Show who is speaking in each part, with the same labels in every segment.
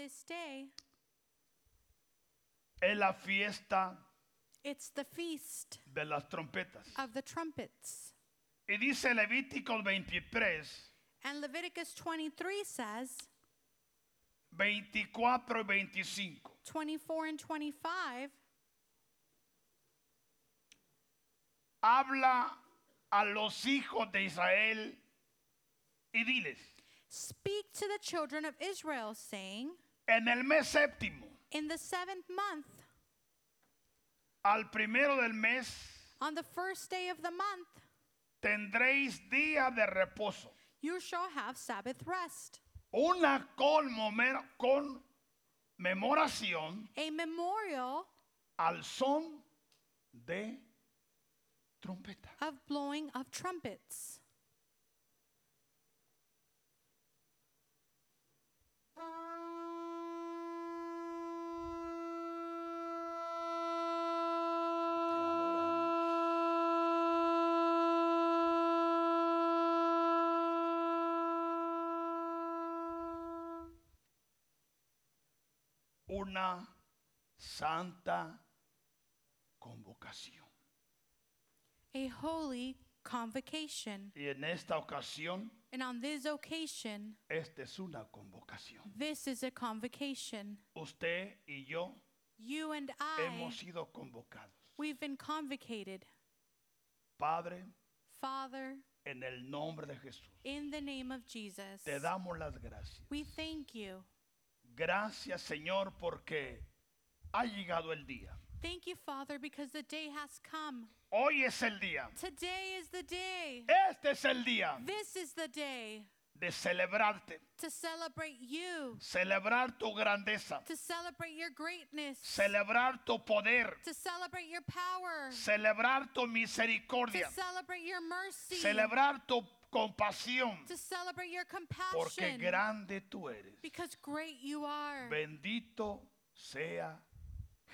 Speaker 1: este es la fiesta
Speaker 2: It's the feast
Speaker 1: de las trompetas.
Speaker 2: of the trumpets.
Speaker 1: Y dice Levítico 23,
Speaker 2: And Leviticus 23 says,
Speaker 1: 24 y 25.
Speaker 2: 24 and 25,
Speaker 1: Habla a los hijos de Israel y diles,
Speaker 2: speak to the children of Israel, saying,
Speaker 1: en el mes séptimo,
Speaker 2: In the seventh month,
Speaker 1: al primero del mes,
Speaker 2: on the first day of the month,
Speaker 1: tendréis día de reposo.
Speaker 2: you shall have Sabbath rest,
Speaker 1: Una conmomer- conmemoración
Speaker 2: a memorial
Speaker 1: al son de trompeta.
Speaker 2: of blowing of trumpets.
Speaker 1: Una santa convocación.
Speaker 2: a holy convocation.
Speaker 1: Y en esta ocasión,
Speaker 2: And on this occasion,
Speaker 1: esta es una convocación.
Speaker 2: this is a convocation.
Speaker 1: Usted y yo
Speaker 2: You and I,
Speaker 1: hemos sido convocados.
Speaker 2: we've been convocated.
Speaker 1: Padre,
Speaker 2: Father,
Speaker 1: en el nombre de Jesús,
Speaker 2: in the name of Jesus,
Speaker 1: te damos las gracias.
Speaker 2: we thank you.
Speaker 1: Gracias, Señor, porque ha llegado el día.
Speaker 2: Thank you, Father, because the day has come.
Speaker 1: Hoy es el día.
Speaker 2: Today is the day.
Speaker 1: Este es el día
Speaker 2: This is the day
Speaker 1: de celebrarte,
Speaker 2: to celebrate you,
Speaker 1: celebrar tu grandeza,
Speaker 2: to celebrate your greatness,
Speaker 1: celebrar tu poder,
Speaker 2: to celebrate your power,
Speaker 1: celebrar tu
Speaker 2: to
Speaker 1: misericordia,
Speaker 2: celebrate your mercy,
Speaker 1: celebrar tu compasión,
Speaker 2: to celebrate your
Speaker 1: porque
Speaker 2: compassion.
Speaker 1: grande tú eres.
Speaker 2: Because great you are.
Speaker 1: Bendito sea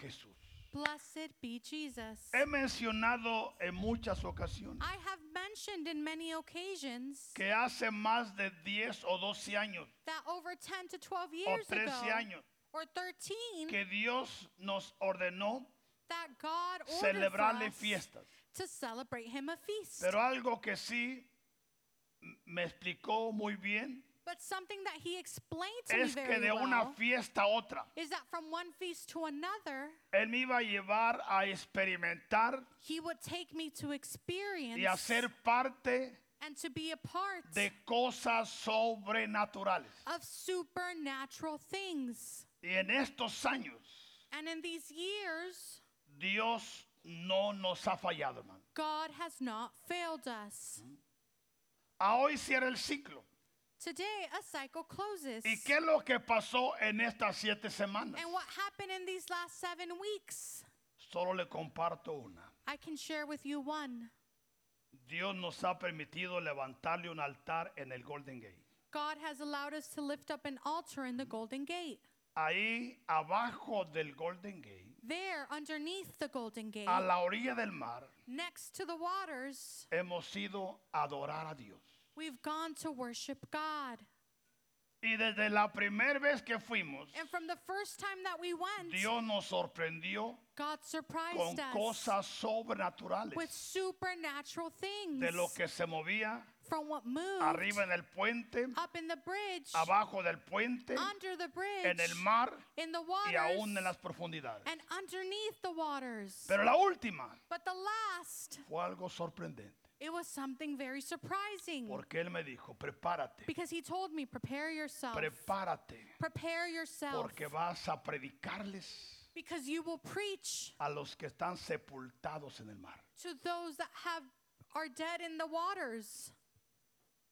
Speaker 1: Jesús.
Speaker 2: Blessed be Jesus.
Speaker 1: He mencionado en muchas ocasiones
Speaker 2: I have mentioned in many occasions
Speaker 1: que hace más de 10 o 12 años
Speaker 2: that over 10 to 12
Speaker 1: o
Speaker 2: years
Speaker 1: 13
Speaker 2: ago,
Speaker 1: años
Speaker 2: or 13,
Speaker 1: que Dios nos ordenó
Speaker 2: that God ordered for
Speaker 1: celebrarle
Speaker 2: us
Speaker 1: fiestas.
Speaker 2: to celebrate Him a feast.
Speaker 1: Pero algo que sí m- me explicó muy bien
Speaker 2: But something that He explained to me
Speaker 1: es que
Speaker 2: very
Speaker 1: de una
Speaker 2: well
Speaker 1: fiesta a otra,
Speaker 2: is that from one feast to another,
Speaker 1: Él me iba a llevar a experimentar
Speaker 2: He would take me to experience
Speaker 1: y a ser parte
Speaker 2: and to be a part
Speaker 1: de cosas sobrenaturales.
Speaker 2: of supernatural things.
Speaker 1: Y en estos años,
Speaker 2: And in these years,
Speaker 1: Dios no nos ha fallado, hermano.
Speaker 2: God has not failed us.
Speaker 1: A hoy cierra el ciclo.
Speaker 2: Today, a cycle closes.
Speaker 1: ¿Y qué es lo que pasó en estas siete semanas?
Speaker 2: And what happened in these last seven weeks?
Speaker 1: Solo le comparto una.
Speaker 2: I can share with you one.
Speaker 1: Dios nos ha permitido levantarle un altar en el Golden Gate.
Speaker 2: God has allowed us to lift up an altar in the Golden Gate.
Speaker 1: Ahí abajo del Golden Gate,
Speaker 2: There, underneath the Golden Gate,
Speaker 1: a la orilla del mar,
Speaker 2: next to the waters,
Speaker 1: hemos ido a adorar a Dios.
Speaker 2: we've gone to worship God.
Speaker 1: Y desde la primera vez que fuimos,
Speaker 2: And from the first time that we went,
Speaker 1: Dios nos sorprendió con
Speaker 2: God surprised us
Speaker 1: cosas
Speaker 2: with
Speaker 1: sobrenaturales
Speaker 2: supernatural things
Speaker 1: de lo que se movía
Speaker 2: from what moved
Speaker 1: arriba en el puente,
Speaker 2: up in the bridge,
Speaker 1: abajo del puente,
Speaker 2: under the bridge,
Speaker 1: en el mar
Speaker 2: in the
Speaker 1: y aún en
Speaker 2: waters,
Speaker 1: las profundidades.
Speaker 2: and underneath the waters.
Speaker 1: Pero la última
Speaker 2: But the last,
Speaker 1: fue algo sorprendente,
Speaker 2: it was something very surprising
Speaker 1: porque Él me dijo, prepárate.
Speaker 2: Mm. because he told me, prepare yourself.
Speaker 1: Prepárate
Speaker 2: Prepare yourself
Speaker 1: porque vas a predicarles
Speaker 2: because you will preach
Speaker 1: a los que están sepultados en el mar.
Speaker 2: to those that have are dead in the waters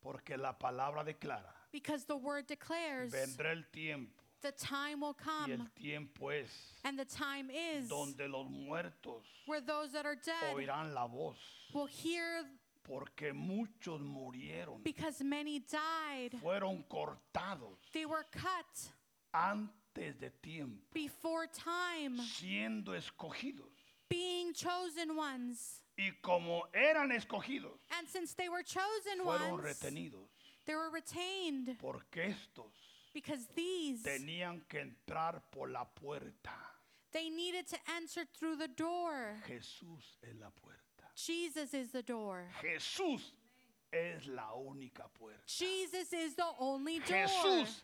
Speaker 1: Porque la palabra declara,
Speaker 2: because the word declares
Speaker 1: vendrá el tiempo
Speaker 2: the time will
Speaker 1: y
Speaker 2: come
Speaker 1: el tiempo es
Speaker 2: and the time is
Speaker 1: donde los muertos
Speaker 2: where those that are dead
Speaker 1: oirán la voz.
Speaker 2: will hear
Speaker 1: Porque muchos murieron,
Speaker 2: because many died.
Speaker 1: fueron cortados
Speaker 2: They were cut
Speaker 1: antes de tiempo,
Speaker 2: before time,
Speaker 1: siendo escogidos.
Speaker 2: being chosen ones.
Speaker 1: Y como eran escogidos,
Speaker 2: And since they were chosen
Speaker 1: fueron
Speaker 2: ones,
Speaker 1: retenidos.
Speaker 2: they were retained
Speaker 1: Porque estos
Speaker 2: because these
Speaker 1: tenían que entrar por la puerta.
Speaker 2: They needed to enter through the door.
Speaker 1: Jesús es la puerta.
Speaker 2: Jesus is the door.
Speaker 1: Jesús es la única puerta.
Speaker 2: Jesus is the only door.
Speaker 1: Jesús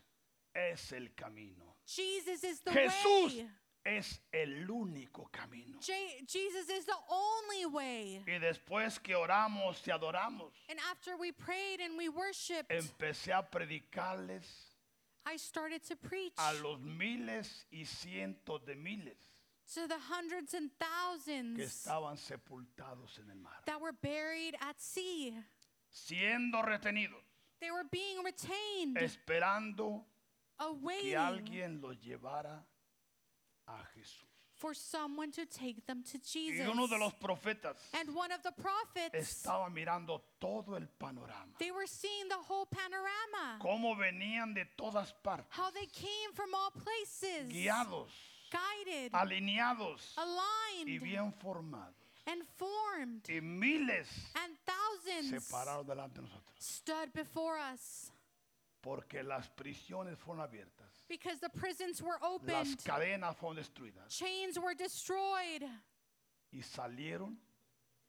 Speaker 1: es el camino.
Speaker 2: Jesus is the
Speaker 1: Jesús
Speaker 2: way.
Speaker 1: es el único camino.
Speaker 2: Je- Jesus is the only way.
Speaker 1: Y después que oramos y adoramos,
Speaker 2: And after we prayed and we worshiped,
Speaker 1: empecé a predicarles
Speaker 2: I started to preach
Speaker 1: a los miles y cientos de miles
Speaker 2: to the hundreds and
Speaker 1: que
Speaker 2: thousands
Speaker 1: estaban sepultados en el mar,
Speaker 2: that were buried at sea.
Speaker 1: siendo retenidos,
Speaker 2: They were being retained,
Speaker 1: esperando que
Speaker 2: awaiting
Speaker 1: alguien los llevara a Jesús.
Speaker 2: for someone to take them to
Speaker 1: Y
Speaker 2: Jesus.
Speaker 1: uno de los profetas
Speaker 2: And one of the prophets,
Speaker 1: estaba mirando todo el panorama,
Speaker 2: they were seeing the whole panorama,
Speaker 1: cómo venían de todas partes,
Speaker 2: how they came from all places,
Speaker 1: guiados,
Speaker 2: guided,
Speaker 1: alineados y
Speaker 2: aligned,
Speaker 1: bien formados.
Speaker 2: and formed,
Speaker 1: Y miles
Speaker 2: and
Speaker 1: se
Speaker 2: thousands
Speaker 1: pararon delante de nosotros,
Speaker 2: stood before us
Speaker 1: porque las prisiones fueron abiertas,
Speaker 2: because the prisons were
Speaker 1: las
Speaker 2: opened,
Speaker 1: cadenas fueron destruidas
Speaker 2: chains were destroyed,
Speaker 1: y salieron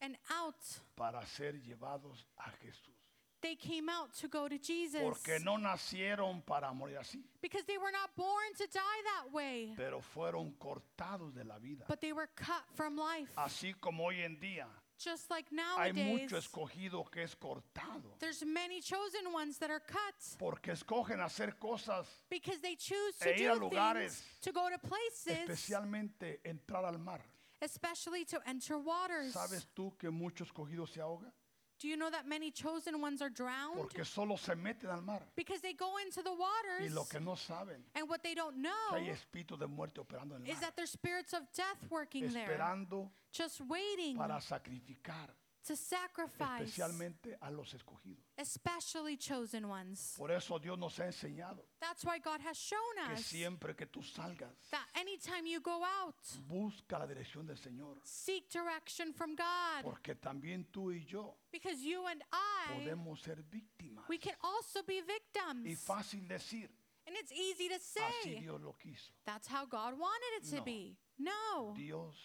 Speaker 2: and out
Speaker 1: para ser llevados a Jesús.
Speaker 2: they came out to go to Jesus
Speaker 1: Porque no nacieron para morir así,
Speaker 2: because they were not born to die that way,
Speaker 1: pero fueron cortados de la vida.
Speaker 2: but they were cut from life.
Speaker 1: Así como hoy en día
Speaker 2: Just like
Speaker 1: hay
Speaker 2: nowadays,
Speaker 1: mucho escogido que es cortado,
Speaker 2: there's many chosen ones that are cut
Speaker 1: porque escogen hacer cosas,
Speaker 2: because they choose
Speaker 1: E
Speaker 2: to
Speaker 1: ir
Speaker 2: do
Speaker 1: a lugares,
Speaker 2: things, to go to places,
Speaker 1: especialmente entrar al mar.
Speaker 2: especially to enter waters.
Speaker 1: ¿Sabes tú que muchos escogidos se ahogan?
Speaker 2: Do you know that many chosen ones are drowned?
Speaker 1: Porque solo se meten al mar.
Speaker 2: Because they go into the
Speaker 1: Y
Speaker 2: waters,
Speaker 1: lo que no saben,
Speaker 2: and what they don't
Speaker 1: que
Speaker 2: know
Speaker 1: hay espíritus de muerte operando en el
Speaker 2: is
Speaker 1: mar,
Speaker 2: that there's spirits of death working there,
Speaker 1: esperando
Speaker 2: just waiting
Speaker 1: para sacrificar,
Speaker 2: to sacrifice,
Speaker 1: especialmente a los escogidos.
Speaker 2: especially chosen ones.
Speaker 1: Por eso Dios nos ha enseñado
Speaker 2: That's why God has shown
Speaker 1: que
Speaker 2: us
Speaker 1: siempre que tú salgas,
Speaker 2: that anytime you go out,
Speaker 1: busca la dirección del Señor,
Speaker 2: seek direction from God.
Speaker 1: porque también tú y yo
Speaker 2: Because you and I,
Speaker 1: podemos ser víctimas.
Speaker 2: we can also be
Speaker 1: Y
Speaker 2: victims.
Speaker 1: fácil decir,
Speaker 2: And it's easy to
Speaker 1: así
Speaker 2: say,
Speaker 1: Dios lo quiso.
Speaker 2: that's how God wanted it to
Speaker 1: No.
Speaker 2: be. No,
Speaker 1: Dios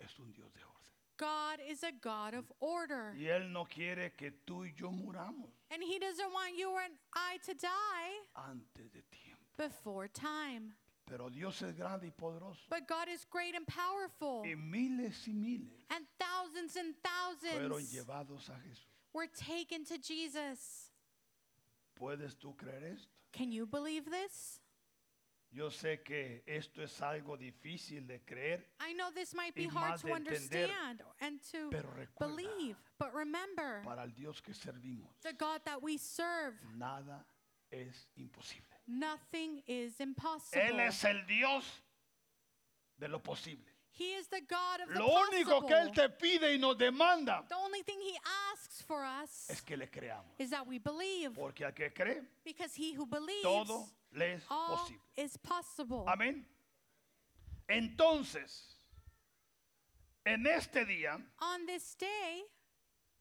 Speaker 1: es un Dios de orden.
Speaker 2: God is a God of order.
Speaker 1: Y Él no quiere que tú y yo muramos
Speaker 2: And He doesn't want you and I to die
Speaker 1: antes de tiempo.
Speaker 2: before time.
Speaker 1: Pero Dios es grande y poderoso.
Speaker 2: But God is great and powerful.
Speaker 1: Y miles y miles
Speaker 2: And thousands and
Speaker 1: fueron
Speaker 2: thousands
Speaker 1: llevados a Jesús.
Speaker 2: were taken to Jesus.
Speaker 1: ¿Puedes tú creer esto?
Speaker 2: Can you believe this?
Speaker 1: Yo sé que esto es algo difícil de creer,
Speaker 2: I know this might be
Speaker 1: Y
Speaker 2: hard
Speaker 1: más
Speaker 2: to
Speaker 1: de entender.
Speaker 2: understand and to
Speaker 1: pero recuerda,
Speaker 2: believe, but remember
Speaker 1: para el Dios que servimos,
Speaker 2: the God that we serve,
Speaker 1: nada es imposible.
Speaker 2: nothing is impossible.
Speaker 1: Él es el Dios de lo posible.
Speaker 2: He is the God of the
Speaker 1: Lo único que Él te
Speaker 2: possible.
Speaker 1: pide y nos demanda
Speaker 2: The only thing He asks for us
Speaker 1: es que le creamos.
Speaker 2: is that we believe,
Speaker 1: Porque al que cree,
Speaker 2: because He who believes,
Speaker 1: todo le es
Speaker 2: all
Speaker 1: posible.
Speaker 2: is possible.
Speaker 1: Amén. Entonces, en este día
Speaker 2: On this day,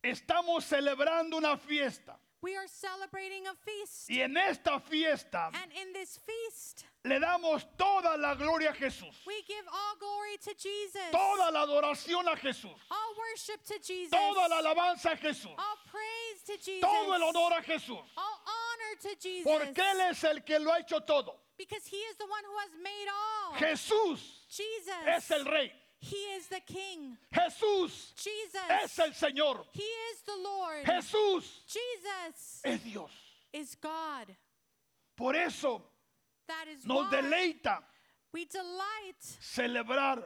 Speaker 1: estamos celebrando una fiesta.
Speaker 2: we are celebrating a feast.
Speaker 1: Y en esta fiesta
Speaker 2: And in this feast,
Speaker 1: le damos toda la gloria a Jesús.
Speaker 2: we give all glory to Jesus,
Speaker 1: Toda la adoración a Jesús.
Speaker 2: all worship to Jesus,
Speaker 1: Toda la alabanza a Jesús.
Speaker 2: all praise to Oh, Jesus,
Speaker 1: Todo el honor a Jesús.
Speaker 2: all honor to Jesus.
Speaker 1: Porque Él es el que lo ha hecho todo.
Speaker 2: Because he is the one who has made all.
Speaker 1: Jesús es
Speaker 2: Jesus.
Speaker 1: el Rey.
Speaker 2: He is the King.
Speaker 1: Jesús es
Speaker 2: Jesus.
Speaker 1: el Señor.
Speaker 2: He is the Lord.
Speaker 1: Jesús
Speaker 2: Jesus
Speaker 1: es Dios.
Speaker 2: is God.
Speaker 1: Por eso
Speaker 2: That is
Speaker 1: nos
Speaker 2: why
Speaker 1: deleita
Speaker 2: we delight
Speaker 1: celebrar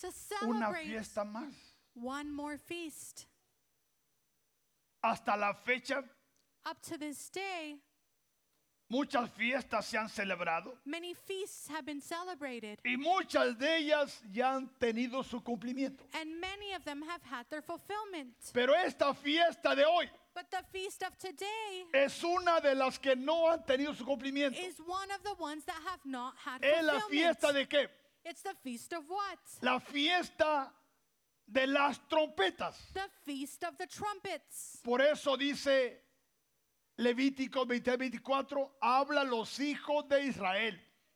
Speaker 2: to
Speaker 1: una
Speaker 2: celebrate
Speaker 1: fiesta más.
Speaker 2: one more feast.
Speaker 1: Hasta la fecha,
Speaker 2: Up to this day,
Speaker 1: muchas fiestas se han celebrado
Speaker 2: many feasts have been celebrated,
Speaker 1: y muchas de ellas ya han tenido su cumplimiento.
Speaker 2: and many of them have had their fulfillment.
Speaker 1: Pero esta fiesta de hoy
Speaker 2: But the feast of today
Speaker 1: es una de las que no han tenido su cumplimiento.
Speaker 2: is one of the ones that have not had
Speaker 1: ¿Es la fiesta
Speaker 2: fulfillment.
Speaker 1: de qué?
Speaker 2: It's the feast of what?
Speaker 1: La fiesta de las trompetas.
Speaker 2: The Feast of the Trumpets.
Speaker 1: Por eso dice Levítico 20:24, habla a los hijos de Israel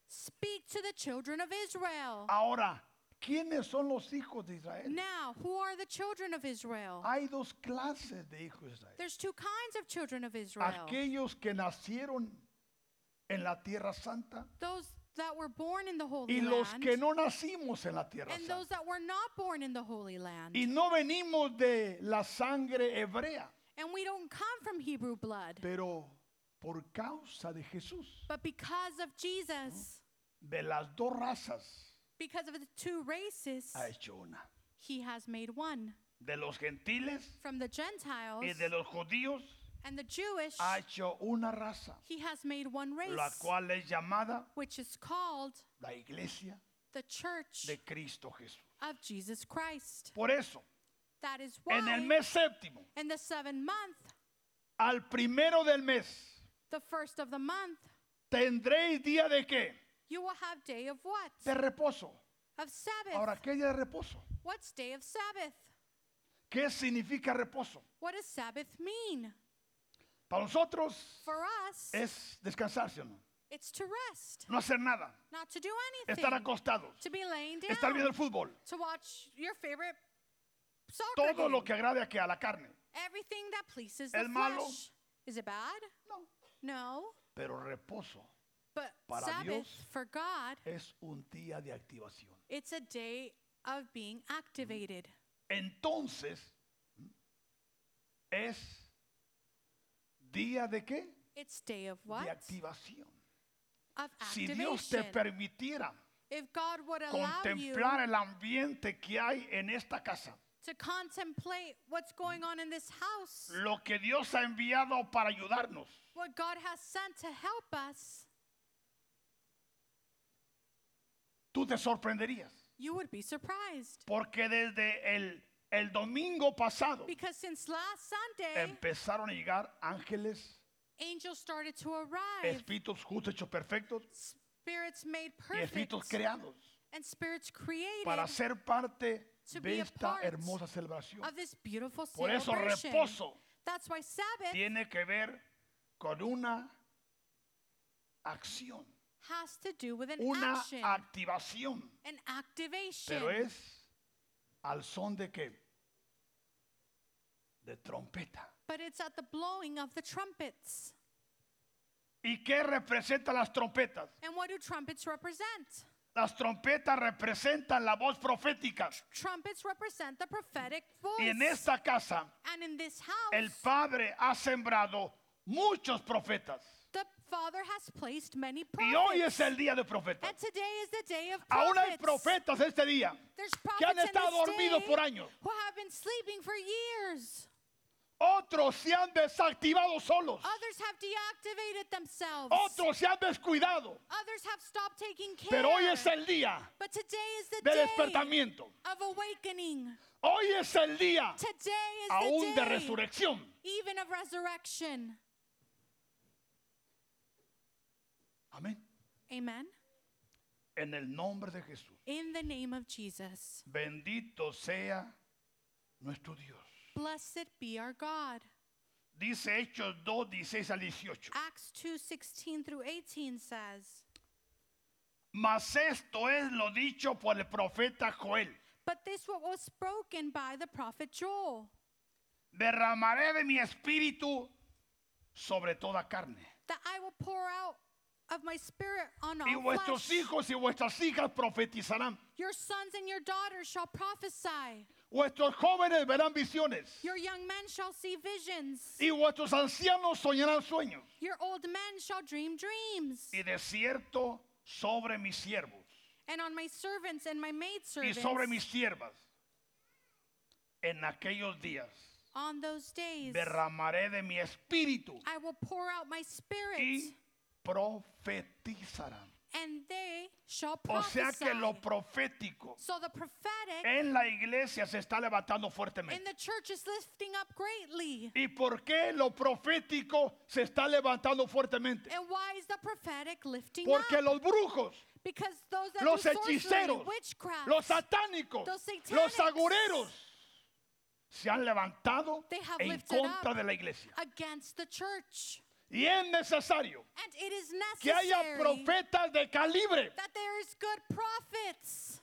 Speaker 2: Speak to the children of Israel.
Speaker 1: Ahora, ¿quiénes son los hijos de Israel?
Speaker 2: Now, who are the children of Israel?
Speaker 1: Hay dos clases de hijos de Israel.
Speaker 2: There's two kinds of children of Israel
Speaker 1: Aquellos que nacieron en la tierra santa
Speaker 2: those that were born in the Holy
Speaker 1: y
Speaker 2: Land,
Speaker 1: los que no nacimos en la tierra
Speaker 2: and those
Speaker 1: santa.
Speaker 2: that were not born in the Holy Land.
Speaker 1: Y no venimos de la sangre hebrea,
Speaker 2: And we don't come from Hebrew blood,
Speaker 1: pero por causa de Jesús,
Speaker 2: but because of Jesus,
Speaker 1: de las dos razas,
Speaker 2: because of the two races,
Speaker 1: ha hecho una.
Speaker 2: he has made one.
Speaker 1: De los gentiles
Speaker 2: From the Gentiles
Speaker 1: y de los judíos,
Speaker 2: and the Jewish,
Speaker 1: ha hecho una raza,
Speaker 2: he has made one
Speaker 1: la
Speaker 2: race,
Speaker 1: cual es llamada
Speaker 2: which is called
Speaker 1: la iglesia
Speaker 2: the church
Speaker 1: de Cristo Jesús.
Speaker 2: of Jesus Christ.
Speaker 1: Por eso,
Speaker 2: That is why
Speaker 1: en el mes séptimo,
Speaker 2: in the seventh month,
Speaker 1: al primero del mes,
Speaker 2: the first of the month,
Speaker 1: tendréis día de qué?
Speaker 2: you will have day of what?
Speaker 1: De reposo.
Speaker 2: Of Sabbath.
Speaker 1: Ahora, ¿qué día de reposo?
Speaker 2: What's day of Sabbath?
Speaker 1: ¿Qué significa reposo?
Speaker 2: What does Sabbath mean?
Speaker 1: Para nosotros
Speaker 2: For us,
Speaker 1: es descansarse, ¿no?
Speaker 2: it's to rest,
Speaker 1: No hacer nada,
Speaker 2: not to do anything,
Speaker 1: estar acostados,
Speaker 2: to be laying down,
Speaker 1: estar viendo el fútbol,
Speaker 2: to watch your favorite soccer
Speaker 1: todo lo
Speaker 2: game.
Speaker 1: que agrade a que a la carne.
Speaker 2: everything that pleases
Speaker 1: ¿Es
Speaker 2: the
Speaker 1: malo?
Speaker 2: flesh. Is it bad?
Speaker 1: No,
Speaker 2: No.
Speaker 1: pero reposo
Speaker 2: But
Speaker 1: Para
Speaker 2: Sabbath
Speaker 1: Dios-
Speaker 2: for God,
Speaker 1: es un día de activación.
Speaker 2: it's a day of being activated.
Speaker 1: Entonces, es día de qué?
Speaker 2: It's day of what?
Speaker 1: De activación.
Speaker 2: Of
Speaker 1: Si
Speaker 2: activation.
Speaker 1: Dios te permitiera
Speaker 2: if God would allow you
Speaker 1: contemplar el ambiente que hay en esta casa,
Speaker 2: to contemplate what's going on in this house,
Speaker 1: lo que Dios ha enviado para ayudarnos,
Speaker 2: what God has sent to help us,
Speaker 1: tú te sorprenderías.
Speaker 2: you would be surprised.
Speaker 1: Porque desde el, el domingo pasado
Speaker 2: Because since last Sunday,
Speaker 1: empezaron a llegar ángeles,
Speaker 2: angels started to arrive,
Speaker 1: espíritus justos hechos perfectos
Speaker 2: spirits made
Speaker 1: y espíritus
Speaker 2: perfect,
Speaker 1: creados
Speaker 2: and spirits created
Speaker 1: para ser parte de
Speaker 2: to be a
Speaker 1: esta
Speaker 2: part
Speaker 1: hermosa celebración.
Speaker 2: of this beautiful
Speaker 1: Por eso
Speaker 2: celebration.
Speaker 1: reposo
Speaker 2: That's why Sabbath
Speaker 1: tiene que ver con una acción,
Speaker 2: has to do with an
Speaker 1: una
Speaker 2: action,
Speaker 1: activación,
Speaker 2: an activation.
Speaker 1: pero es al son de qué? De trompeta.
Speaker 2: But it's at the blowing of the trumpets.
Speaker 1: ¿Y qué representan las trompetas?
Speaker 2: And what do trumpets represent?
Speaker 1: Las trompetas representan la voz profética.
Speaker 2: Trumpets represent the prophetic
Speaker 1: Y en
Speaker 2: voice.
Speaker 1: esta casa
Speaker 2: And in this
Speaker 1: el
Speaker 2: house,
Speaker 1: Padre ha sembrado muchos profetas.
Speaker 2: the Father has placed many
Speaker 1: Y hoy es
Speaker 2: prophets.
Speaker 1: el día de profetas.
Speaker 2: And today is the day of
Speaker 1: Aún hay
Speaker 2: prophets.
Speaker 1: profetas este día
Speaker 2: There's
Speaker 1: que han
Speaker 2: prophets in
Speaker 1: estado
Speaker 2: this
Speaker 1: dormidos
Speaker 2: day
Speaker 1: por años.
Speaker 2: who have been sleeping for years.
Speaker 1: Otros se han desactivado solos.
Speaker 2: Others have deactivated themselves.
Speaker 1: Otros se han descuidado.
Speaker 2: Others have stopped taking care.
Speaker 1: Pero hoy es el día
Speaker 2: but today is the
Speaker 1: de
Speaker 2: day
Speaker 1: despertamiento.
Speaker 2: of awakening.
Speaker 1: Hoy es el día
Speaker 2: Today is
Speaker 1: aún
Speaker 2: the
Speaker 1: de
Speaker 2: day
Speaker 1: resurrección.
Speaker 2: even of resurrection.
Speaker 1: Amén.
Speaker 2: Amen.
Speaker 1: En el nombre de Jesús.
Speaker 2: In the name of Jesus.
Speaker 1: Bendito sea nuestro Dios.
Speaker 2: Blessed be our God.
Speaker 1: Dice Hechos 2, 16 al 18.
Speaker 2: Acts 2:16 through 18 says,
Speaker 1: Mas esto es lo dicho por el profeta Joel.
Speaker 2: "But this what was spoken by the prophet Joel,
Speaker 1: Derramaré de mi espíritu sobre toda carne.
Speaker 2: that I will pour out of my spirit on
Speaker 1: Y
Speaker 2: all
Speaker 1: vuestros
Speaker 2: flesh.
Speaker 1: hijos y vuestras hijas profetizarán.
Speaker 2: Your sons and your daughters shall prophesy.
Speaker 1: Vuestros jóvenes verán visiones.
Speaker 2: Your young men shall see visions.
Speaker 1: Y vuestros ancianos soñarán sueños.
Speaker 2: Your old men shall dream dreams.
Speaker 1: Y de cierto sobre mis siervos
Speaker 2: And on my servants and my
Speaker 1: y sobre mis
Speaker 2: maidservants
Speaker 1: siervas. En aquellos días
Speaker 2: on those days
Speaker 1: derramaré de mi espíritu
Speaker 2: I will pour out my spirit,
Speaker 1: y profetizarán.
Speaker 2: and they shall
Speaker 1: O sea que
Speaker 2: prophesy.
Speaker 1: lo profético
Speaker 2: So the prophetic
Speaker 1: en la iglesia se está levantando
Speaker 2: in
Speaker 1: fuertemente.
Speaker 2: the church is lifting up greatly.
Speaker 1: ¿Y por qué lo profético se está levantando fuertemente?
Speaker 2: And why is the prophetic lifting
Speaker 1: Porque
Speaker 2: up?
Speaker 1: los brujos,
Speaker 2: Because those that
Speaker 1: los
Speaker 2: do sorcery,
Speaker 1: hechiceros,
Speaker 2: witchcraft,
Speaker 1: los satánicos,
Speaker 2: those satanics,
Speaker 1: los agureros se han levantado
Speaker 2: they have
Speaker 1: en
Speaker 2: lifted
Speaker 1: contra
Speaker 2: up.
Speaker 1: de la iglesia.
Speaker 2: against the church.
Speaker 1: Y es necesario
Speaker 2: And it is
Speaker 1: que haya
Speaker 2: necessary
Speaker 1: profetas de calibre,
Speaker 2: that there is good prophets,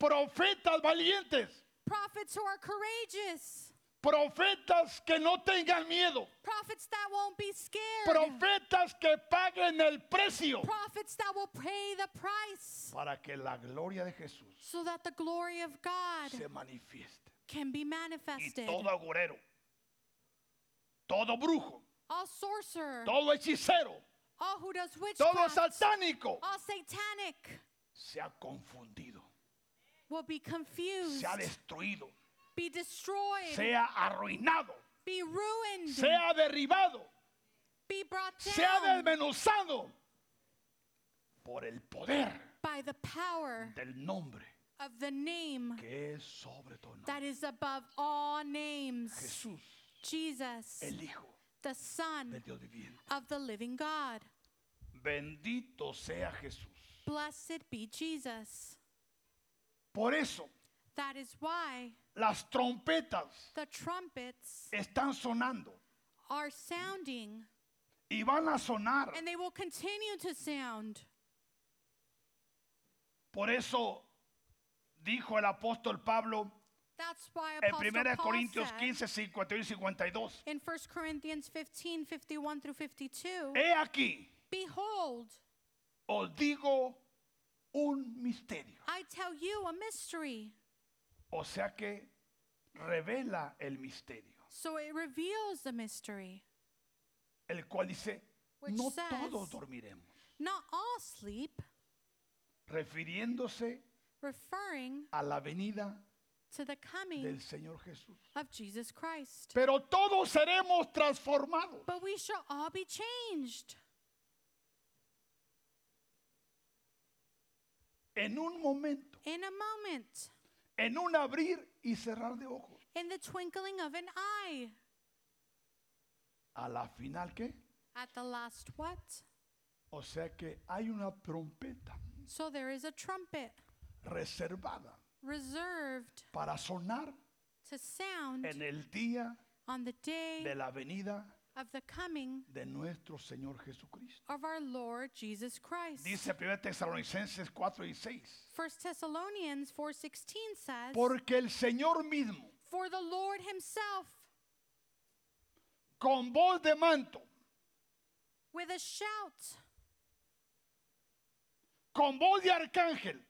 Speaker 1: profetas valientes,
Speaker 2: prophets who are courageous,
Speaker 1: profetas que no tengan miedo,
Speaker 2: prophets that won't be scared,
Speaker 1: profetas que paguen el precio
Speaker 2: prophets that will pay the price
Speaker 1: para que la gloria de Jesús
Speaker 2: so that the glory of God
Speaker 1: se manifieste.
Speaker 2: can
Speaker 1: Y
Speaker 2: be manifested.
Speaker 1: todo agorero, todo brujo,
Speaker 2: All sorcerer,
Speaker 1: todo hechicero,
Speaker 2: all who does
Speaker 1: todo
Speaker 2: witchcraft,
Speaker 1: satánico
Speaker 2: all satanic
Speaker 1: se ha confundido,
Speaker 2: will be confused,
Speaker 1: se ha destruido,
Speaker 2: be destroyed,
Speaker 1: se ha arruinado,
Speaker 2: be ruined,
Speaker 1: se ha derribado,
Speaker 2: be brought
Speaker 1: se ha
Speaker 2: down
Speaker 1: desmenuzado por el poder
Speaker 2: by the power
Speaker 1: del nombre
Speaker 2: of the name
Speaker 1: que es sobre todo nombre.
Speaker 2: that is above all names.
Speaker 1: Jesús,
Speaker 2: Jesus,
Speaker 1: el Hijo
Speaker 2: the Son
Speaker 1: del Dios viviente.
Speaker 2: of the living God.
Speaker 1: Bendito sea Jesús.
Speaker 2: Blessed be Jesus.
Speaker 1: Por eso
Speaker 2: That is why
Speaker 1: las trompetas
Speaker 2: the trumpets
Speaker 1: están sonando
Speaker 2: are sounding
Speaker 1: y van a sonar.
Speaker 2: and they will continue to sound.
Speaker 1: Por eso dijo el apóstol Pablo
Speaker 2: That's why
Speaker 1: en
Speaker 2: Apostle
Speaker 1: 1
Speaker 2: Paul
Speaker 1: Corintios
Speaker 2: said
Speaker 1: 15, 51 y 52.
Speaker 2: in 1 Corinthians 15, 51 through 52,
Speaker 1: He aquí,
Speaker 2: Behold,
Speaker 1: os digo un misterio.
Speaker 2: I tell you a mystery.
Speaker 1: O sea que revela el misterio,
Speaker 2: So it reveals the mystery.
Speaker 1: el cual dice,
Speaker 2: Which
Speaker 1: no
Speaker 2: says-
Speaker 1: todos dormiremos,
Speaker 2: Not all sleep,
Speaker 1: refiriéndose
Speaker 2: referring
Speaker 1: a la venida
Speaker 2: to the coming
Speaker 1: del Señor Jesús.
Speaker 2: of Jesus Christ.
Speaker 1: Pero todos seremos transformados.
Speaker 2: But we shall all be changed
Speaker 1: en un momento,
Speaker 2: in a moment,
Speaker 1: en un abrir y cerrar de ojos.
Speaker 2: in the twinkling of an eye.
Speaker 1: A la final, ¿qué?
Speaker 2: At the last what?
Speaker 1: O sea que hay una trompeta
Speaker 2: So there is a trumpet
Speaker 1: reservada
Speaker 2: reserved
Speaker 1: para sonar
Speaker 2: to sound
Speaker 1: en el día
Speaker 2: on the
Speaker 1: de
Speaker 2: day
Speaker 1: la venida
Speaker 2: of the coming
Speaker 1: de nuestro Señor Jesucristo.
Speaker 2: of our Lord Jesus Christ.
Speaker 1: Dice 1 Tesalonicenses 4 y 6.
Speaker 2: 1 Thessalonians 4:16 says,
Speaker 1: Porque el Señor mismo,
Speaker 2: "For the Lord himself
Speaker 1: con voz de manto,
Speaker 2: with a shout,
Speaker 1: con voz de arcángel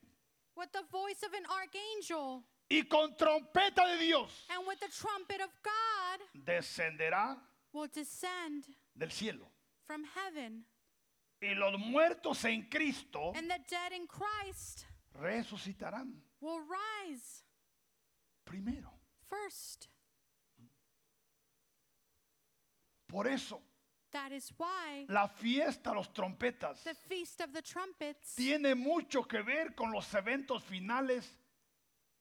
Speaker 2: with the voice of an archangel,
Speaker 1: y con trompeta de Dios,
Speaker 2: and with the trumpet of God
Speaker 1: descenderá
Speaker 2: will descend
Speaker 1: del cielo.
Speaker 2: from heaven,
Speaker 1: Y los muertos en Cristo
Speaker 2: and the dead in Christ
Speaker 1: resucitarán
Speaker 2: will rise
Speaker 1: primero.
Speaker 2: first.
Speaker 1: Por eso
Speaker 2: That is why
Speaker 1: la fiesta de los trompetas
Speaker 2: the feast of the trumpets
Speaker 1: tiene mucho que ver con los eventos finales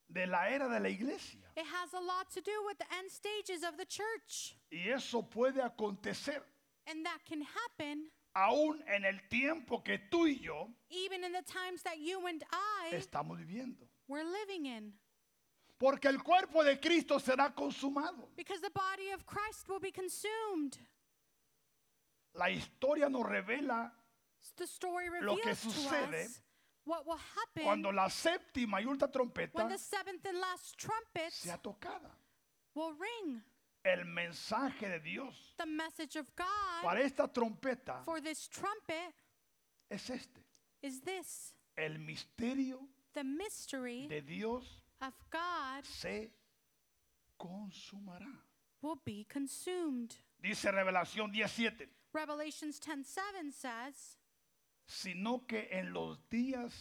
Speaker 1: de la era de la iglesia.
Speaker 2: it has a lot to do with the end stages of the church,
Speaker 1: Y eso puede acontecer
Speaker 2: and that can happen
Speaker 1: aún en el tiempo que tú y yo
Speaker 2: even in the times that you and I
Speaker 1: estamos viviendo.
Speaker 2: were living in,
Speaker 1: Porque el cuerpo de Cristo será consumado.
Speaker 2: because the body of Christ will be consumed.
Speaker 1: La historia nos revela
Speaker 2: S- The story
Speaker 1: Lo que
Speaker 2: reveals to
Speaker 1: sucede
Speaker 2: us what will happen
Speaker 1: cuando la séptima y última
Speaker 2: when
Speaker 1: trompeta
Speaker 2: the seventh and last trumpet
Speaker 1: sea tocada.
Speaker 2: will ring.
Speaker 1: El mensaje de Dios
Speaker 2: The message of God
Speaker 1: para esta trompeta
Speaker 2: for this trumpet
Speaker 1: es este.
Speaker 2: is this
Speaker 1: El misterio
Speaker 2: the mystery
Speaker 1: de Dios
Speaker 2: of God
Speaker 1: se consumará.
Speaker 2: will be consumed.
Speaker 1: Dice Revelación 17,
Speaker 2: Revelations 10:7 says,
Speaker 1: sino que en los días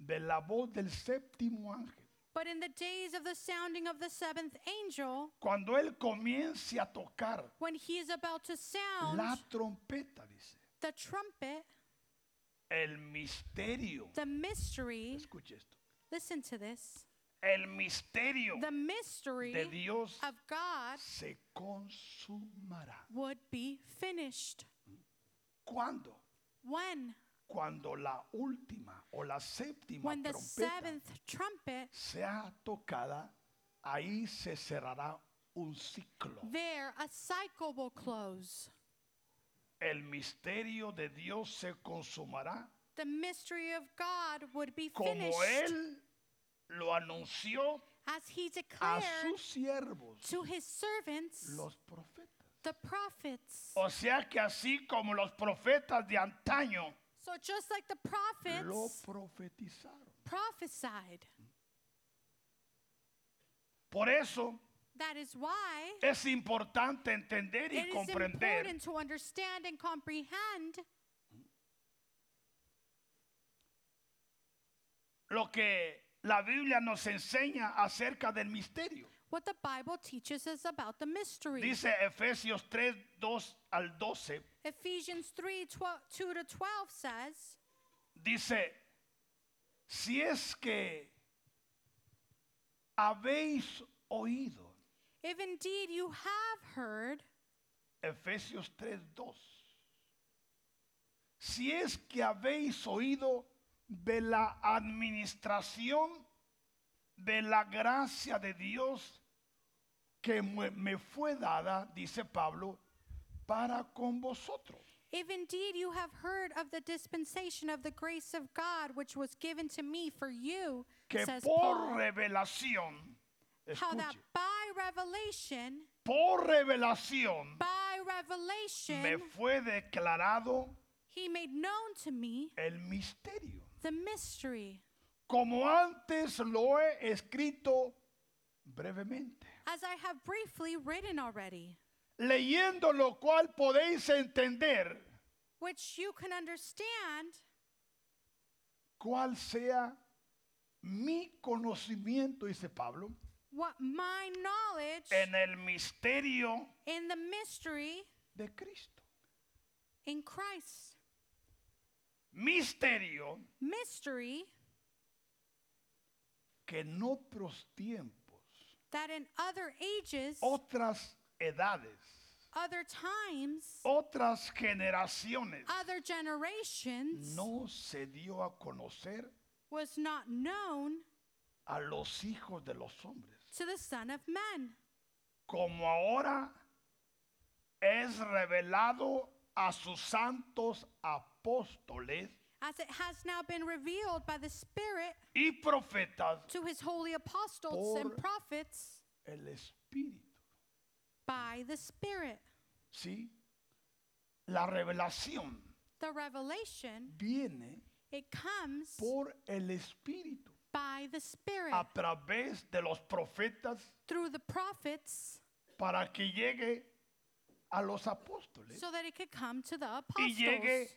Speaker 1: de la voz del séptimo ángel,
Speaker 2: "But in the days of the sounding of the seventh angel,
Speaker 1: cuando él comience a tocar
Speaker 2: when he is about to sound
Speaker 1: la trompeta, dice,
Speaker 2: the trumpet,
Speaker 1: el misterio,
Speaker 2: the mystery,
Speaker 1: escuche esto,
Speaker 2: listen to this,
Speaker 1: el misterio
Speaker 2: the
Speaker 1: de
Speaker 2: mystery
Speaker 1: Dios
Speaker 2: of God
Speaker 1: se consumará.
Speaker 2: would be finished."
Speaker 1: ¿Cuándo?
Speaker 2: When?
Speaker 1: Cuando la última o la séptima
Speaker 2: When the
Speaker 1: trompeta
Speaker 2: seventh trumpet
Speaker 1: sea tocada, ahí se cerrará un ciclo.
Speaker 2: There, a cycle will close.
Speaker 1: El misterio de Dios se consumará
Speaker 2: The mystery of God would be
Speaker 1: como
Speaker 2: finished
Speaker 1: Él lo anunció
Speaker 2: as He
Speaker 1: a
Speaker 2: declared
Speaker 1: sus siervos,
Speaker 2: to His servants,
Speaker 1: los profetas.
Speaker 2: the prophets.
Speaker 1: O sea que así como los profetas de antaño
Speaker 2: So just like the
Speaker 1: lo
Speaker 2: prophets
Speaker 1: profetizaron.
Speaker 2: prophesied,
Speaker 1: Por eso
Speaker 2: that is why
Speaker 1: es importante entender
Speaker 2: it
Speaker 1: y
Speaker 2: is
Speaker 1: comprender
Speaker 2: important to understand and comprehend
Speaker 1: lo que la Biblia nos enseña acerca del misterio.
Speaker 2: what the Bible teaches us about the mystery.
Speaker 1: Dice Efesios 3, 2 al 12,
Speaker 2: Ephesians 3 2 to 12 says,
Speaker 1: dice, si es que habéis oído,
Speaker 2: If indeed you have heard,
Speaker 1: Efesios 3, 2, si es que habéis oído de la administración de la gracia de Dios que mue- me fue dada, dice Pablo, para con vosotros.
Speaker 2: if indeed you have heard of the dispensation of the grace of God which was given to me for you,
Speaker 1: que
Speaker 2: says
Speaker 1: por
Speaker 2: Paul,
Speaker 1: revelación,
Speaker 2: how that
Speaker 1: escuche,
Speaker 2: by revelation,
Speaker 1: por revelación
Speaker 2: by
Speaker 1: me
Speaker 2: revelation,
Speaker 1: fue declarado
Speaker 2: he made known to me
Speaker 1: el misterio.
Speaker 2: the mystery,
Speaker 1: Como antes lo he escrito brevemente,
Speaker 2: as I have briefly written already,
Speaker 1: leyendo lo cual podéis entender
Speaker 2: which you can understand
Speaker 1: cuál sea mi conocimiento, dice Pablo,
Speaker 2: what my knowledge
Speaker 1: en el misterio
Speaker 2: in the mystery
Speaker 1: de Cristo.
Speaker 2: in Christ.
Speaker 1: Misterio
Speaker 2: Mystery
Speaker 1: que en otros tiempos,
Speaker 2: that in other ages,
Speaker 1: otras edades,
Speaker 2: other times,
Speaker 1: otras generaciones
Speaker 2: other generations
Speaker 1: no se dio a conocer
Speaker 2: was not known
Speaker 1: a los hijos de los hombres,
Speaker 2: to the Son of Man,
Speaker 1: como ahora es revelado a sus santos apóstoles
Speaker 2: as it has now been revealed by the Spirit
Speaker 1: y profetas
Speaker 2: to his holy apostles and
Speaker 1: Por-
Speaker 2: prophets
Speaker 1: el Espíritu.
Speaker 2: by the Spirit.
Speaker 1: ¿Sí? La revelación
Speaker 2: The revelation,
Speaker 1: viene
Speaker 2: it comes
Speaker 1: por el Espíritu
Speaker 2: by the Spirit
Speaker 1: a través de los profetas
Speaker 2: through the prophets
Speaker 1: para que llegue a los apóstoles
Speaker 2: so that it could come to the
Speaker 1: y
Speaker 2: apostles
Speaker 1: llegue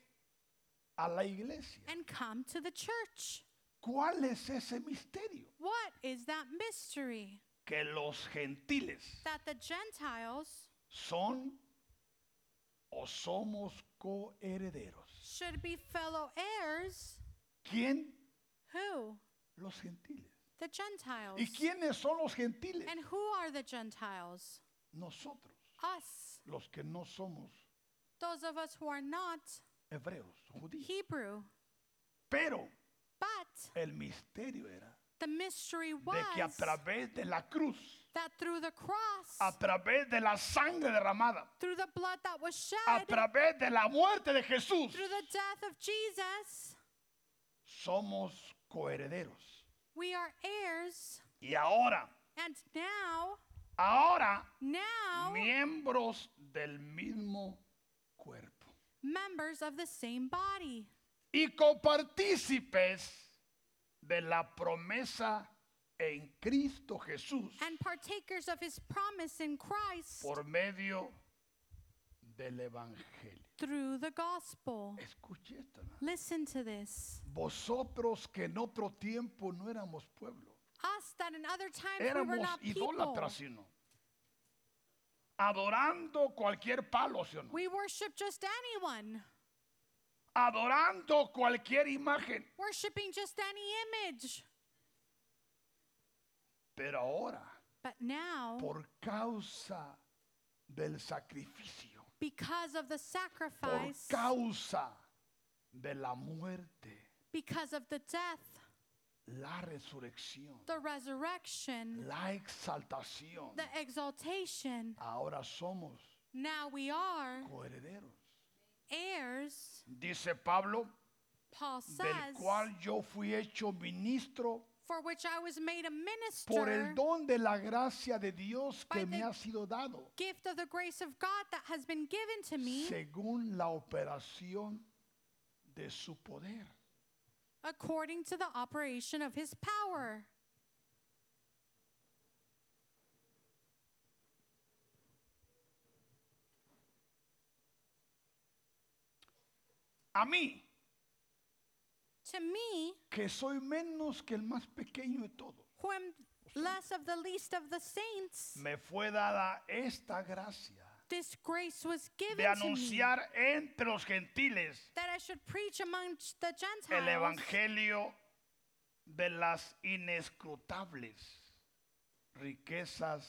Speaker 1: a la iglesia.
Speaker 2: and come to the church.
Speaker 1: ¿Cuál es ese misterio?
Speaker 2: What is that mystery?
Speaker 1: Que los gentiles
Speaker 2: That the Gentiles
Speaker 1: son o somos coherederos.
Speaker 2: should be fellow heirs.
Speaker 1: ¿Quién?
Speaker 2: Who?
Speaker 1: Los gentiles.
Speaker 2: The Gentiles.
Speaker 1: ¿Y quiénes son los gentiles?
Speaker 2: And who are the Gentiles?
Speaker 1: Nosotros,
Speaker 2: Us,
Speaker 1: los que no somos
Speaker 2: those of us who are not
Speaker 1: hebreos, judíos.
Speaker 2: Hebrew.
Speaker 1: Pero
Speaker 2: But
Speaker 1: el misterio era
Speaker 2: the mystery
Speaker 1: de que a
Speaker 2: was
Speaker 1: través de la cruz,
Speaker 2: that through the cross,
Speaker 1: a través de la sangre derramada,
Speaker 2: through the blood that was
Speaker 1: a
Speaker 2: shed,
Speaker 1: través de la muerte de Jesús,
Speaker 2: through the death of Jesus,
Speaker 1: somos coherederos.
Speaker 2: we are heirs.
Speaker 1: Y ahora,
Speaker 2: And now,
Speaker 1: ahora
Speaker 2: now,
Speaker 1: miembros del mismo cuerpo
Speaker 2: members of the same body
Speaker 1: y copartícipes de la promesa en Cristo Jesús
Speaker 2: and partakers of his promise in Christ
Speaker 1: por medio del Evangelio.
Speaker 2: through the gospel.
Speaker 1: Escuche esto. ¿no?
Speaker 2: Listen to this.
Speaker 1: Vosotros que en otro tiempo no éramos pueblo,
Speaker 2: us that in other times we were
Speaker 1: éramos
Speaker 2: not people.
Speaker 1: idólatras, sino adorando cualquier palo, ¿sí o no?
Speaker 2: We worship just anyone,
Speaker 1: adorando cualquier imagen,
Speaker 2: worshiping just any image.
Speaker 1: pero ahora
Speaker 2: But now,
Speaker 1: por causa del sacrificio,
Speaker 2: because of the
Speaker 1: por
Speaker 2: sacrifice,
Speaker 1: causa de la muerte,
Speaker 2: because of the death,
Speaker 1: la resurrección,
Speaker 2: the resurrection,
Speaker 1: la exaltación.
Speaker 2: the exaltation.
Speaker 1: Ahora somos
Speaker 2: Now we are
Speaker 1: coherederos.
Speaker 2: heirs,
Speaker 1: Dice Pablo,
Speaker 2: Paul
Speaker 1: del
Speaker 2: says,
Speaker 1: cual yo fui hecho ministro
Speaker 2: for which I was made a
Speaker 1: por el
Speaker 2: minister,
Speaker 1: don de la gracia de Dios que
Speaker 2: By
Speaker 1: me
Speaker 2: the-
Speaker 1: ha sido dado,
Speaker 2: gift of the grace of God that has been given to me
Speaker 1: según la operación de su poder.
Speaker 2: according to the operation of his power.
Speaker 1: A mí,
Speaker 2: To me,
Speaker 1: que soy menos que el más pequeño de todos,
Speaker 2: who am less of the least of the saints,
Speaker 1: me fue dada esta gracia
Speaker 2: this grace was
Speaker 1: de
Speaker 2: given to me
Speaker 1: anunciar entre los gentiles
Speaker 2: that I should preach amongst the
Speaker 1: el
Speaker 2: Gentiles
Speaker 1: evangelio de las inescrutables riquezas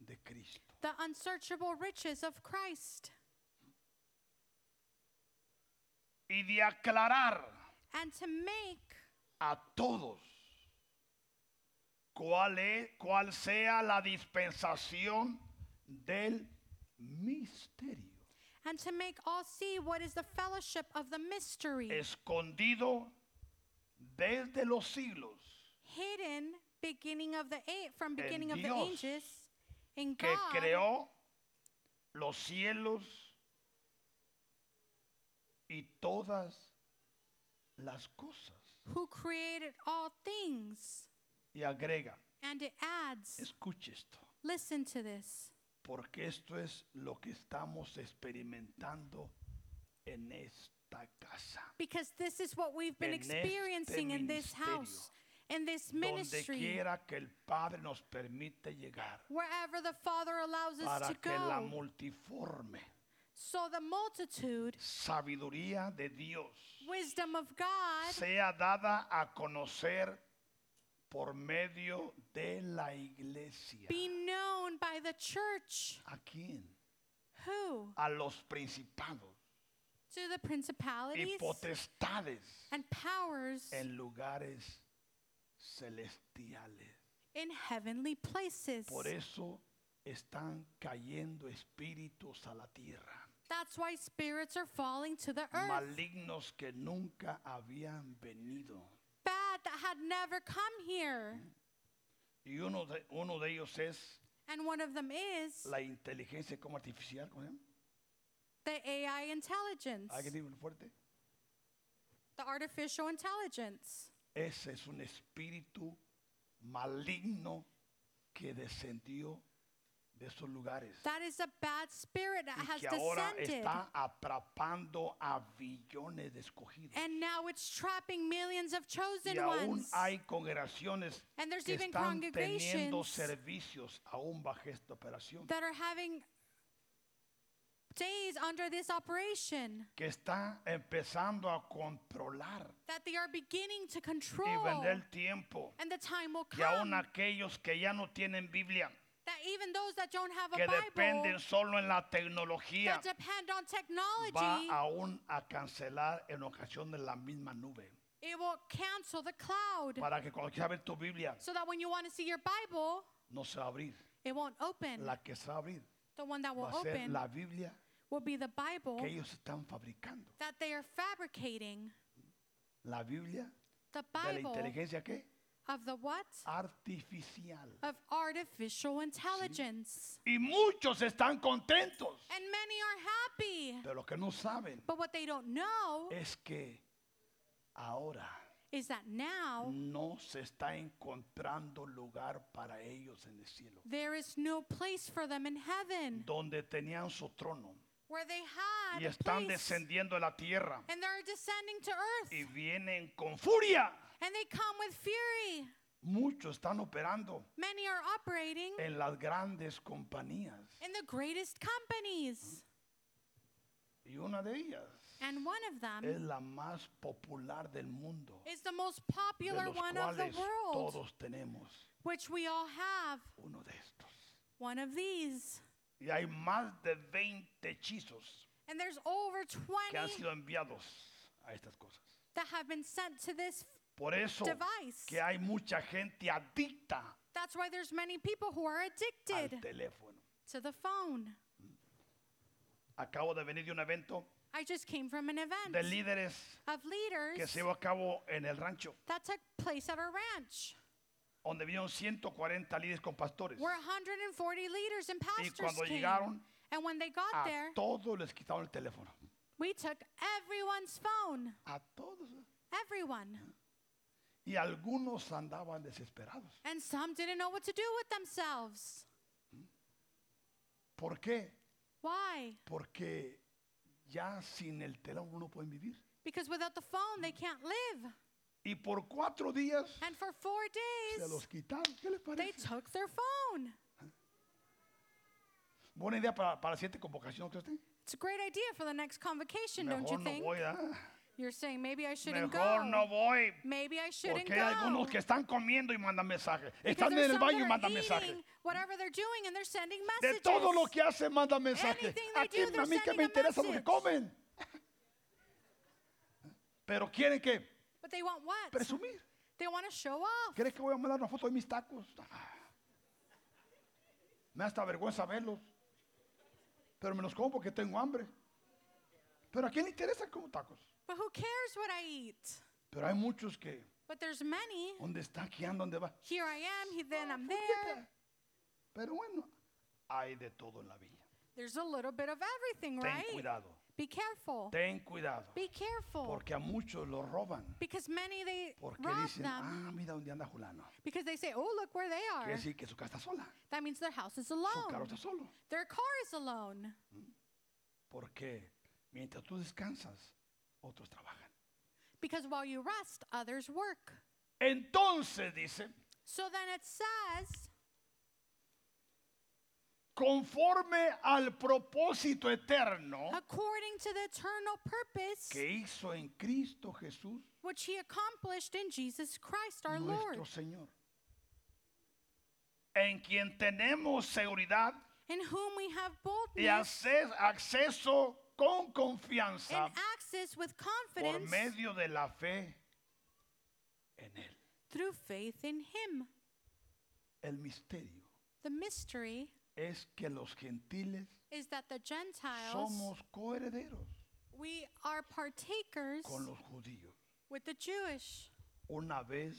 Speaker 1: de Cristo.
Speaker 2: the unsearchable riches of Christ
Speaker 1: y de aclarar
Speaker 2: and to make
Speaker 1: a todos cuál, es, cuál sea la dispensación del misterio
Speaker 2: and to make all see what is the fellowship of the mystery
Speaker 1: escondido desde los siglos
Speaker 2: hidden beginning of the eight from
Speaker 1: En
Speaker 2: beginning of the
Speaker 1: Dios,
Speaker 2: ages in
Speaker 1: que
Speaker 2: God
Speaker 1: creó los cielos y todas las cosas.
Speaker 2: who created all things
Speaker 1: Y agrega,
Speaker 2: and it adds
Speaker 1: escuche esto,
Speaker 2: listen to this
Speaker 1: porque esto es lo que estamos experimentando en esta casa.
Speaker 2: because this is what we've been
Speaker 1: En este
Speaker 2: experiencing in this house in this
Speaker 1: Donde
Speaker 2: ministry
Speaker 1: quiera que el Padre nos permite llegar
Speaker 2: wherever the father allows us
Speaker 1: para
Speaker 2: to
Speaker 1: que la
Speaker 2: go
Speaker 1: multiforme
Speaker 2: so the multitude
Speaker 1: sabiduría de Dios
Speaker 2: wisdom of God
Speaker 1: sea dada a conocer por medio de la iglesia.
Speaker 2: be known by the church
Speaker 1: ¿A quién?
Speaker 2: who
Speaker 1: A los principados
Speaker 2: to the
Speaker 1: y
Speaker 2: principalities
Speaker 1: potestades
Speaker 2: and powers
Speaker 1: en lugares celestiales.
Speaker 2: in heavenly places.
Speaker 1: Por eso están cayendo espíritus a la tierra,
Speaker 2: That's why spirits are falling to the earth.
Speaker 1: malignos que nunca habían venido.
Speaker 2: Bad that had never come here.
Speaker 1: Y uno de, uno de ellos es
Speaker 2: And one of them is
Speaker 1: la inteligencia como artificial, ¿cómo se llama?
Speaker 2: the AI intelligence,
Speaker 1: ¿Alguien dijo fuerte?
Speaker 2: the artificial intelligence.
Speaker 1: Ese es un espíritu maligno que descendió de esos lugares
Speaker 2: That is a bad spirit that
Speaker 1: y
Speaker 2: has
Speaker 1: que ahora
Speaker 2: descended.
Speaker 1: está atrapando a billones de escogidos.
Speaker 2: And now it's trapping millions of
Speaker 1: Y
Speaker 2: chosen
Speaker 1: aún
Speaker 2: ones.
Speaker 1: hay congregaciones
Speaker 2: And there's
Speaker 1: que
Speaker 2: even
Speaker 1: están teniendo
Speaker 2: congregations
Speaker 1: servicios aún bajo esta operación,
Speaker 2: that are having days under this operation.
Speaker 1: que está empezando a controlar
Speaker 2: that they are beginning to
Speaker 1: y
Speaker 2: control.
Speaker 1: vender el tiempo.
Speaker 2: And the time will
Speaker 1: Y aún
Speaker 2: come
Speaker 1: aquellos que ya no tienen Biblia,
Speaker 2: that even those that don't have
Speaker 1: que
Speaker 2: a Bible,
Speaker 1: dependen solo en la tecnología,
Speaker 2: that depend on
Speaker 1: va
Speaker 2: technology,
Speaker 1: aún a cancelar en ocasiones la misma nube.
Speaker 2: it will cancel the cloud.
Speaker 1: Para que cuando quieras ver tu Biblia,
Speaker 2: So that when you want to see your Bible,
Speaker 1: no se va a abrir.
Speaker 2: it won't open.
Speaker 1: La que se va a abrir
Speaker 2: The one that will
Speaker 1: va a ser
Speaker 2: open Oh.
Speaker 1: la Biblia
Speaker 2: will be the Bible
Speaker 1: que ellos están fabricando.
Speaker 2: that they are fabricating.
Speaker 1: La Biblia
Speaker 2: The
Speaker 1: de la
Speaker 2: Bible
Speaker 1: inteligencia Ah. que
Speaker 2: of the what?
Speaker 1: artificial.
Speaker 2: Of artificial intelligence.
Speaker 1: Y muchos están contentos.
Speaker 2: And many are happy.
Speaker 1: Pero lo que no saben
Speaker 2: But what they don't know
Speaker 1: es que ahora
Speaker 2: is that now
Speaker 1: no se está encontrando lugar para ellos en el cielo.
Speaker 2: there is no place for them in heaven.
Speaker 1: Donde tenían su trono
Speaker 2: where they
Speaker 1: y
Speaker 2: had Mm. a
Speaker 1: están
Speaker 2: place,
Speaker 1: descendiendo a la tierra
Speaker 2: and they're descending to earth
Speaker 1: y vienen con furia.
Speaker 2: and they come with fury
Speaker 1: Muchos están operando
Speaker 2: many are operating
Speaker 1: en las grandes compañías
Speaker 2: in the greatest companies
Speaker 1: y una de ellas
Speaker 2: and one of
Speaker 1: es
Speaker 2: them
Speaker 1: la más popular del mundo,
Speaker 2: is the most
Speaker 1: de
Speaker 2: popular
Speaker 1: los
Speaker 2: one of the
Speaker 1: cuales
Speaker 2: world
Speaker 1: todos tenemos
Speaker 2: which we all have
Speaker 1: uno de estos.
Speaker 2: one of these
Speaker 1: Y hay más de 20 hechizos
Speaker 2: and there's over
Speaker 1: que han
Speaker 2: 20
Speaker 1: sido enviados a estas cosas.
Speaker 2: that have been sent to this
Speaker 1: Por eso
Speaker 2: device.
Speaker 1: que hay mucha gente adicta
Speaker 2: That's why there's many people who are
Speaker 1: al
Speaker 2: addicted
Speaker 1: teléfono.
Speaker 2: to the phone.
Speaker 1: Acabo de venir de un evento
Speaker 2: I just came from an
Speaker 1: de
Speaker 2: event
Speaker 1: líderes que
Speaker 2: of
Speaker 1: se
Speaker 2: leaders
Speaker 1: llevó a cabo en el rancho,
Speaker 2: that took place at our ranch.
Speaker 1: donde vinieron 140 líderes con pastores.
Speaker 2: Where 140 leaders and pastors
Speaker 1: cuando
Speaker 2: came.
Speaker 1: llegaron,
Speaker 2: And when they got
Speaker 1: A
Speaker 2: there,
Speaker 1: todos les quitaron el teléfono.
Speaker 2: we took everyone's phone.
Speaker 1: A todos.
Speaker 2: Everyone.
Speaker 1: Y algunos andaban desesperados.
Speaker 2: And some didn't know what to do with themselves.
Speaker 1: ¿Por qué?
Speaker 2: Why?
Speaker 1: Porque ya sin el teléfono no pueden vivir.
Speaker 2: Because without the phone, they can't live.
Speaker 1: Y por cuatro días
Speaker 2: And for four
Speaker 1: se
Speaker 2: days,
Speaker 1: los quitaron. ¿Qué les
Speaker 2: they
Speaker 1: parece?
Speaker 2: took their phone.
Speaker 1: Buena idea para, para la siguiente convocación, ¿no cree usted?
Speaker 2: It's a great idea for the next convocation, don't you
Speaker 1: Mejor no
Speaker 2: think?
Speaker 1: voy, ¿ah?
Speaker 2: You're saying maybe I shouldn't
Speaker 1: Mejor
Speaker 2: go.
Speaker 1: no voy.
Speaker 2: Maybe I shouldn't
Speaker 1: Porque hay
Speaker 2: go.
Speaker 1: algunos que están comiendo y mandan mensajes.
Speaker 2: Because
Speaker 1: Están
Speaker 2: there's
Speaker 1: en el
Speaker 2: some
Speaker 1: baño y
Speaker 2: that are
Speaker 1: mandan mensajes.
Speaker 2: eating whatever they're doing and they're sending
Speaker 1: De
Speaker 2: messages.
Speaker 1: todo lo que hacen, mandan mensajes.
Speaker 2: Anything
Speaker 1: A,
Speaker 2: they do,
Speaker 1: quién- a
Speaker 2: they're
Speaker 1: mí que me
Speaker 2: sending a
Speaker 1: interesa lo que
Speaker 2: message.
Speaker 1: comen. Pero quieren que
Speaker 2: But they want what?
Speaker 1: presumir.
Speaker 2: They want to show off.
Speaker 1: ¿Crees que voy a mandar una foto de mis tacos? Ah. Me da hasta vergüenza verlos. Pero me los como porque tengo hambre. Pero a quién le interesa como tacos.
Speaker 2: But who cares what I eat?
Speaker 1: Pero hay muchos que,
Speaker 2: But there's many.
Speaker 1: ¿dónde está? ¿Qué anda? ¿Dónde va?
Speaker 2: Here I am, he, then I'm there.
Speaker 1: Poquita. Pero bueno, hay de todo en la vida.
Speaker 2: There's a little bit of everything,
Speaker 1: Ten
Speaker 2: right?
Speaker 1: cuidado,
Speaker 2: Be careful.
Speaker 1: ten cuidado.
Speaker 2: Be careful.
Speaker 1: Porque a muchos los roban.
Speaker 2: Because many they
Speaker 1: Porque
Speaker 2: rob
Speaker 1: dicen,
Speaker 2: them
Speaker 1: ah, mira dónde anda Julano.
Speaker 2: because they say, oh, look where they
Speaker 1: Quiere
Speaker 2: are.
Speaker 1: decir que su casa está sola.
Speaker 2: That means their house is
Speaker 1: Su carro
Speaker 2: alone.
Speaker 1: está solo.
Speaker 2: Their car is alone.
Speaker 1: Porque mientras tú descansas, otros trabajan.
Speaker 2: Because while you rest, others work.
Speaker 1: Entonces dice,
Speaker 2: So then it says,
Speaker 1: conforme al propósito eterno
Speaker 2: according to the eternal purpose
Speaker 1: que hizo en Cristo Jesús,
Speaker 2: which he accomplished in Jesus Christ our Lord,
Speaker 1: nuestro Señor. En quien tenemos seguridad
Speaker 2: in whom we have
Speaker 1: y
Speaker 2: boldness
Speaker 1: acces- acceso con
Speaker 2: and
Speaker 1: confianza
Speaker 2: access with
Speaker 1: por
Speaker 2: confidence
Speaker 1: medio de la fe en Él.
Speaker 2: through faith in him.
Speaker 1: El misterio
Speaker 2: The mystery
Speaker 1: es que los gentiles
Speaker 2: is that the Gentiles,
Speaker 1: somos coherederos
Speaker 2: we are partakers
Speaker 1: con los judíos
Speaker 2: with the Jewish
Speaker 1: una vez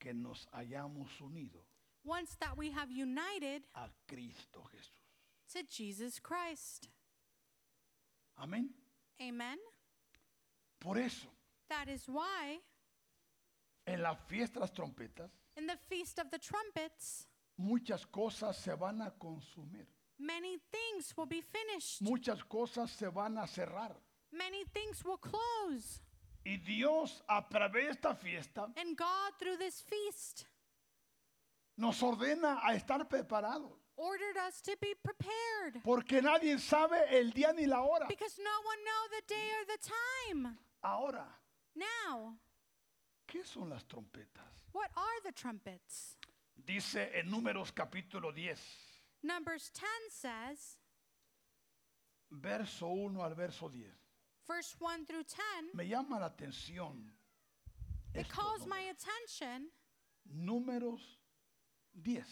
Speaker 1: que nos hayamos unido
Speaker 2: once that we have united
Speaker 1: a Cristo Jesús.
Speaker 2: to Jesus Christ.
Speaker 1: Amén.
Speaker 2: Amen.
Speaker 1: Por eso,
Speaker 2: That is why
Speaker 1: en la fiesta de las trompetas,
Speaker 2: in the Feast of the Trumpets,
Speaker 1: muchas cosas se van a consumir,
Speaker 2: many things will be finished,
Speaker 1: muchas cosas se van a cerrar.
Speaker 2: many things will close.
Speaker 1: Y Dios, a través de esta fiesta,
Speaker 2: And God, through this feast,
Speaker 1: nos ordena a estar preparados,
Speaker 2: ordered us to be prepared
Speaker 1: porque nadie sabe el día ni la hora.
Speaker 2: because no one know the day or the time.
Speaker 1: Ahora,
Speaker 2: Now,
Speaker 1: ¿qué son las trompetas?
Speaker 2: what are the trumpets?
Speaker 1: Dice en Números capítulo 10,
Speaker 2: Numbers 10 says,
Speaker 1: verso 1 al verso 10.
Speaker 2: verse 1 through 10,
Speaker 1: Me llama la atención.
Speaker 2: it
Speaker 1: estos
Speaker 2: calls my
Speaker 1: números.
Speaker 2: attention
Speaker 1: Números 10.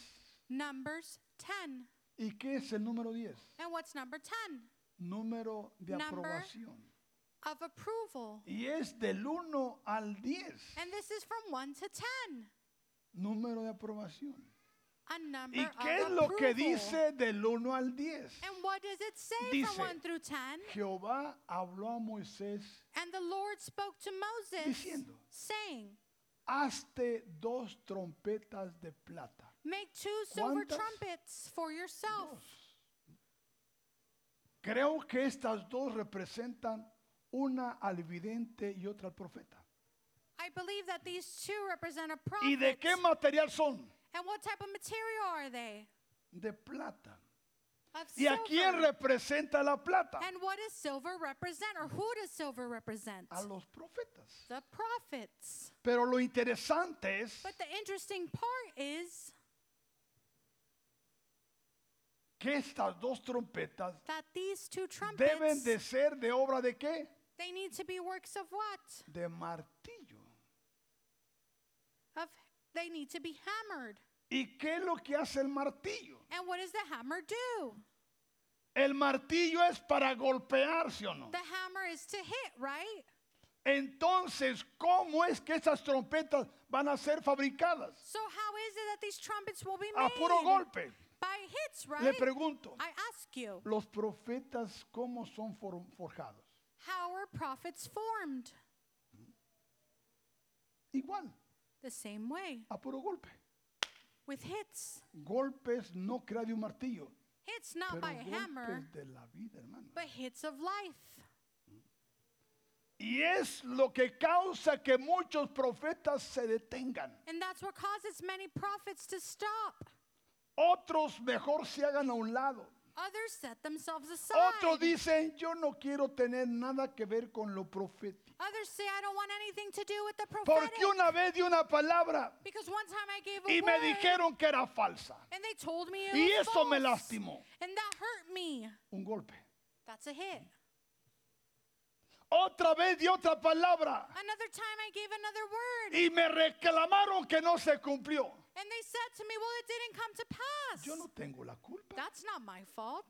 Speaker 2: Numbers 10.
Speaker 1: ¿Y qué es el número 10?
Speaker 2: And what's number 10?
Speaker 1: Número de
Speaker 2: Number.
Speaker 1: aprobación.
Speaker 2: Of approval.
Speaker 1: Y es del 1 al 10.
Speaker 2: And this is from 1 to 10.
Speaker 1: Número de aprobación.
Speaker 2: A number
Speaker 1: ¿Y
Speaker 2: of
Speaker 1: qué es
Speaker 2: approval.
Speaker 1: lo que dice del 1 al 10?
Speaker 2: And what does it say
Speaker 1: Dice,
Speaker 2: from 1 through 10?
Speaker 1: Jehová habló a Moisés,
Speaker 2: And the Lord spoke to Moses,
Speaker 1: Diciendo,
Speaker 2: saying,
Speaker 1: hazte dos trompetas de plata.
Speaker 2: Make two silver
Speaker 1: ¿Cuántas?
Speaker 2: trumpets for yourself.
Speaker 1: Creo que estas dos representan una al vidente y otra al profeta.
Speaker 2: I believe that these two represent a prophet.
Speaker 1: ¿Y de qué material son?
Speaker 2: and what type of material are they?
Speaker 1: De plata.
Speaker 2: Of
Speaker 1: ¿Y a quién
Speaker 2: silver.
Speaker 1: representa la plata?
Speaker 2: And what does silver represent, or who does silver represent?
Speaker 1: A los profetas.
Speaker 2: The prophets.
Speaker 1: Pero lo interesante es
Speaker 2: But the interesting part is
Speaker 1: que estas dos trompetas
Speaker 2: that these two
Speaker 1: deben
Speaker 2: trumpets,
Speaker 1: de ser de obra de qué?
Speaker 2: they need to be works of what?
Speaker 1: De martillo.
Speaker 2: They need to be hammered.
Speaker 1: ¿Y qué es lo que hace el martillo?
Speaker 2: And what does the hammer do?
Speaker 1: El martillo es para golpear, ¿sí o no?
Speaker 2: The hammer is to hit, right?
Speaker 1: Entonces, ¿cómo es que esas trompetas van a ser fabricadas?
Speaker 2: So how is it that these trumpets will be
Speaker 1: A
Speaker 2: made?
Speaker 1: puro golpe.
Speaker 2: By hits,
Speaker 1: Le
Speaker 2: right?
Speaker 1: pregunto,
Speaker 2: I ask you,
Speaker 1: ¿los profetas cómo son for- forjados?
Speaker 2: how are prophets formed?
Speaker 1: Igual,
Speaker 2: The same way,
Speaker 1: a puro golpe.
Speaker 2: with hits.
Speaker 1: Golpes no crea de un martillo,
Speaker 2: Hits not
Speaker 1: pero
Speaker 2: by a hammer,
Speaker 1: golpes de la vida, hermano.
Speaker 2: but hits of life.
Speaker 1: Y es lo que causa que muchos profetas se detengan.
Speaker 2: And that's what causes many prophets to stop.
Speaker 1: Otros mejor se hagan a un lado.
Speaker 2: Others set themselves aside.
Speaker 1: Otros dicen, yo no quiero tener nada que ver con lo profético.
Speaker 2: Others say, I don't want anything to do with the prophetic.
Speaker 1: Porque una vez di una palabra
Speaker 2: Because one time I gave a
Speaker 1: y me
Speaker 2: word,
Speaker 1: dijeron que era falsa.
Speaker 2: and they told me it
Speaker 1: Y
Speaker 2: was
Speaker 1: eso me
Speaker 2: false.
Speaker 1: lastimó.
Speaker 2: And that hurt me.
Speaker 1: Un golpe.
Speaker 2: That's a hit.
Speaker 1: Otra vez di otra palabra
Speaker 2: Another time I gave another word,
Speaker 1: y me reclamaron que no se cumplió.
Speaker 2: and they said to me, Well, it didn't come to pass.
Speaker 1: Yo no tengo la culpa.
Speaker 2: That's not my fault.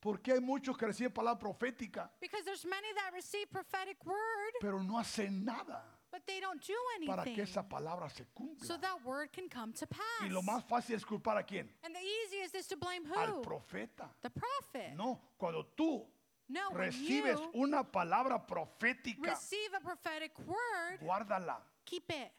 Speaker 1: Porque hay muchos que reciben palabra profética,
Speaker 2: Because there's many that receive prophetic word,
Speaker 1: pero no hacen nada
Speaker 2: but they don't do
Speaker 1: para que
Speaker 2: anything.
Speaker 1: esa palabra se
Speaker 2: So
Speaker 1: cumpla.
Speaker 2: that word can come to pass.
Speaker 1: Y lo más fácil es culpar a quién?
Speaker 2: and the easiest is to blame
Speaker 1: Al
Speaker 2: who?
Speaker 1: profeta.
Speaker 2: The prophet.
Speaker 1: No, cuando tú
Speaker 2: no, when
Speaker 1: recibes
Speaker 2: you
Speaker 1: una palabra profética,
Speaker 2: receive a prophetic word,
Speaker 1: guárdala
Speaker 2: keep it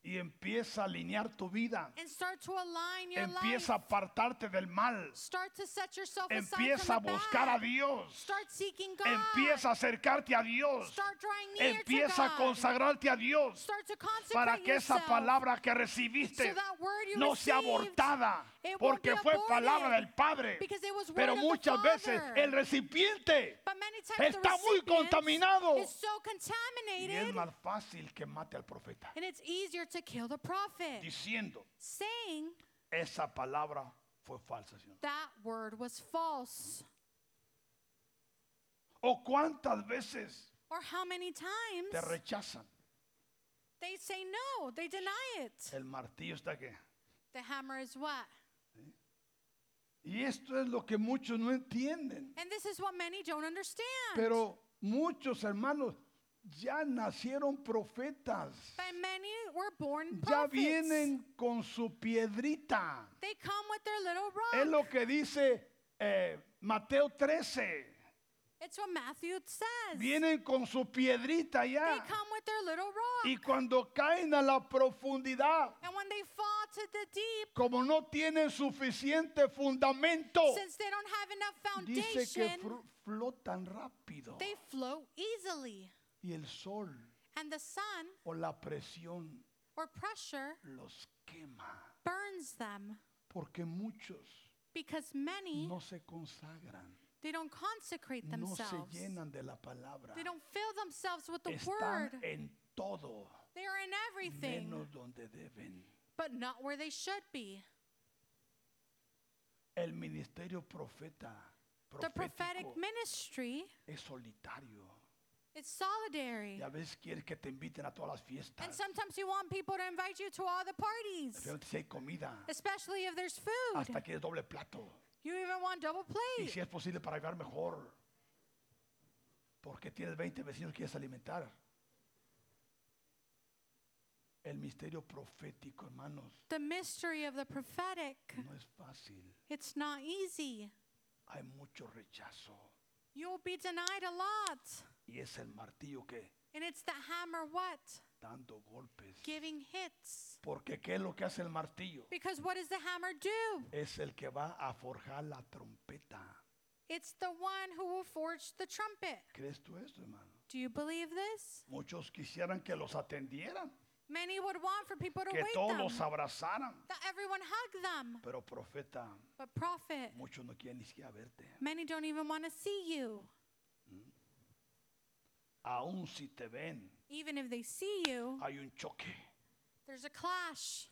Speaker 1: y empieza a alinear tu vida.
Speaker 2: and start to align your
Speaker 1: Empieza a
Speaker 2: life.
Speaker 1: apartarte del mal.
Speaker 2: Start to set yourself aside
Speaker 1: Empieza a
Speaker 2: from the
Speaker 1: buscar a
Speaker 2: bad.
Speaker 1: Dios.
Speaker 2: Start seeking God.
Speaker 1: Empieza a acercarte a Dios.
Speaker 2: Start drawing near
Speaker 1: Empieza a
Speaker 2: to God.
Speaker 1: consagrarte a Dios
Speaker 2: Start to consecrate
Speaker 1: para que esa
Speaker 2: yourself
Speaker 1: palabra que
Speaker 2: so
Speaker 1: recibiste
Speaker 2: that word you
Speaker 1: no sea
Speaker 2: received,
Speaker 1: abortada
Speaker 2: it won't
Speaker 1: porque
Speaker 2: be
Speaker 1: fue
Speaker 2: aborted,
Speaker 1: palabra del Padre.
Speaker 2: because it was
Speaker 1: Pero
Speaker 2: word of the
Speaker 1: muchas veces
Speaker 2: Father.
Speaker 1: el recipiente
Speaker 2: But many times the
Speaker 1: está muy
Speaker 2: recipient
Speaker 1: contaminado.
Speaker 2: is so
Speaker 1: y es
Speaker 2: contaminated,
Speaker 1: más fácil que mate al profeta
Speaker 2: and it's easier to kill the prophet,
Speaker 1: diciendo
Speaker 2: saying
Speaker 1: esa palabra fue falsa. Señor.
Speaker 2: that word was false.
Speaker 1: O cuántas veces
Speaker 2: Or how many times
Speaker 1: te rechazan.
Speaker 2: they say no, they deny it.
Speaker 1: El martillo está aquí.
Speaker 2: The hammer is what?
Speaker 1: Y esto es lo que muchos no entienden.
Speaker 2: And this is what many don't understand.
Speaker 1: Pero muchos hermanos ya nacieron profetas.
Speaker 2: but many were born
Speaker 1: Ya
Speaker 2: prophets.
Speaker 1: vienen con su piedrita.
Speaker 2: They come with their little rock.
Speaker 1: Es lo que dice eh, Mateo 13.
Speaker 2: It's what Matthew says.
Speaker 1: Vienen con su piedrita
Speaker 2: They
Speaker 1: ya.
Speaker 2: come with their little rock.
Speaker 1: Y cuando caen a la profundidad,
Speaker 2: and when they fall to the deep,
Speaker 1: como no tienen suficiente fundamento,
Speaker 2: since they don't have enough
Speaker 1: Oh. dice que
Speaker 2: foundation,
Speaker 1: fro- flotan rápido.
Speaker 2: they float easily.
Speaker 1: Y el sol
Speaker 2: And the sun
Speaker 1: o la presión
Speaker 2: or pressure
Speaker 1: los quema.
Speaker 2: burns them
Speaker 1: Porque muchos
Speaker 2: because many,
Speaker 1: no se consagran,
Speaker 2: they don't consecrate
Speaker 1: no se
Speaker 2: themselves.
Speaker 1: llenan de la palabra.
Speaker 2: They don't fill themselves with the word.
Speaker 1: Están en todo,
Speaker 2: They are in everything,
Speaker 1: menos donde deben.
Speaker 2: but not where they should be.
Speaker 1: El ministerio profeta
Speaker 2: The prophetic
Speaker 1: profético
Speaker 2: ministry
Speaker 1: es solitario.
Speaker 2: is solidary.
Speaker 1: Y a veces quieres que te inviten a todas las
Speaker 2: And
Speaker 1: fiestas,
Speaker 2: sometimes you want people to invite you to all the parties,
Speaker 1: especialmente si hay comida,
Speaker 2: especially if there's food.
Speaker 1: hasta quieres doble plato.
Speaker 2: You even want double
Speaker 1: Y
Speaker 2: plate.
Speaker 1: si es posible para llevar mejor. Porque tienes 20 vecinos que quieres alimentar. El misterio profético, hermanos,
Speaker 2: The mystery of the prophetic,
Speaker 1: no es fácil.
Speaker 2: it's not easy.
Speaker 1: Hay mucho rechazo.
Speaker 2: You'll be denied a lot.
Speaker 1: Y es el martillo que
Speaker 2: And it's the hammer what?
Speaker 1: dando golpes.
Speaker 2: Giving hits.
Speaker 1: Porque ¿qué es lo que hace el martillo?
Speaker 2: Because what does the hammer do?
Speaker 1: Es el que va a forjar la trompeta.
Speaker 2: It's the one who will forge the trumpet.
Speaker 1: ¿Crees tú esto, hermano?
Speaker 2: Do you believe this?
Speaker 1: Muchos quisieran que los atendieran,
Speaker 2: Many would want for people to
Speaker 1: que
Speaker 2: wait
Speaker 1: todos
Speaker 2: them,
Speaker 1: los abrazaran.
Speaker 2: that everyone hug them.
Speaker 1: Pero profeta,
Speaker 2: But prophet,
Speaker 1: muchos no quieren ni siquiera verte.
Speaker 2: many don't even want to see you.
Speaker 1: Aún si te ven,
Speaker 2: Even if they see you,
Speaker 1: hay un choque.
Speaker 2: there's a clash.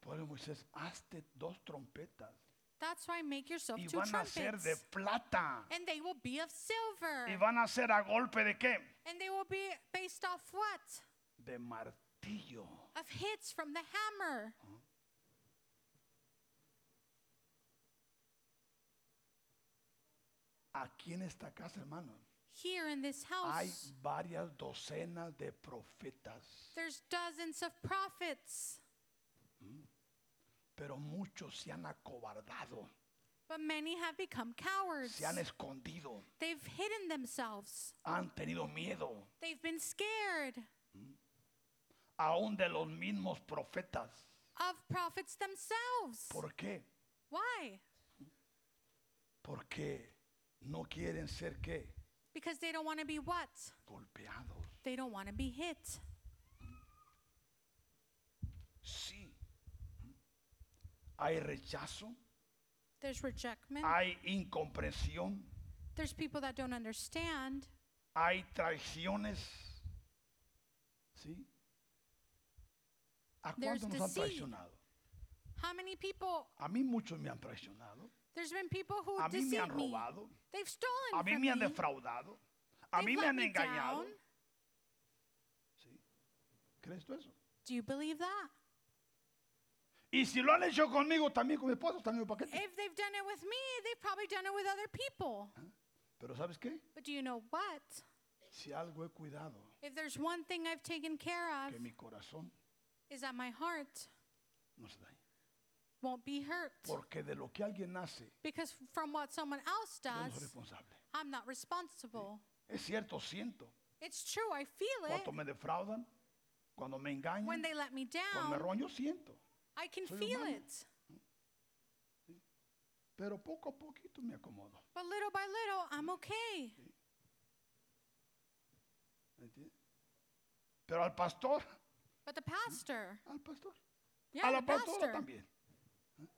Speaker 1: Por eso Moisés, hazte dos trompetas
Speaker 2: That's why make yourself
Speaker 1: y
Speaker 2: two
Speaker 1: van a ser de
Speaker 2: trumpets.
Speaker 1: plata.
Speaker 2: And they will be of silver.
Speaker 1: Y van a ser a golpe de qué?
Speaker 2: And they will be based off what?
Speaker 1: de martillo.
Speaker 2: of hits from the hammer.
Speaker 1: Aquí en esta casa, hermano,
Speaker 2: Here in this
Speaker 1: hay
Speaker 2: house,
Speaker 1: varias docenas de profetas,
Speaker 2: there's dozens of prophets,
Speaker 1: pero muchos se han acobardado,
Speaker 2: but many have become cowards.
Speaker 1: se han escondido,
Speaker 2: They've hidden themselves.
Speaker 1: han tenido miedo,
Speaker 2: They've been scared
Speaker 1: aún de los mismos profetas.
Speaker 2: of prophets themselves.
Speaker 1: ¿Por qué?
Speaker 2: Why?
Speaker 1: Porque no quieren ser qué?
Speaker 2: Because they don't want to be what?
Speaker 1: Golpeados.
Speaker 2: They don't want to be hit.
Speaker 1: Sí. Hay rechazo,
Speaker 2: There's rejectment.
Speaker 1: hay incomprensión,
Speaker 2: There's people that don't understand.
Speaker 1: hay traiciones. ¿Sí? ¿A
Speaker 2: There's
Speaker 1: cuántos nos han
Speaker 2: deceit.
Speaker 1: traicionado?
Speaker 2: How many people?
Speaker 1: A mí muchos me han traicionado,
Speaker 2: There's been people who
Speaker 1: a mí me han
Speaker 2: deceived me.
Speaker 1: robado,
Speaker 2: They've stolen
Speaker 1: a mí
Speaker 2: from
Speaker 1: me han
Speaker 2: me.
Speaker 1: defraudado, a
Speaker 2: They've
Speaker 1: mí me
Speaker 2: let
Speaker 1: han
Speaker 2: me
Speaker 1: engañado.
Speaker 2: down.
Speaker 1: ¿Sí? ¿Crees tú eso?
Speaker 2: Do you believe that?
Speaker 1: Y si lo han hecho conmigo, también con mi esposo, también con mi paquete.
Speaker 2: If they've done it with me, they've probably done it with other people.
Speaker 1: Pero ¿sabes qué?
Speaker 2: But do you know what?
Speaker 1: Si algo he cuidado,
Speaker 2: If there's one thing I've taken care of,
Speaker 1: que mi corazón
Speaker 2: is that my heart
Speaker 1: no se dañe.
Speaker 2: won't be hurt.
Speaker 1: Porque de lo que alguien hace,
Speaker 2: Because from what someone else
Speaker 1: yo no soy
Speaker 2: does,
Speaker 1: responsable.
Speaker 2: I'm not responsible.
Speaker 1: Es cierto, siento.
Speaker 2: It's true, I feel
Speaker 1: Cuando
Speaker 2: it.
Speaker 1: me defraudan, cuando me
Speaker 2: When
Speaker 1: engañan,
Speaker 2: they let me
Speaker 1: cuando me
Speaker 2: down,
Speaker 1: roban, yo siento.
Speaker 2: I can
Speaker 1: soy
Speaker 2: feel
Speaker 1: humano.
Speaker 2: it.
Speaker 1: Pero poco a poquito me acomodo.
Speaker 2: But little by little, I'm okay.
Speaker 1: ¿me entiendes? Pero al pastor,
Speaker 2: But the pastor,
Speaker 1: al pastor, a
Speaker 2: yeah,
Speaker 1: la
Speaker 2: the
Speaker 1: pastora
Speaker 2: pastor.
Speaker 1: también. ¿eh?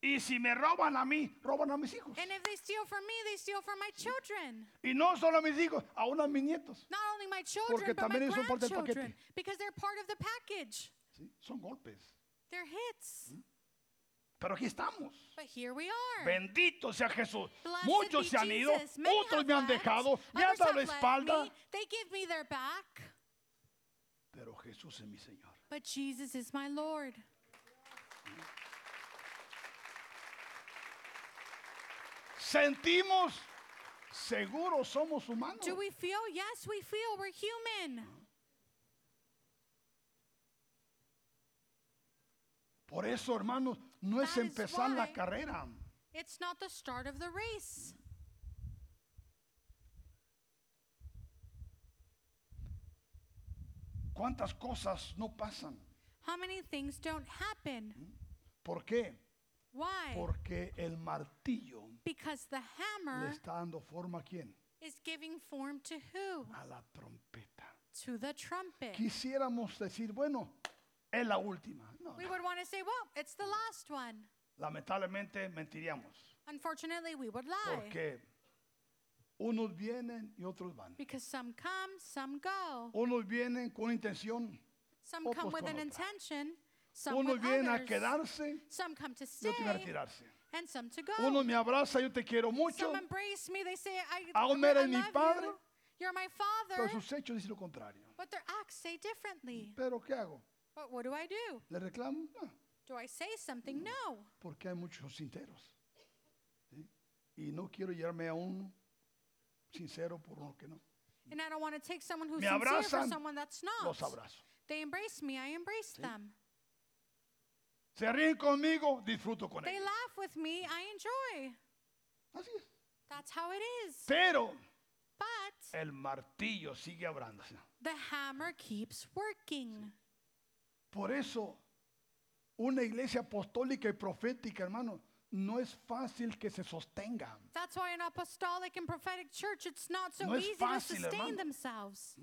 Speaker 1: Y si me roban a mí, roban a mis hijos.
Speaker 2: And if they steal from me, they steal from my children.
Speaker 1: Y no solo a mis hijos, aún a mis nietos.
Speaker 2: Not only my children, but my
Speaker 1: también son parte del paquete.
Speaker 2: grandchildren. Because they're part of the package.
Speaker 1: ¿sí? Son golpes.
Speaker 2: They're hits.
Speaker 1: Pero aquí estamos.
Speaker 2: But here we are.
Speaker 1: Bendito sea Jesús.
Speaker 2: Blessed be
Speaker 1: Muchos se han ido,
Speaker 2: Jesus. Many
Speaker 1: otros
Speaker 2: have
Speaker 1: me han
Speaker 2: left,
Speaker 1: dejado, me han
Speaker 2: others
Speaker 1: dado
Speaker 2: have
Speaker 1: la
Speaker 2: left
Speaker 1: espalda.
Speaker 2: me, They give me their back.
Speaker 1: Pero Jesús es mi Señor.
Speaker 2: But Jesus is my Lord.
Speaker 1: Sentimos, seguros somos humanos.
Speaker 2: Do we feel? Yes, we feel. We're human.
Speaker 1: Por eso, hermanos, no es
Speaker 2: That is
Speaker 1: empezar la
Speaker 2: why-
Speaker 1: carrera.
Speaker 2: It's not the start of the race.
Speaker 1: ¿Cuántas cosas no pasan?
Speaker 2: How many things don't happen?
Speaker 1: ¿Por qué?
Speaker 2: Why?
Speaker 1: Porque el martillo
Speaker 2: Because the
Speaker 1: le
Speaker 2: hammer
Speaker 1: está dando forma a quién?
Speaker 2: is giving form to who?
Speaker 1: A la trompeta.
Speaker 2: To the trumpet.
Speaker 1: Quisiéramos decir, bueno, es la última. No,
Speaker 2: We would want to say, well, it's the last one.
Speaker 1: lamentablemente mentiríamos.
Speaker 2: Unfortunately, we would lie.
Speaker 1: Porque unos vienen y otros van.
Speaker 2: Because some come, some go.
Speaker 1: Unos vienen con intención,
Speaker 2: Some
Speaker 1: Otros
Speaker 2: come with
Speaker 1: con
Speaker 2: an
Speaker 1: otra.
Speaker 2: intention, some
Speaker 1: unos
Speaker 2: with
Speaker 1: vienen a
Speaker 2: others.
Speaker 1: quedarse
Speaker 2: Some come to
Speaker 1: y
Speaker 2: stay,
Speaker 1: otros a retirarse.
Speaker 2: and some to go.
Speaker 1: Uno me abraza, yo te quiero mucho,
Speaker 2: some embrace me, they say, I,
Speaker 1: Aún
Speaker 2: I
Speaker 1: eres
Speaker 2: love
Speaker 1: mi padre.
Speaker 2: you. You're my
Speaker 1: pero
Speaker 2: father.
Speaker 1: sus hechos dicen lo contrario.
Speaker 2: But their acts say differently.
Speaker 1: ¿Pero qué hago?
Speaker 2: But what do I do?
Speaker 1: ¿Le reclamo? No,
Speaker 2: Do I say
Speaker 1: Mm.
Speaker 2: something? No.
Speaker 1: porque hay muchos sinceros. ¿sí? Y no quiero llevarme a uno sincero por lo que no.
Speaker 2: And I don't want to take someone who's
Speaker 1: Me
Speaker 2: sincere for
Speaker 1: abrazan,
Speaker 2: someone that's not.
Speaker 1: Los abrazo.
Speaker 2: They embrace me, I embrace them.
Speaker 1: Se ríen conmigo, disfruto con
Speaker 2: They
Speaker 1: ellos.
Speaker 2: laugh with me, I enjoy.
Speaker 1: Así es.
Speaker 2: That's how it is.
Speaker 1: Pero
Speaker 2: But
Speaker 1: el martillo sigue abrándose.
Speaker 2: the hammer keeps working.
Speaker 1: Por eso, una iglesia apostólica y profética, hermano, no es fácil que se sostenga.
Speaker 2: That's why an apostolic and prophetic church, it's not so
Speaker 1: No es
Speaker 2: easy
Speaker 1: fácil,
Speaker 2: to sustain
Speaker 1: hermano. Mm.
Speaker 2: themselves.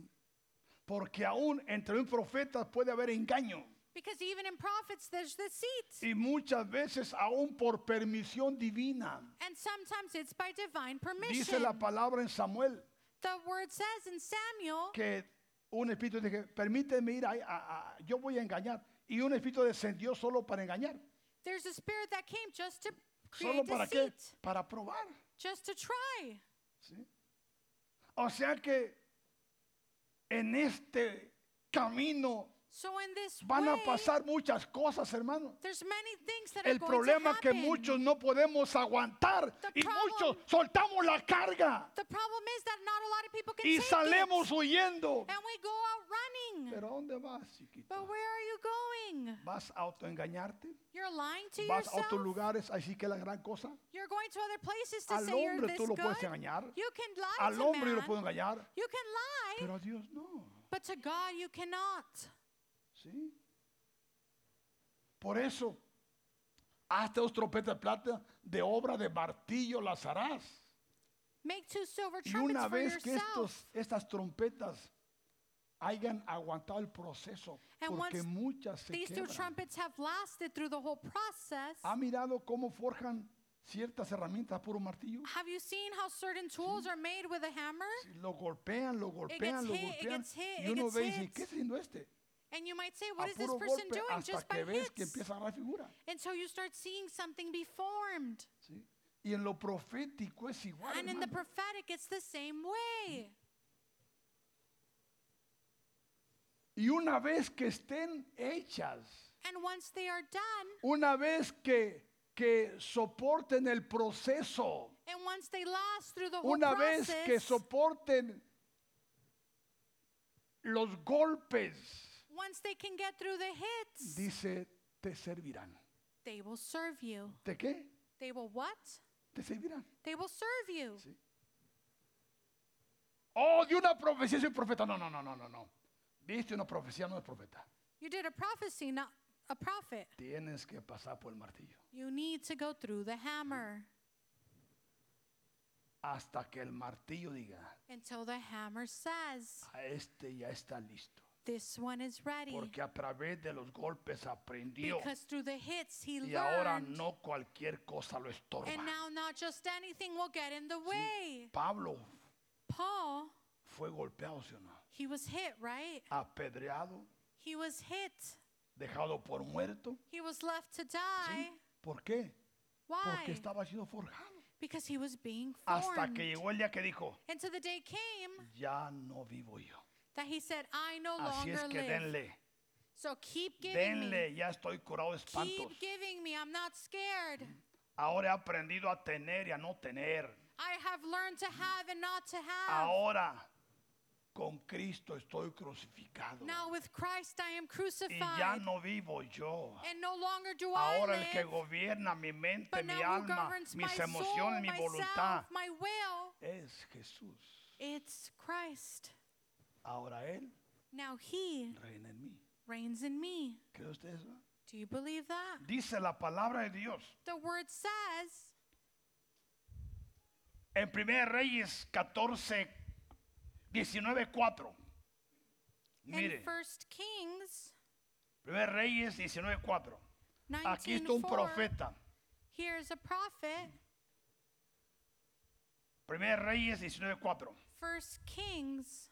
Speaker 1: Porque aún entre un profeta puede haber engaño.
Speaker 2: Because even in prophets, there's deceit.
Speaker 1: Y muchas veces aún por permisión divina.
Speaker 2: And sometimes it's by divine
Speaker 1: Dice
Speaker 2: permission.
Speaker 1: la palabra en Samuel
Speaker 2: The word says in Samuel,
Speaker 1: que un espíritu dije, permíteme ir, a, a- a- yo voy a engañar. Y un espíritu descendió solo para engañar.
Speaker 2: there's a spirit that came just to
Speaker 1: ¿Solo
Speaker 2: create
Speaker 1: para
Speaker 2: deceit,
Speaker 1: qué? Para probar.
Speaker 2: just to try.
Speaker 1: ¿sí? O sea que en este camino
Speaker 2: So in this
Speaker 1: van a
Speaker 2: way,
Speaker 1: pasar muchas cosas, hermano.
Speaker 2: there's many things that
Speaker 1: El
Speaker 2: are going to
Speaker 1: problema es que
Speaker 2: happen.
Speaker 1: muchos no podemos aguantar
Speaker 2: The
Speaker 1: y
Speaker 2: problem-
Speaker 1: muchos soltamos la carga
Speaker 2: the problem is that not a lot of people can
Speaker 1: y
Speaker 2: take
Speaker 1: salemos
Speaker 2: it,
Speaker 1: huyendo.
Speaker 2: and we go out running.
Speaker 1: ¿Pero a dónde vas, chiquito?
Speaker 2: But where are you going?
Speaker 1: ¿Vas a autoengañarte?
Speaker 2: You're lying to
Speaker 1: ¿Vas a
Speaker 2: yourself.
Speaker 1: otros lugares así que la gran cosa?
Speaker 2: You're going to other places to
Speaker 1: Al
Speaker 2: say you're
Speaker 1: hombre
Speaker 2: this
Speaker 1: tú lo puedes
Speaker 2: good.
Speaker 1: engañar,
Speaker 2: You can lie
Speaker 1: al
Speaker 2: to
Speaker 1: hombre yo
Speaker 2: man.
Speaker 1: lo puedo engañar,
Speaker 2: You can lie,
Speaker 1: pero a Dios no.
Speaker 2: but to God you cannot.
Speaker 1: ¿Sí? Por eso, hazte dos trompetas de plata de obra de martillo las harás.
Speaker 2: Make two silver
Speaker 1: Y una
Speaker 2: trumpets for
Speaker 1: vez
Speaker 2: yourself.
Speaker 1: que estos, estas trompetas hayan aguantado el proceso,
Speaker 2: And
Speaker 1: porque
Speaker 2: once
Speaker 1: muchas se
Speaker 2: These two
Speaker 1: quebran.
Speaker 2: trumpets have lasted through the whole process.
Speaker 1: ¿Ha mirado cómo forjan ciertas herramientas a puro martillo?
Speaker 2: Have you seen how certain tools are made with a hammer?
Speaker 1: Sí, Lo golpean, lo golpean, lo
Speaker 2: hit, it
Speaker 1: golpean.
Speaker 2: gets hit,
Speaker 1: Y
Speaker 2: it
Speaker 1: uno
Speaker 2: gets
Speaker 1: ve y dice,
Speaker 2: hit.
Speaker 1: ¿qué está haciendo este?
Speaker 2: And you might say,
Speaker 1: A
Speaker 2: what is this
Speaker 1: puro
Speaker 2: person
Speaker 1: golpe
Speaker 2: doing
Speaker 1: hasta
Speaker 2: just by
Speaker 1: que ves que
Speaker 2: hits?
Speaker 1: empieza a agarrar figura.
Speaker 2: Until you start seeing something be formed.
Speaker 1: ¿sí? Y en lo profético es igual.
Speaker 2: And in the
Speaker 1: hermano.
Speaker 2: prophetic, it's the same way.
Speaker 1: Y una vez que estén hechas,
Speaker 2: And once they are done,
Speaker 1: una vez que, que soporten el proceso,
Speaker 2: and once they last through the whole
Speaker 1: una vez
Speaker 2: process,
Speaker 1: que soporten los golpes,
Speaker 2: once they can get through the hits,
Speaker 1: dice, te servirán.
Speaker 2: they will serve you.
Speaker 1: ¿De qué?
Speaker 2: They will what?
Speaker 1: Te servirán.
Speaker 2: They will serve you.
Speaker 1: Sí. Oh, de una profecía soy profeta. No, no, no, no, no, no. Viste una profecía, no es profeta.
Speaker 2: You did a prophecy, not a prophet.
Speaker 1: Tienes que pasar por el martillo.
Speaker 2: You need to go through the hammer
Speaker 1: Hasta que el martillo diga,
Speaker 2: until the hammer says,
Speaker 1: a este ya está listo.
Speaker 2: This one is ready.
Speaker 1: Porque a través de los golpes aprendió.
Speaker 2: Because through the hits he
Speaker 1: Y ahora
Speaker 2: learned.
Speaker 1: no cualquier cosa lo
Speaker 2: And
Speaker 1: estorba.
Speaker 2: now not just anything will get in the way.
Speaker 1: Pablo
Speaker 2: Paul,
Speaker 1: fue golpeado, ¿sí o no?
Speaker 2: he was hit, right?
Speaker 1: Apedreado,
Speaker 2: He was hit.
Speaker 1: dejado por muerto.
Speaker 2: He was left to
Speaker 1: ¿sí?
Speaker 2: die.
Speaker 1: ¿Por qué? Porque
Speaker 2: Why?
Speaker 1: estaba siendo forjado.
Speaker 2: Because he was being
Speaker 1: Hasta
Speaker 2: formed.
Speaker 1: que llegó el día que dijo,
Speaker 2: And so the day came
Speaker 1: ya no vivo yo.
Speaker 2: that he said, I no
Speaker 1: Así
Speaker 2: longer
Speaker 1: es que
Speaker 2: live.
Speaker 1: denle,
Speaker 2: So keep giving me.
Speaker 1: denle, ya estoy curado de espantos.
Speaker 2: Keep giving me. I'm not scared.
Speaker 1: Ahora he aprendido a tener y a no tener.
Speaker 2: I have learned to have and not to have.
Speaker 1: Ahora con Cristo estoy crucificado.
Speaker 2: Now with Christ I am
Speaker 1: Y ya
Speaker 2: crucified.
Speaker 1: no vivo yo.
Speaker 2: And no longer do I
Speaker 1: Ahora el que
Speaker 2: live.
Speaker 1: gobierna mi mente,
Speaker 2: But
Speaker 1: mi
Speaker 2: now who
Speaker 1: alma,
Speaker 2: governs my
Speaker 1: mis
Speaker 2: soul,
Speaker 1: emociones, mi voluntad,
Speaker 2: myself, my will,
Speaker 1: es Jesús.
Speaker 2: it's Christ.
Speaker 1: Ahora Él
Speaker 2: Now he
Speaker 1: reina en mí.
Speaker 2: reigns in me.
Speaker 1: ¿Creen ustedes? no?
Speaker 2: Do you believe that?
Speaker 1: Dice la palabra de Dios
Speaker 2: The word says
Speaker 1: en 1 Reyes 14, 19, 4.
Speaker 2: in
Speaker 1: Mire,
Speaker 2: First Kings
Speaker 1: 1 Reyes 19, 4. Aquí
Speaker 2: 19
Speaker 1: está un profeta.
Speaker 2: Here's a prophet.
Speaker 1: 1 Reyes 19, 4.
Speaker 2: First Kings.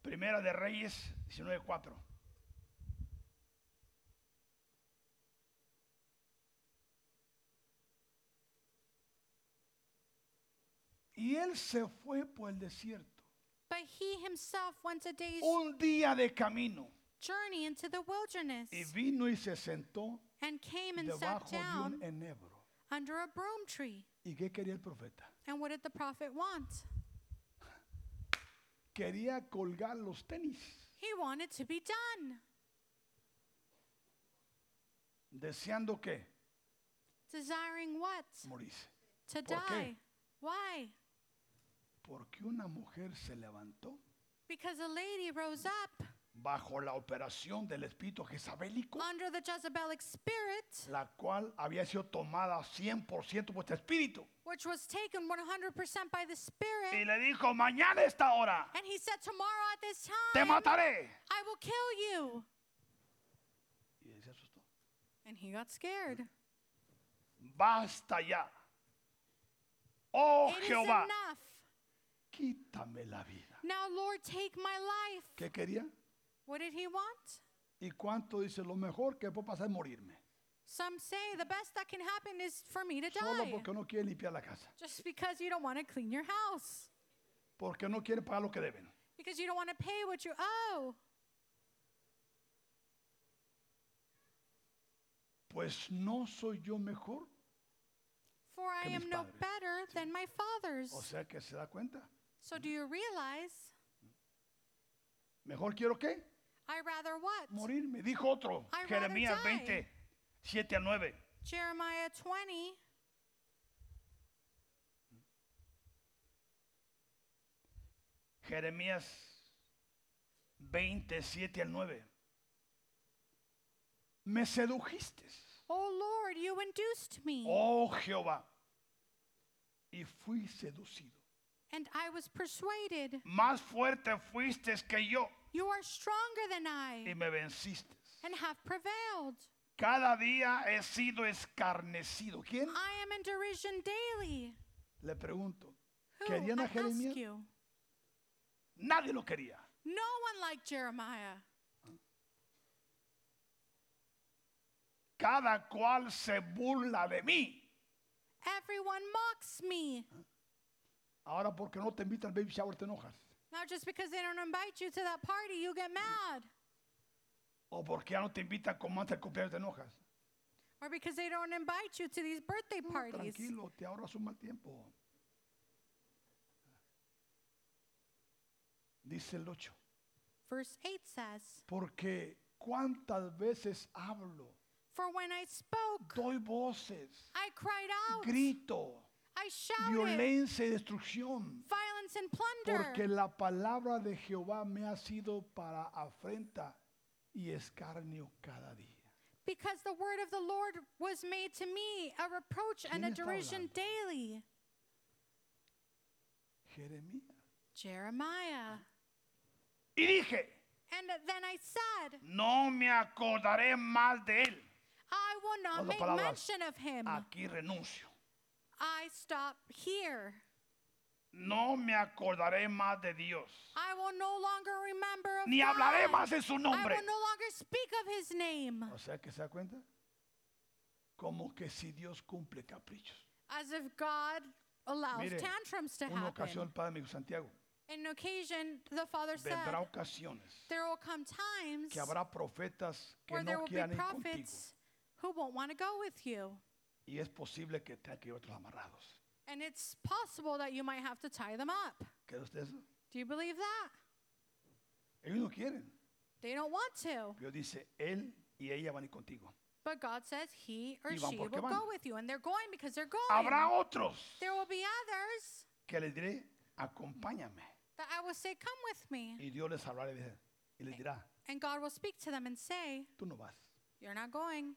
Speaker 1: Primera de Reyes 19, 4. Y él se fue por el desierto.
Speaker 2: But he himself went a day's
Speaker 1: Un día de camino.
Speaker 2: journey into the wilderness
Speaker 1: Y vino y se sentó
Speaker 2: and came and sat
Speaker 1: debajo de
Speaker 2: down
Speaker 1: un e enebro.
Speaker 2: under a broom tree.
Speaker 1: ¿Y qué quería el profeta?
Speaker 2: And what did the prophet want?
Speaker 1: Quería colgar los tenis.
Speaker 2: He wanted to be done,
Speaker 1: Deseando que
Speaker 2: desiring what?
Speaker 1: morirse.
Speaker 2: To
Speaker 1: ¿Por qué?
Speaker 2: die. Why?
Speaker 1: Porque una mujer se levantó
Speaker 2: Because a lady rose up
Speaker 1: bajo la operación del espíritu jezabélico.
Speaker 2: under the Jezebelic spirit,
Speaker 1: la cual había sido tomada 100% por este espíritu.
Speaker 2: which was taken 100% by the
Speaker 1: Y
Speaker 2: spirit.
Speaker 1: le dijo, mañana a esta hora
Speaker 2: And he said, Tomorrow at this
Speaker 1: te
Speaker 2: time,
Speaker 1: mataré.
Speaker 2: I will kill you.
Speaker 1: Y él se asustó.
Speaker 2: And he got scared.
Speaker 1: Basta ya. Oh
Speaker 2: It is
Speaker 1: Jehová,
Speaker 2: enough.
Speaker 1: quítame la vida.
Speaker 2: Now, Lord, take my life.
Speaker 1: ¿Qué quería?
Speaker 2: What did he want?
Speaker 1: ¿Y cuánto dice? Lo mejor que puedo pasar es morirme.
Speaker 2: Some say the best that can happen is for me to
Speaker 1: Solo
Speaker 2: die.
Speaker 1: porque no quiere limpiar la casa.
Speaker 2: Just because you don't want to clean your house,
Speaker 1: Porque no quiere pagar lo que deben.
Speaker 2: because you don't want to pay what you owe.
Speaker 1: Pues no soy yo mejor.
Speaker 2: For I
Speaker 1: Que mis
Speaker 2: am no
Speaker 1: padres, Oh,
Speaker 2: better than my fathers.
Speaker 1: O sea que se da cuenta.
Speaker 2: So do you realize?
Speaker 1: Mejor quiero que
Speaker 2: I rather what?
Speaker 1: morirme. Dijo otro.
Speaker 2: I'd rather
Speaker 1: Jeremías
Speaker 2: die.
Speaker 1: 20, 7 a 9.
Speaker 2: Jeremiah 20.
Speaker 1: Jeremías 27 al 9. Me sedujiste,
Speaker 2: Oh Lord, you induced me,
Speaker 1: oh Jehová, y fui seducido.
Speaker 2: and I was persuaded.
Speaker 1: Más fuerte fuiste que yo
Speaker 2: You are stronger than
Speaker 1: y
Speaker 2: I,
Speaker 1: me venciste.
Speaker 2: and have prevailed.
Speaker 1: Cada día he sido escarnecido. ¿Quién?
Speaker 2: I am in derision daily.
Speaker 1: Le pregunto.
Speaker 2: Who,
Speaker 1: ¿Querían
Speaker 2: I
Speaker 1: a
Speaker 2: ask
Speaker 1: Jeremías?
Speaker 2: you?
Speaker 1: Nadie lo quería.
Speaker 2: No one liked Jeremiah.
Speaker 1: Cada cual se burla de mí.
Speaker 2: Everyone mocks me.
Speaker 1: Ahora porque no te invitan al baby shower te enojas.
Speaker 2: Now, just because they don't invite you to that party, you get mad.
Speaker 1: O porque ya no te invitan como antes al cumpleaños te enojas.
Speaker 2: Or because they don't invite you to these birthday
Speaker 1: No,
Speaker 2: parties.
Speaker 1: Tranquilo, te ahorras un mal tiempo. Dice el 8.
Speaker 2: Verse 8 says,
Speaker 1: Porque cuántas veces hablo,
Speaker 2: For when I spoke,
Speaker 1: doy voces,
Speaker 2: I cried out,
Speaker 1: grito,
Speaker 2: I shouted,
Speaker 1: violencia y destrucción.
Speaker 2: violence and
Speaker 1: Porque
Speaker 2: plunder.
Speaker 1: la palabra de Jehová me ha sido para afrenta y escarnio cada día.
Speaker 2: Because the word of the Lord was made to me a reproach and a
Speaker 1: ¿Quién está
Speaker 2: derision
Speaker 1: hablando?
Speaker 2: daily.
Speaker 1: Jeremías.
Speaker 2: Jeremiah.
Speaker 1: Y dije,
Speaker 2: And then I said,
Speaker 1: no me acordaré más de él.
Speaker 2: I will not
Speaker 1: Otras
Speaker 2: make
Speaker 1: palabras.
Speaker 2: mention of him.
Speaker 1: Aquí renuncio.
Speaker 2: I stop here.
Speaker 1: No me acordaré más de Dios.
Speaker 2: I will no longer remember of
Speaker 1: ni hablaré
Speaker 2: God.
Speaker 1: más en su
Speaker 2: I
Speaker 1: nombre.
Speaker 2: will no longer speak of his name.
Speaker 1: O sea que se da cuenta, como que si Dios cumple caprichos.
Speaker 2: As if God allows
Speaker 1: Mire,
Speaker 2: tantrums to
Speaker 1: Una
Speaker 2: happen.
Speaker 1: ocasión, el Padre me dijo, Santiago,
Speaker 2: In an occasion, the Father said,
Speaker 1: vendrá ocasiones
Speaker 2: There will come times
Speaker 1: que habrá profetas que
Speaker 2: where there
Speaker 1: no
Speaker 2: will
Speaker 1: quieran
Speaker 2: be
Speaker 1: ir contigo.
Speaker 2: prophets who won't want to go with you.
Speaker 1: Y es posible que tenga que ir otros amarrados.
Speaker 2: And it's possible that you might have to tie them up.
Speaker 1: ¿Cree usted eso?
Speaker 2: Do you believe that?
Speaker 1: Ellos no quieren.
Speaker 2: They don't want to.
Speaker 1: Dios dice, él y ella van a ir contigo.
Speaker 2: But God says he or
Speaker 1: Y van
Speaker 2: she will
Speaker 1: porque
Speaker 2: go
Speaker 1: van.
Speaker 2: with you. And they're going because they're going.
Speaker 1: Habrá otros
Speaker 2: There will be others
Speaker 1: que les diré, acompáñame.
Speaker 2: that I will say, Come with me.
Speaker 1: Y Dios les hablará y dice- y les dirá,
Speaker 2: And God will speak to them and say,
Speaker 1: tú no vas,
Speaker 2: You're not going.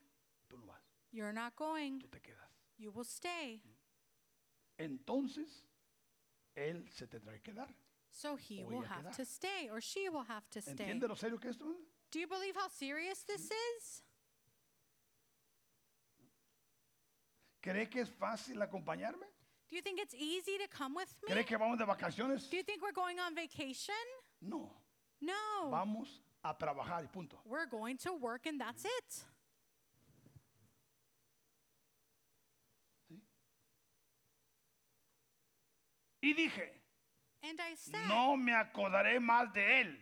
Speaker 1: tú no vas,
Speaker 2: You're not going.
Speaker 1: tú te quedas.
Speaker 2: You will stay.
Speaker 1: Entonces, él se tendrá que quedar.
Speaker 2: So he
Speaker 1: O
Speaker 2: will
Speaker 1: ella
Speaker 2: have
Speaker 1: quedar.
Speaker 2: to stay, or she will have to stay.
Speaker 1: ¿Entiende lo serio que es esto? hermano?
Speaker 2: Do you believe how serious this is?
Speaker 1: ¿Cree que es fácil acompañarme?
Speaker 2: Do you think it's easy to come with me?
Speaker 1: ¿Cree que vamos de vacaciones?
Speaker 2: Do you think we're going on vacation?
Speaker 1: No,
Speaker 2: No.
Speaker 1: vamos a trabajar y punto.
Speaker 2: We're going to work and that's it.
Speaker 1: Y dije,
Speaker 2: And I said,
Speaker 1: no me acordaré más de él,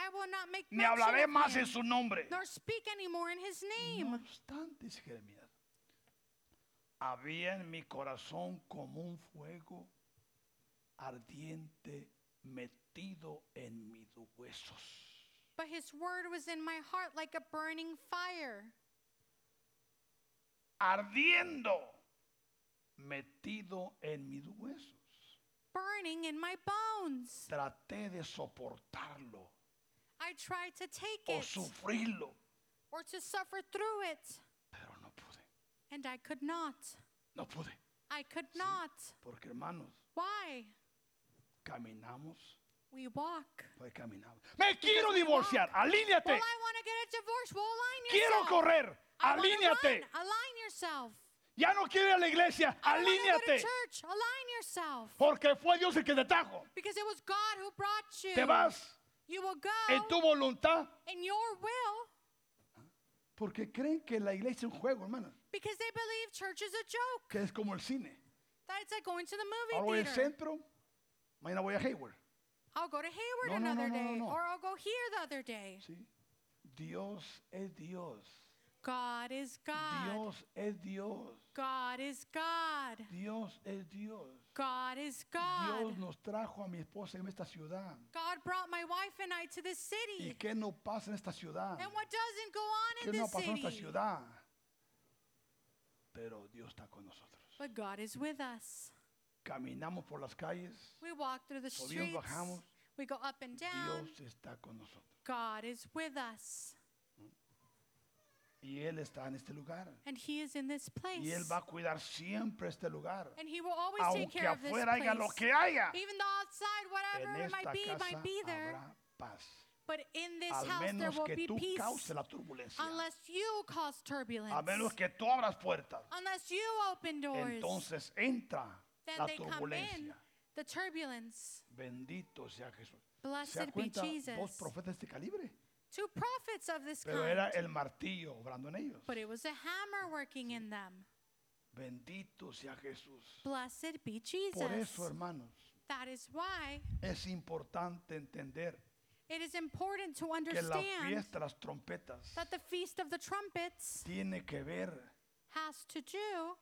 Speaker 2: I will not make
Speaker 1: ni
Speaker 2: mention
Speaker 1: hablaré
Speaker 2: of
Speaker 1: más
Speaker 2: him,
Speaker 1: en su nombre.
Speaker 2: nor speak anymore in his name.
Speaker 1: No obstante, dice Jeremías, había en mi corazón como un fuego ardiente metido en mis huesos.
Speaker 2: But his word was in my heart like a burning fire,
Speaker 1: Ardiendo metido en mis huesos.
Speaker 2: burning in my bones.
Speaker 1: traté de soportarlo
Speaker 2: I tried to take
Speaker 1: o
Speaker 2: it
Speaker 1: sufrirlo,
Speaker 2: or to suffer through it,
Speaker 1: pero no pude,
Speaker 2: and I could not.
Speaker 1: no pude.
Speaker 2: I could not.
Speaker 1: Porque hermanos,
Speaker 2: Why?
Speaker 1: caminamos,
Speaker 2: We walk.
Speaker 1: pues caminamos. Me quiero divorciar, alíñate.
Speaker 2: Well, I want to get a divorce. Well, align
Speaker 1: Quiero
Speaker 2: yourself.
Speaker 1: correr,
Speaker 2: I wanna
Speaker 1: alíñate.
Speaker 2: run. Align yourself.
Speaker 1: Ya no quiero ir a la iglesia,
Speaker 2: I wanna go to
Speaker 1: alíñate.
Speaker 2: church. Align yourself.
Speaker 1: Porque fue Dios el que te trajo.
Speaker 2: Because it was God who brought you.
Speaker 1: Te vas
Speaker 2: You will go
Speaker 1: en tu voluntad
Speaker 2: in your will.
Speaker 1: Porque creen que la iglesia es un juego, hermanos.
Speaker 2: because they believe church is a joke.
Speaker 1: Que es como el cine.
Speaker 2: That it's like going to the
Speaker 1: Ahora voy
Speaker 2: movie
Speaker 1: al
Speaker 2: theater.
Speaker 1: centro, mañana voy a Hayward.
Speaker 2: I'll go to Hayward
Speaker 1: No, no, no,
Speaker 2: another
Speaker 1: no, no,
Speaker 2: day,
Speaker 1: no.
Speaker 2: or I'll go here the other day.
Speaker 1: ¿sí? Dios es Dios.
Speaker 2: God is God.
Speaker 1: Dios es Dios.
Speaker 2: God is God.
Speaker 1: Dios es Dios.
Speaker 2: God is God.
Speaker 1: Dios nos trajo a mi esposa en esta ciudad.
Speaker 2: God brought my wife and I to this
Speaker 1: ¿Y
Speaker 2: city.
Speaker 1: qué no pasa en esta ciudad?
Speaker 2: And what doesn't go on
Speaker 1: ¿Qué
Speaker 2: in
Speaker 1: no
Speaker 2: this
Speaker 1: pasó en esta
Speaker 2: city?
Speaker 1: ciudad? Pero Dios está con nosotros.
Speaker 2: But God is with us.
Speaker 1: Caminamos por las calles.
Speaker 2: We walk through the
Speaker 1: Por Dios
Speaker 2: streets.
Speaker 1: bajamos.
Speaker 2: We go up and down.
Speaker 1: Dios está con nosotros.
Speaker 2: God is with us.
Speaker 1: Y Él está en este lugar.
Speaker 2: And He is in this place.
Speaker 1: Y Él va a cuidar siempre este lugar.
Speaker 2: And He will always take
Speaker 1: Aunque
Speaker 2: care of this place.
Speaker 1: afuera haya lo que haya,
Speaker 2: Even though outside,
Speaker 1: en
Speaker 2: whatever it
Speaker 1: esta
Speaker 2: might be,
Speaker 1: casa
Speaker 2: might be there.
Speaker 1: habrá paz.
Speaker 2: But in this
Speaker 1: Al
Speaker 2: house, there
Speaker 1: menos
Speaker 2: will
Speaker 1: que
Speaker 2: be
Speaker 1: tú
Speaker 2: peace.
Speaker 1: causes la turbulencia.
Speaker 2: Unless you cause turbulence.
Speaker 1: A menos que tú abras puertas.
Speaker 2: Unless you open doors.
Speaker 1: Entonces entra
Speaker 2: then
Speaker 1: la
Speaker 2: they come in,
Speaker 1: turbulencia.
Speaker 2: the turbulence.
Speaker 1: Bendito sea Jesús. ¿Se da
Speaker 2: Blessed be
Speaker 1: cuenta dos
Speaker 2: Jesus.
Speaker 1: profetas de este calibre?
Speaker 2: Two prophets of this
Speaker 1: Pero
Speaker 2: kind.
Speaker 1: era el martillo obrando en ellos.
Speaker 2: But it was a hammer working in them.
Speaker 1: Bendito sea Jesús.
Speaker 2: Blessed be Jesus.
Speaker 1: Por eso, hermanos,
Speaker 2: that is why
Speaker 1: es importante entender
Speaker 2: it is important to
Speaker 1: que la
Speaker 2: understand
Speaker 1: fiesta de las trompetas
Speaker 2: that the Feast of the Trumpets
Speaker 1: tiene que ver
Speaker 2: has to do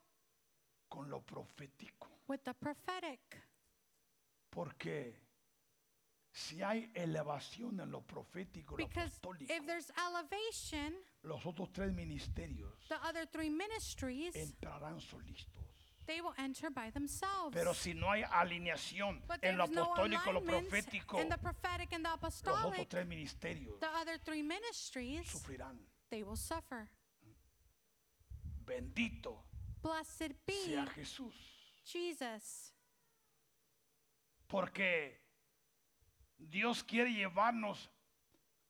Speaker 1: con lo profético.
Speaker 2: with the prophetic.
Speaker 1: Porque si hay elevación en lo profético, lo
Speaker 2: Because
Speaker 1: apostólico,
Speaker 2: if there's elevation,
Speaker 1: los otros tres ministerios
Speaker 2: the other three ministries,
Speaker 1: entrarán solitos.
Speaker 2: they will enter by themselves.
Speaker 1: Pero si no hay alineación
Speaker 2: but
Speaker 1: en
Speaker 2: there's
Speaker 1: lo
Speaker 2: no
Speaker 1: apostólico, lo
Speaker 2: alignment
Speaker 1: profético,
Speaker 2: in the prophetic and the
Speaker 1: los otros
Speaker 2: apostolic,
Speaker 1: tres ministerios
Speaker 2: the other three ministries,
Speaker 1: sufrirán.
Speaker 2: they will suffer.
Speaker 1: Bendito
Speaker 2: Blessed be
Speaker 1: sea Jesús.
Speaker 2: Jesus.
Speaker 1: Porque Dios quiere llevarnos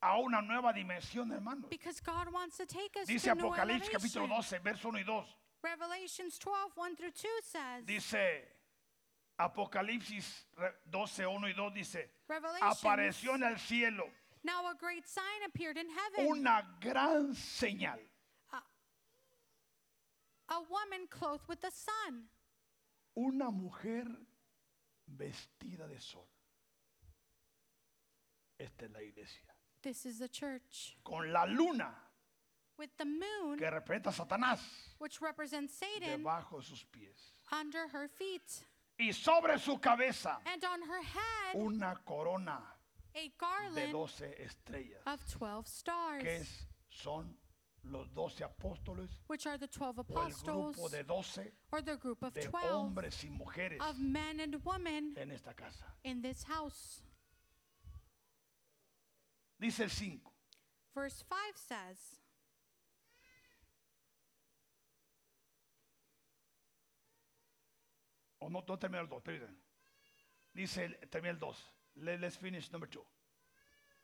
Speaker 1: a una nueva dimensión, hermanos.
Speaker 2: Because God wants to take us
Speaker 1: Dice
Speaker 2: to new
Speaker 1: Apocalipsis capítulo 12,
Speaker 2: elevation.
Speaker 1: verso 1 y 2.
Speaker 2: Revelations 12, 1 through 2 says,
Speaker 1: Dice Apocalipsis re- 12, 1 y 2 dice, apareció en
Speaker 2: Revelations,
Speaker 1: el cielo
Speaker 2: now a great sign appeared in heaven,
Speaker 1: una gran señal.
Speaker 2: a woman clothed with the sun,
Speaker 1: Una mujer vestida de sol. Esta es la iglesia.
Speaker 2: this is the church,
Speaker 1: Con la luna
Speaker 2: with the moon,
Speaker 1: que representa a Satanás
Speaker 2: which represents Satan,
Speaker 1: debajo de sus pies.
Speaker 2: under her feet,
Speaker 1: Y sobre su cabeza
Speaker 2: and on her head
Speaker 1: una corona
Speaker 2: a
Speaker 1: de
Speaker 2: garland
Speaker 1: 12 estrellas,
Speaker 2: of 12
Speaker 1: que
Speaker 2: stars,
Speaker 1: es- son los 12 apóstoles
Speaker 2: which are the 12
Speaker 1: o el grupo
Speaker 2: apostles,
Speaker 1: de 12
Speaker 2: or the group of
Speaker 1: de
Speaker 2: 12
Speaker 1: hombres y mujeres
Speaker 2: of men and women
Speaker 1: en esta casa.
Speaker 2: in this house.
Speaker 1: Dice el 5.
Speaker 2: Verse 5 says,
Speaker 1: O no, no termina el 2, permítanme. Dice, el- termina el 2. Le- Let's finish number 2.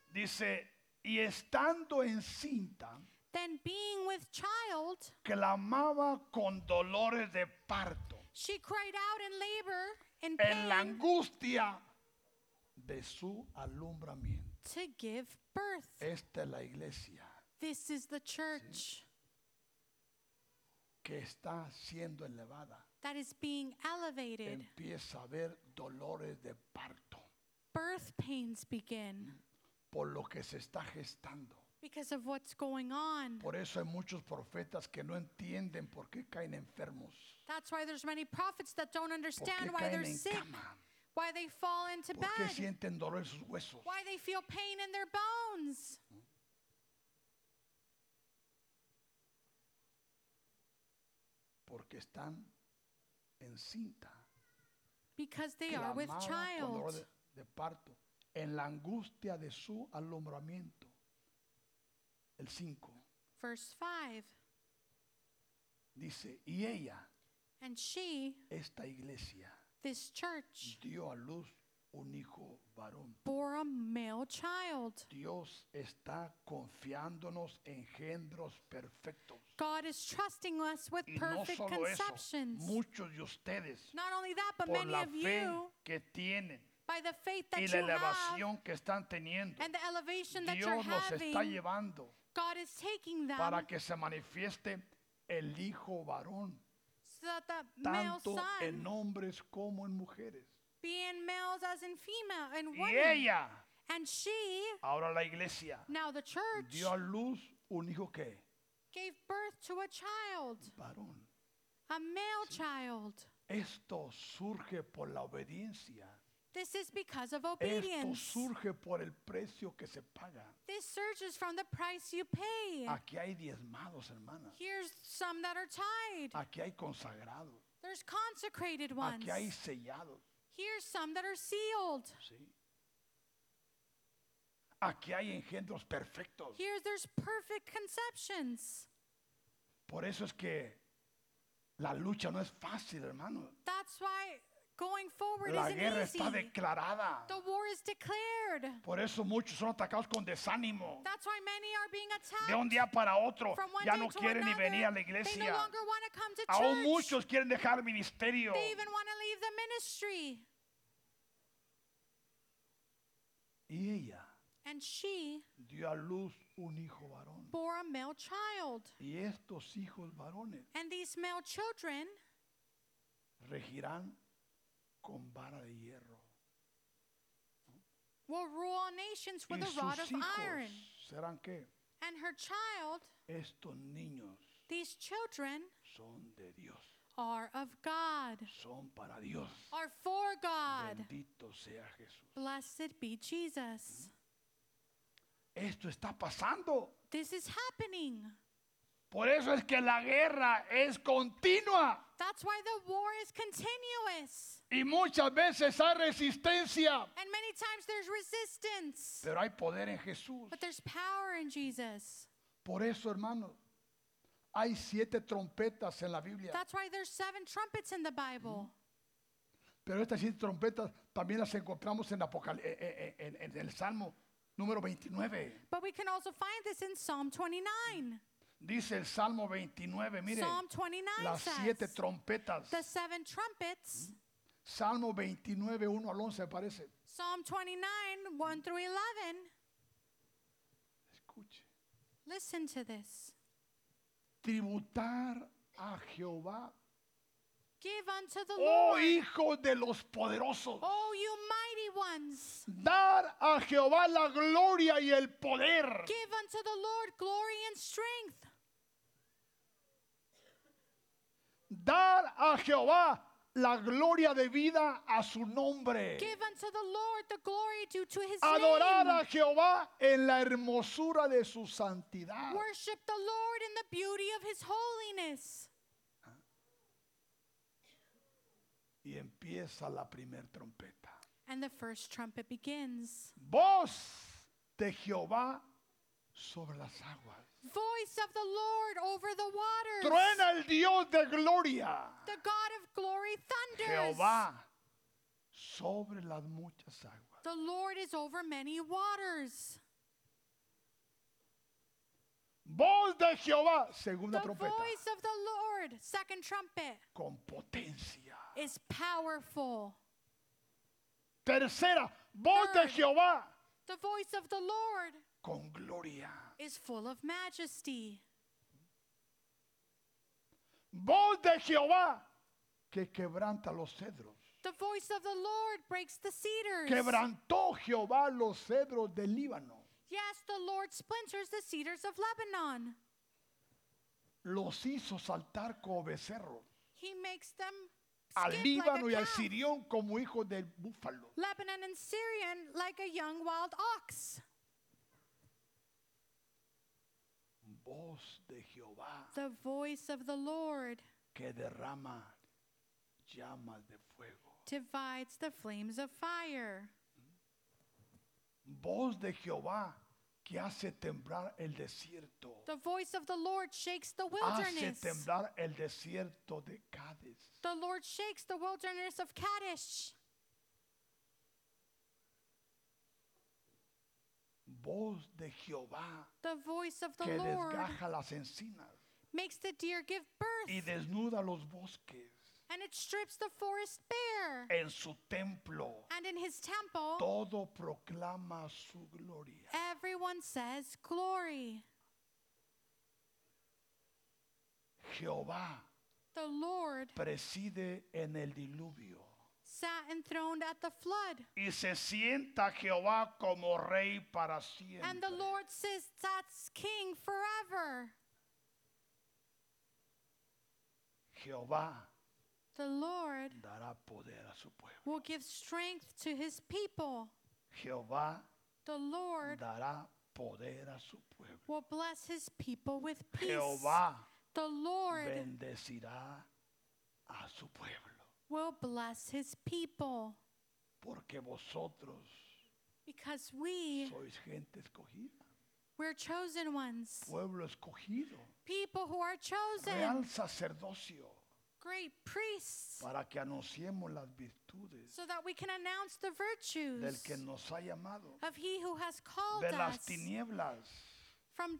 Speaker 1: Dice, y estando encinta,
Speaker 2: Then, being with child,
Speaker 1: clamaba con dolores de parto,
Speaker 2: she cried out in labor and
Speaker 1: en la
Speaker 2: pain
Speaker 1: angustia de su alumbramiento.
Speaker 2: to give birth.
Speaker 1: Esta es la iglesia
Speaker 2: This is the church
Speaker 1: que está siendo elevada.
Speaker 2: that is being elevated.
Speaker 1: Empieza a ver dolores de parto
Speaker 2: Birth pains begin
Speaker 1: por lo que se está gestando.
Speaker 2: because of what's going on.
Speaker 1: Por eso hay muchos profetas que no entienden por qué caen enfermos.
Speaker 2: That's why there's many prophets that don't
Speaker 1: ¿Por qué
Speaker 2: understand why
Speaker 1: caen
Speaker 2: they're
Speaker 1: en
Speaker 2: sick,
Speaker 1: cama?
Speaker 2: why they fall into
Speaker 1: ¿Por qué
Speaker 2: bed,
Speaker 1: sienten dolor en sus huesos?
Speaker 2: why they feel pain in their bones.
Speaker 1: Porque están en cinta.
Speaker 2: Because they are with
Speaker 1: Clamaba con dolor
Speaker 2: child
Speaker 1: de, de parto. En la angustia de su alumbramiento. El 5
Speaker 2: Verse 5.
Speaker 1: dice, y ella,
Speaker 2: And she,
Speaker 1: esta iglesia,
Speaker 2: this church,
Speaker 1: dio a luz un hijo varón.
Speaker 2: bore a male child.
Speaker 1: Dios está confiándonos engendros perfectos.
Speaker 2: God is trusting us with
Speaker 1: Y no
Speaker 2: perfect
Speaker 1: solo eso,
Speaker 2: conceptions.
Speaker 1: muchos de ustedes,
Speaker 2: Not only that, but
Speaker 1: por
Speaker 2: many
Speaker 1: la
Speaker 2: of
Speaker 1: fe
Speaker 2: you,
Speaker 1: que tienen
Speaker 2: by the faith that
Speaker 1: y la
Speaker 2: you have
Speaker 1: elevación que están teniendo,
Speaker 2: and the elevation that you're
Speaker 1: Dios los está
Speaker 2: having,
Speaker 1: llevando
Speaker 2: God is taking them
Speaker 1: para que se manifieste el hijo varón,
Speaker 2: so that the male
Speaker 1: tanto
Speaker 2: son
Speaker 1: en hombres como en mujeres.
Speaker 2: be in males as in female and
Speaker 1: Y
Speaker 2: women.
Speaker 1: ella,
Speaker 2: And she,
Speaker 1: ahora la iglesia,
Speaker 2: now the church,
Speaker 1: dio a luz un hijo que
Speaker 2: gave birth to a child,
Speaker 1: varón.
Speaker 2: a male child.
Speaker 1: Esto surge por la obediencia.
Speaker 2: This is because of
Speaker 1: Esto
Speaker 2: obedience.
Speaker 1: surge por el precio que se paga.
Speaker 2: This surges from the price you pay.
Speaker 1: Aquí hay diezmados, hermanas.
Speaker 2: Here's some that are tied.
Speaker 1: Aquí hay consagrados.
Speaker 2: There's consecrated ones.
Speaker 1: Aquí hay sellados.
Speaker 2: Here's some that are sealed.
Speaker 1: ¿sí? Aquí hay engendros perfectos.
Speaker 2: Here there's perfect conceptions.
Speaker 1: Por eso es que la lucha no es fácil, hermano.
Speaker 2: That's why going forward
Speaker 1: La
Speaker 2: isn't
Speaker 1: guerra
Speaker 2: easy.
Speaker 1: está declarada.
Speaker 2: The war is declared.
Speaker 1: Por eso muchos son atacados con desánimo.
Speaker 2: That's why many are being
Speaker 1: De un
Speaker 2: attacked.
Speaker 1: día para otro
Speaker 2: From one
Speaker 1: ya
Speaker 2: day
Speaker 1: no
Speaker 2: to
Speaker 1: quieren ni
Speaker 2: another,
Speaker 1: venir a la
Speaker 2: they no
Speaker 1: iglesia.
Speaker 2: longer want to come to
Speaker 1: Aún
Speaker 2: church.
Speaker 1: muchos quieren dejar el ministerio.
Speaker 2: They even want to leave the ministry.
Speaker 1: Y ella
Speaker 2: And she
Speaker 1: dio a luz un hijo varón.
Speaker 2: bore a male child.
Speaker 1: Y estos hijos varones
Speaker 2: And these male children
Speaker 1: regirán con vara de hierro.
Speaker 2: will rule all nations with
Speaker 1: Y
Speaker 2: a rod
Speaker 1: sus
Speaker 2: of iron.
Speaker 1: hijos serán qué?
Speaker 2: And her child,
Speaker 1: Estos niños
Speaker 2: these children,
Speaker 1: son de Dios,
Speaker 2: are of God,
Speaker 1: son para Dios.
Speaker 2: are for God.
Speaker 1: Bendito sea Jesús.
Speaker 2: Blessed be Jesus.
Speaker 1: Esto está pasando.
Speaker 2: This is happening.
Speaker 1: Por eso es que la guerra es continua
Speaker 2: That's why the war is continuous.
Speaker 1: y muchas veces hay resistencia,
Speaker 2: And many times there's resistance.
Speaker 1: pero hay poder en Jesús.
Speaker 2: But there's power in Jesus.
Speaker 1: Por eso, hermano, hay siete trompetas en la Biblia,
Speaker 2: That's why there's seven trumpets in the Bible.
Speaker 1: pero estas siete trompetas también las encontramos en, Apocal- eh, eh, eh, en- en el Salmo número 29.
Speaker 2: But we can also find this in Psalm 29.
Speaker 1: Dice el Salmo 29, mire,
Speaker 2: Psalm 29
Speaker 1: las siete
Speaker 2: says,
Speaker 1: trompetas.
Speaker 2: the seven trumpets,
Speaker 1: Salmo 29, 1 al 11 me parece.
Speaker 2: Psalm 29, 1 through 11.
Speaker 1: Escuche.
Speaker 2: Listen to this.
Speaker 1: Tributar a Jehová
Speaker 2: Give unto the
Speaker 1: Oh
Speaker 2: Lord,
Speaker 1: hijos de los poderosos,
Speaker 2: O you mighty ones.
Speaker 1: dar a Jehová la gloria y el poder.
Speaker 2: Give unto the Lord glory and strength.
Speaker 1: Dar a Jehová la gloria de vida a su nombre.
Speaker 2: Give unto the Lord the glory due to his
Speaker 1: Adorar a
Speaker 2: name.
Speaker 1: Jehová en la hermosura de su santidad.
Speaker 2: Worship the Lord in the beauty of his holiness.
Speaker 1: Y empieza la primer trompeta.
Speaker 2: And the first trumpet begins.
Speaker 1: Voz de Jehová sobre las aguas.
Speaker 2: Voice of the Lord over the waters.
Speaker 1: Truena el Dios de gloria.
Speaker 2: The God of glory thunders.
Speaker 1: Jehová sobre las muchas aguas.
Speaker 2: The Lord is over many waters.
Speaker 1: Voz de Jehová, segunda
Speaker 2: The
Speaker 1: trompeta,
Speaker 2: voice of the Lord, second trumpet,
Speaker 1: con potencia.
Speaker 2: is powerful.
Speaker 1: Tercera, voz de
Speaker 2: Third.
Speaker 1: Jehová,
Speaker 2: The voice of the Lord
Speaker 1: con gloria.
Speaker 2: is full of majesty.
Speaker 1: Voz de Jehová, que quebranta los cedros.
Speaker 2: The voice of the Lord breaks the cedars.
Speaker 1: Quebrantó Jehová los cedros del Líbano,
Speaker 2: Yes, the Lord splinters the cedars of Lebanon.
Speaker 1: los hizo saltar como becerros.
Speaker 2: He makes them
Speaker 1: Al
Speaker 2: skip
Speaker 1: Líbano y
Speaker 2: like a
Speaker 1: al
Speaker 2: calf.
Speaker 1: Sirión como hijos del búfalo.
Speaker 2: Lebanon and Syrian like a young wild ox.
Speaker 1: Voz de Jehová,
Speaker 2: The voice of the Lord
Speaker 1: que derrama llamas de fuego.
Speaker 2: divides the flames of fire.
Speaker 1: Voz de Jehová, que hace temblar el desierto.
Speaker 2: The voice of the Lord shakes the
Speaker 1: hace
Speaker 2: wilderness.
Speaker 1: temblar el desierto de Cádiz.
Speaker 2: The Lord shakes the wilderness of Kadesh.
Speaker 1: Voz de Jehová
Speaker 2: The voice of the
Speaker 1: que
Speaker 2: Lord
Speaker 1: desgaja las encinas
Speaker 2: makes the deer give
Speaker 1: y
Speaker 2: birth,
Speaker 1: desnuda los bosques.
Speaker 2: and it strips the forest bare.
Speaker 1: En su templo
Speaker 2: And in his temple,
Speaker 1: todo proclama su gloria.
Speaker 2: everyone says glory.
Speaker 1: Jehová
Speaker 2: The Lord
Speaker 1: preside en el diluvio.
Speaker 2: sat enthroned at the flood,
Speaker 1: Y se sienta Jehová como rey para
Speaker 2: and the
Speaker 1: siempre.
Speaker 2: Lord says, That's king forever.
Speaker 1: Jehová
Speaker 2: The Lord
Speaker 1: dará poder a su pueblo.
Speaker 2: will give strength to his people.
Speaker 1: Jehová
Speaker 2: The Lord
Speaker 1: dará poder a su pueblo.
Speaker 2: will bless his people with peace.
Speaker 1: Jehová
Speaker 2: The Lord
Speaker 1: bendecirá a su pueblo.
Speaker 2: will bless his people
Speaker 1: Porque vosotros
Speaker 2: because we
Speaker 1: sois gente escogida,
Speaker 2: we're chosen ones.
Speaker 1: pueblo escogido,
Speaker 2: People who are chosen,
Speaker 1: real sacerdocio,
Speaker 2: great priests,
Speaker 1: para que anunciemos las virtudes
Speaker 2: so that we can announce the
Speaker 1: del
Speaker 2: virtues
Speaker 1: que nos ha llamado
Speaker 2: of he who has called
Speaker 1: de las
Speaker 2: us
Speaker 1: tinieblas
Speaker 2: from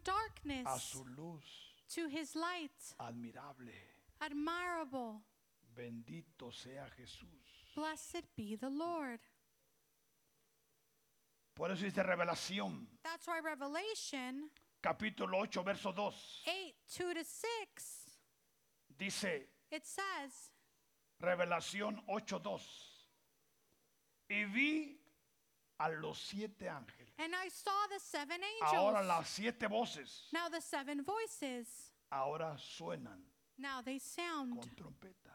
Speaker 1: a
Speaker 2: darkness
Speaker 1: su luz
Speaker 2: to his light.
Speaker 1: admirable.
Speaker 2: Admirable.
Speaker 1: Bendito sea Jesús.
Speaker 2: Blessed be the Lord.
Speaker 1: Por eso dice Revelación,
Speaker 2: That's why Revelation
Speaker 1: capítulo 8, verso 2.
Speaker 2: 8 2 to 6,
Speaker 1: Dice,
Speaker 2: it says,
Speaker 1: Revelación 8:2. Y vi a los siete ángeles.
Speaker 2: And I saw the seven
Speaker 1: Ahora
Speaker 2: angels.
Speaker 1: las siete voces
Speaker 2: Now the seven voices,
Speaker 1: ahora suenan
Speaker 2: now they sound
Speaker 1: con trompeta.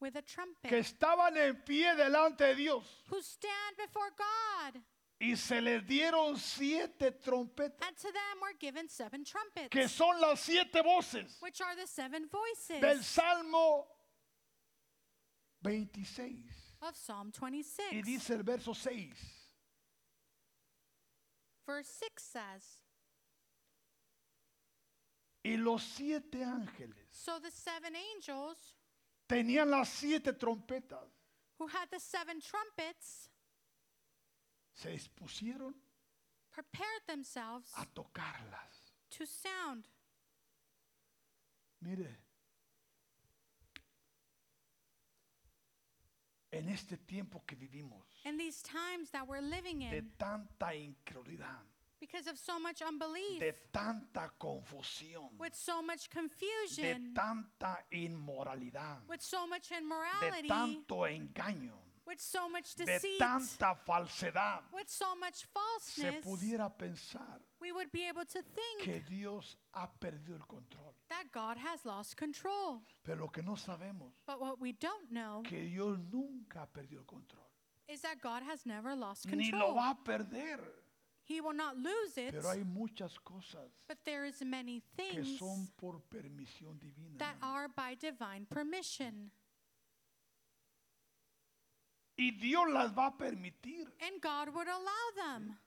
Speaker 2: with a
Speaker 1: Que
Speaker 2: trumpet,
Speaker 1: estaban en pie delante de Dios
Speaker 2: who stand before God.
Speaker 1: y se les dieron siete trompetas,
Speaker 2: And to them were given seven
Speaker 1: que
Speaker 2: trumpets,
Speaker 1: son las siete voces
Speaker 2: which are the seven
Speaker 1: del
Speaker 2: voices
Speaker 1: Salmo 26.
Speaker 2: of Psalm
Speaker 1: Y
Speaker 2: 26.
Speaker 1: dice el verso 6,
Speaker 2: Verse 6 says,
Speaker 1: y los siete ángeles
Speaker 2: So the seven angels
Speaker 1: tenían las siete trompetas,
Speaker 2: who had the seven trumpets
Speaker 1: se dispusieron
Speaker 2: prepared themselves
Speaker 1: a tocarlas.
Speaker 2: to sound.
Speaker 1: Mire, en este tiempo que vivimos,
Speaker 2: In these times that we're living
Speaker 1: de
Speaker 2: in,
Speaker 1: tanta incredulidad,
Speaker 2: because of so much unbelief,
Speaker 1: de tanta confusión,
Speaker 2: with so much
Speaker 1: de
Speaker 2: confusion,
Speaker 1: tanta inmoralidad,
Speaker 2: with so much
Speaker 1: de
Speaker 2: immorality,
Speaker 1: tanto engaño,
Speaker 2: with so much
Speaker 1: de
Speaker 2: deceit,
Speaker 1: tanta falsedad,
Speaker 2: with so much
Speaker 1: se
Speaker 2: falseness,
Speaker 1: pudiera pensar
Speaker 2: we would be able to think
Speaker 1: que Dios ha perdido el control.
Speaker 2: that God has lost control.
Speaker 1: Pero lo que no sabemos,
Speaker 2: But what we don't know
Speaker 1: que Dios nunca ha perdido el control,
Speaker 2: is that God has never lost
Speaker 1: ni lo
Speaker 2: control.
Speaker 1: va a perder.
Speaker 2: He will not lose it,
Speaker 1: Pero hay muchas cosas
Speaker 2: but there is many
Speaker 1: que
Speaker 2: things
Speaker 1: son por permisión divina.
Speaker 2: that are by divine permission,
Speaker 1: Y Dios las va a permitir.
Speaker 2: and God would allow them,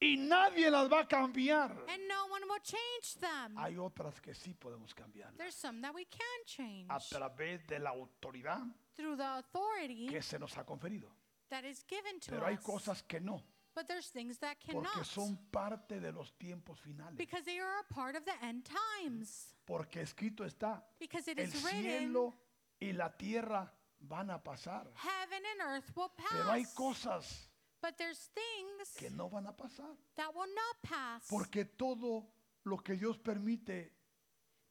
Speaker 1: Y nadie las va a cambiar.
Speaker 2: and no one will change them.
Speaker 1: Hay otras que sí podemos cambiar.
Speaker 2: There's some that we can change
Speaker 1: A través de la autoridad
Speaker 2: through the authority
Speaker 1: que se nos ha conferido.
Speaker 2: that is given to
Speaker 1: Pero hay
Speaker 2: us.
Speaker 1: cosas que no.
Speaker 2: But there's things that
Speaker 1: Porque
Speaker 2: cannot
Speaker 1: son parte de los tiempos finales.
Speaker 2: because they are a part of the end times.
Speaker 1: Porque escrito está.
Speaker 2: Because it
Speaker 1: El
Speaker 2: is written,
Speaker 1: cielo y la tierra van a pasar.
Speaker 2: heaven and earth will
Speaker 1: Pero hay
Speaker 2: pass.
Speaker 1: cosas
Speaker 2: But there's
Speaker 1: que
Speaker 2: things
Speaker 1: no van a pasar.
Speaker 2: that will not pass
Speaker 1: Porque todo lo que Dios permite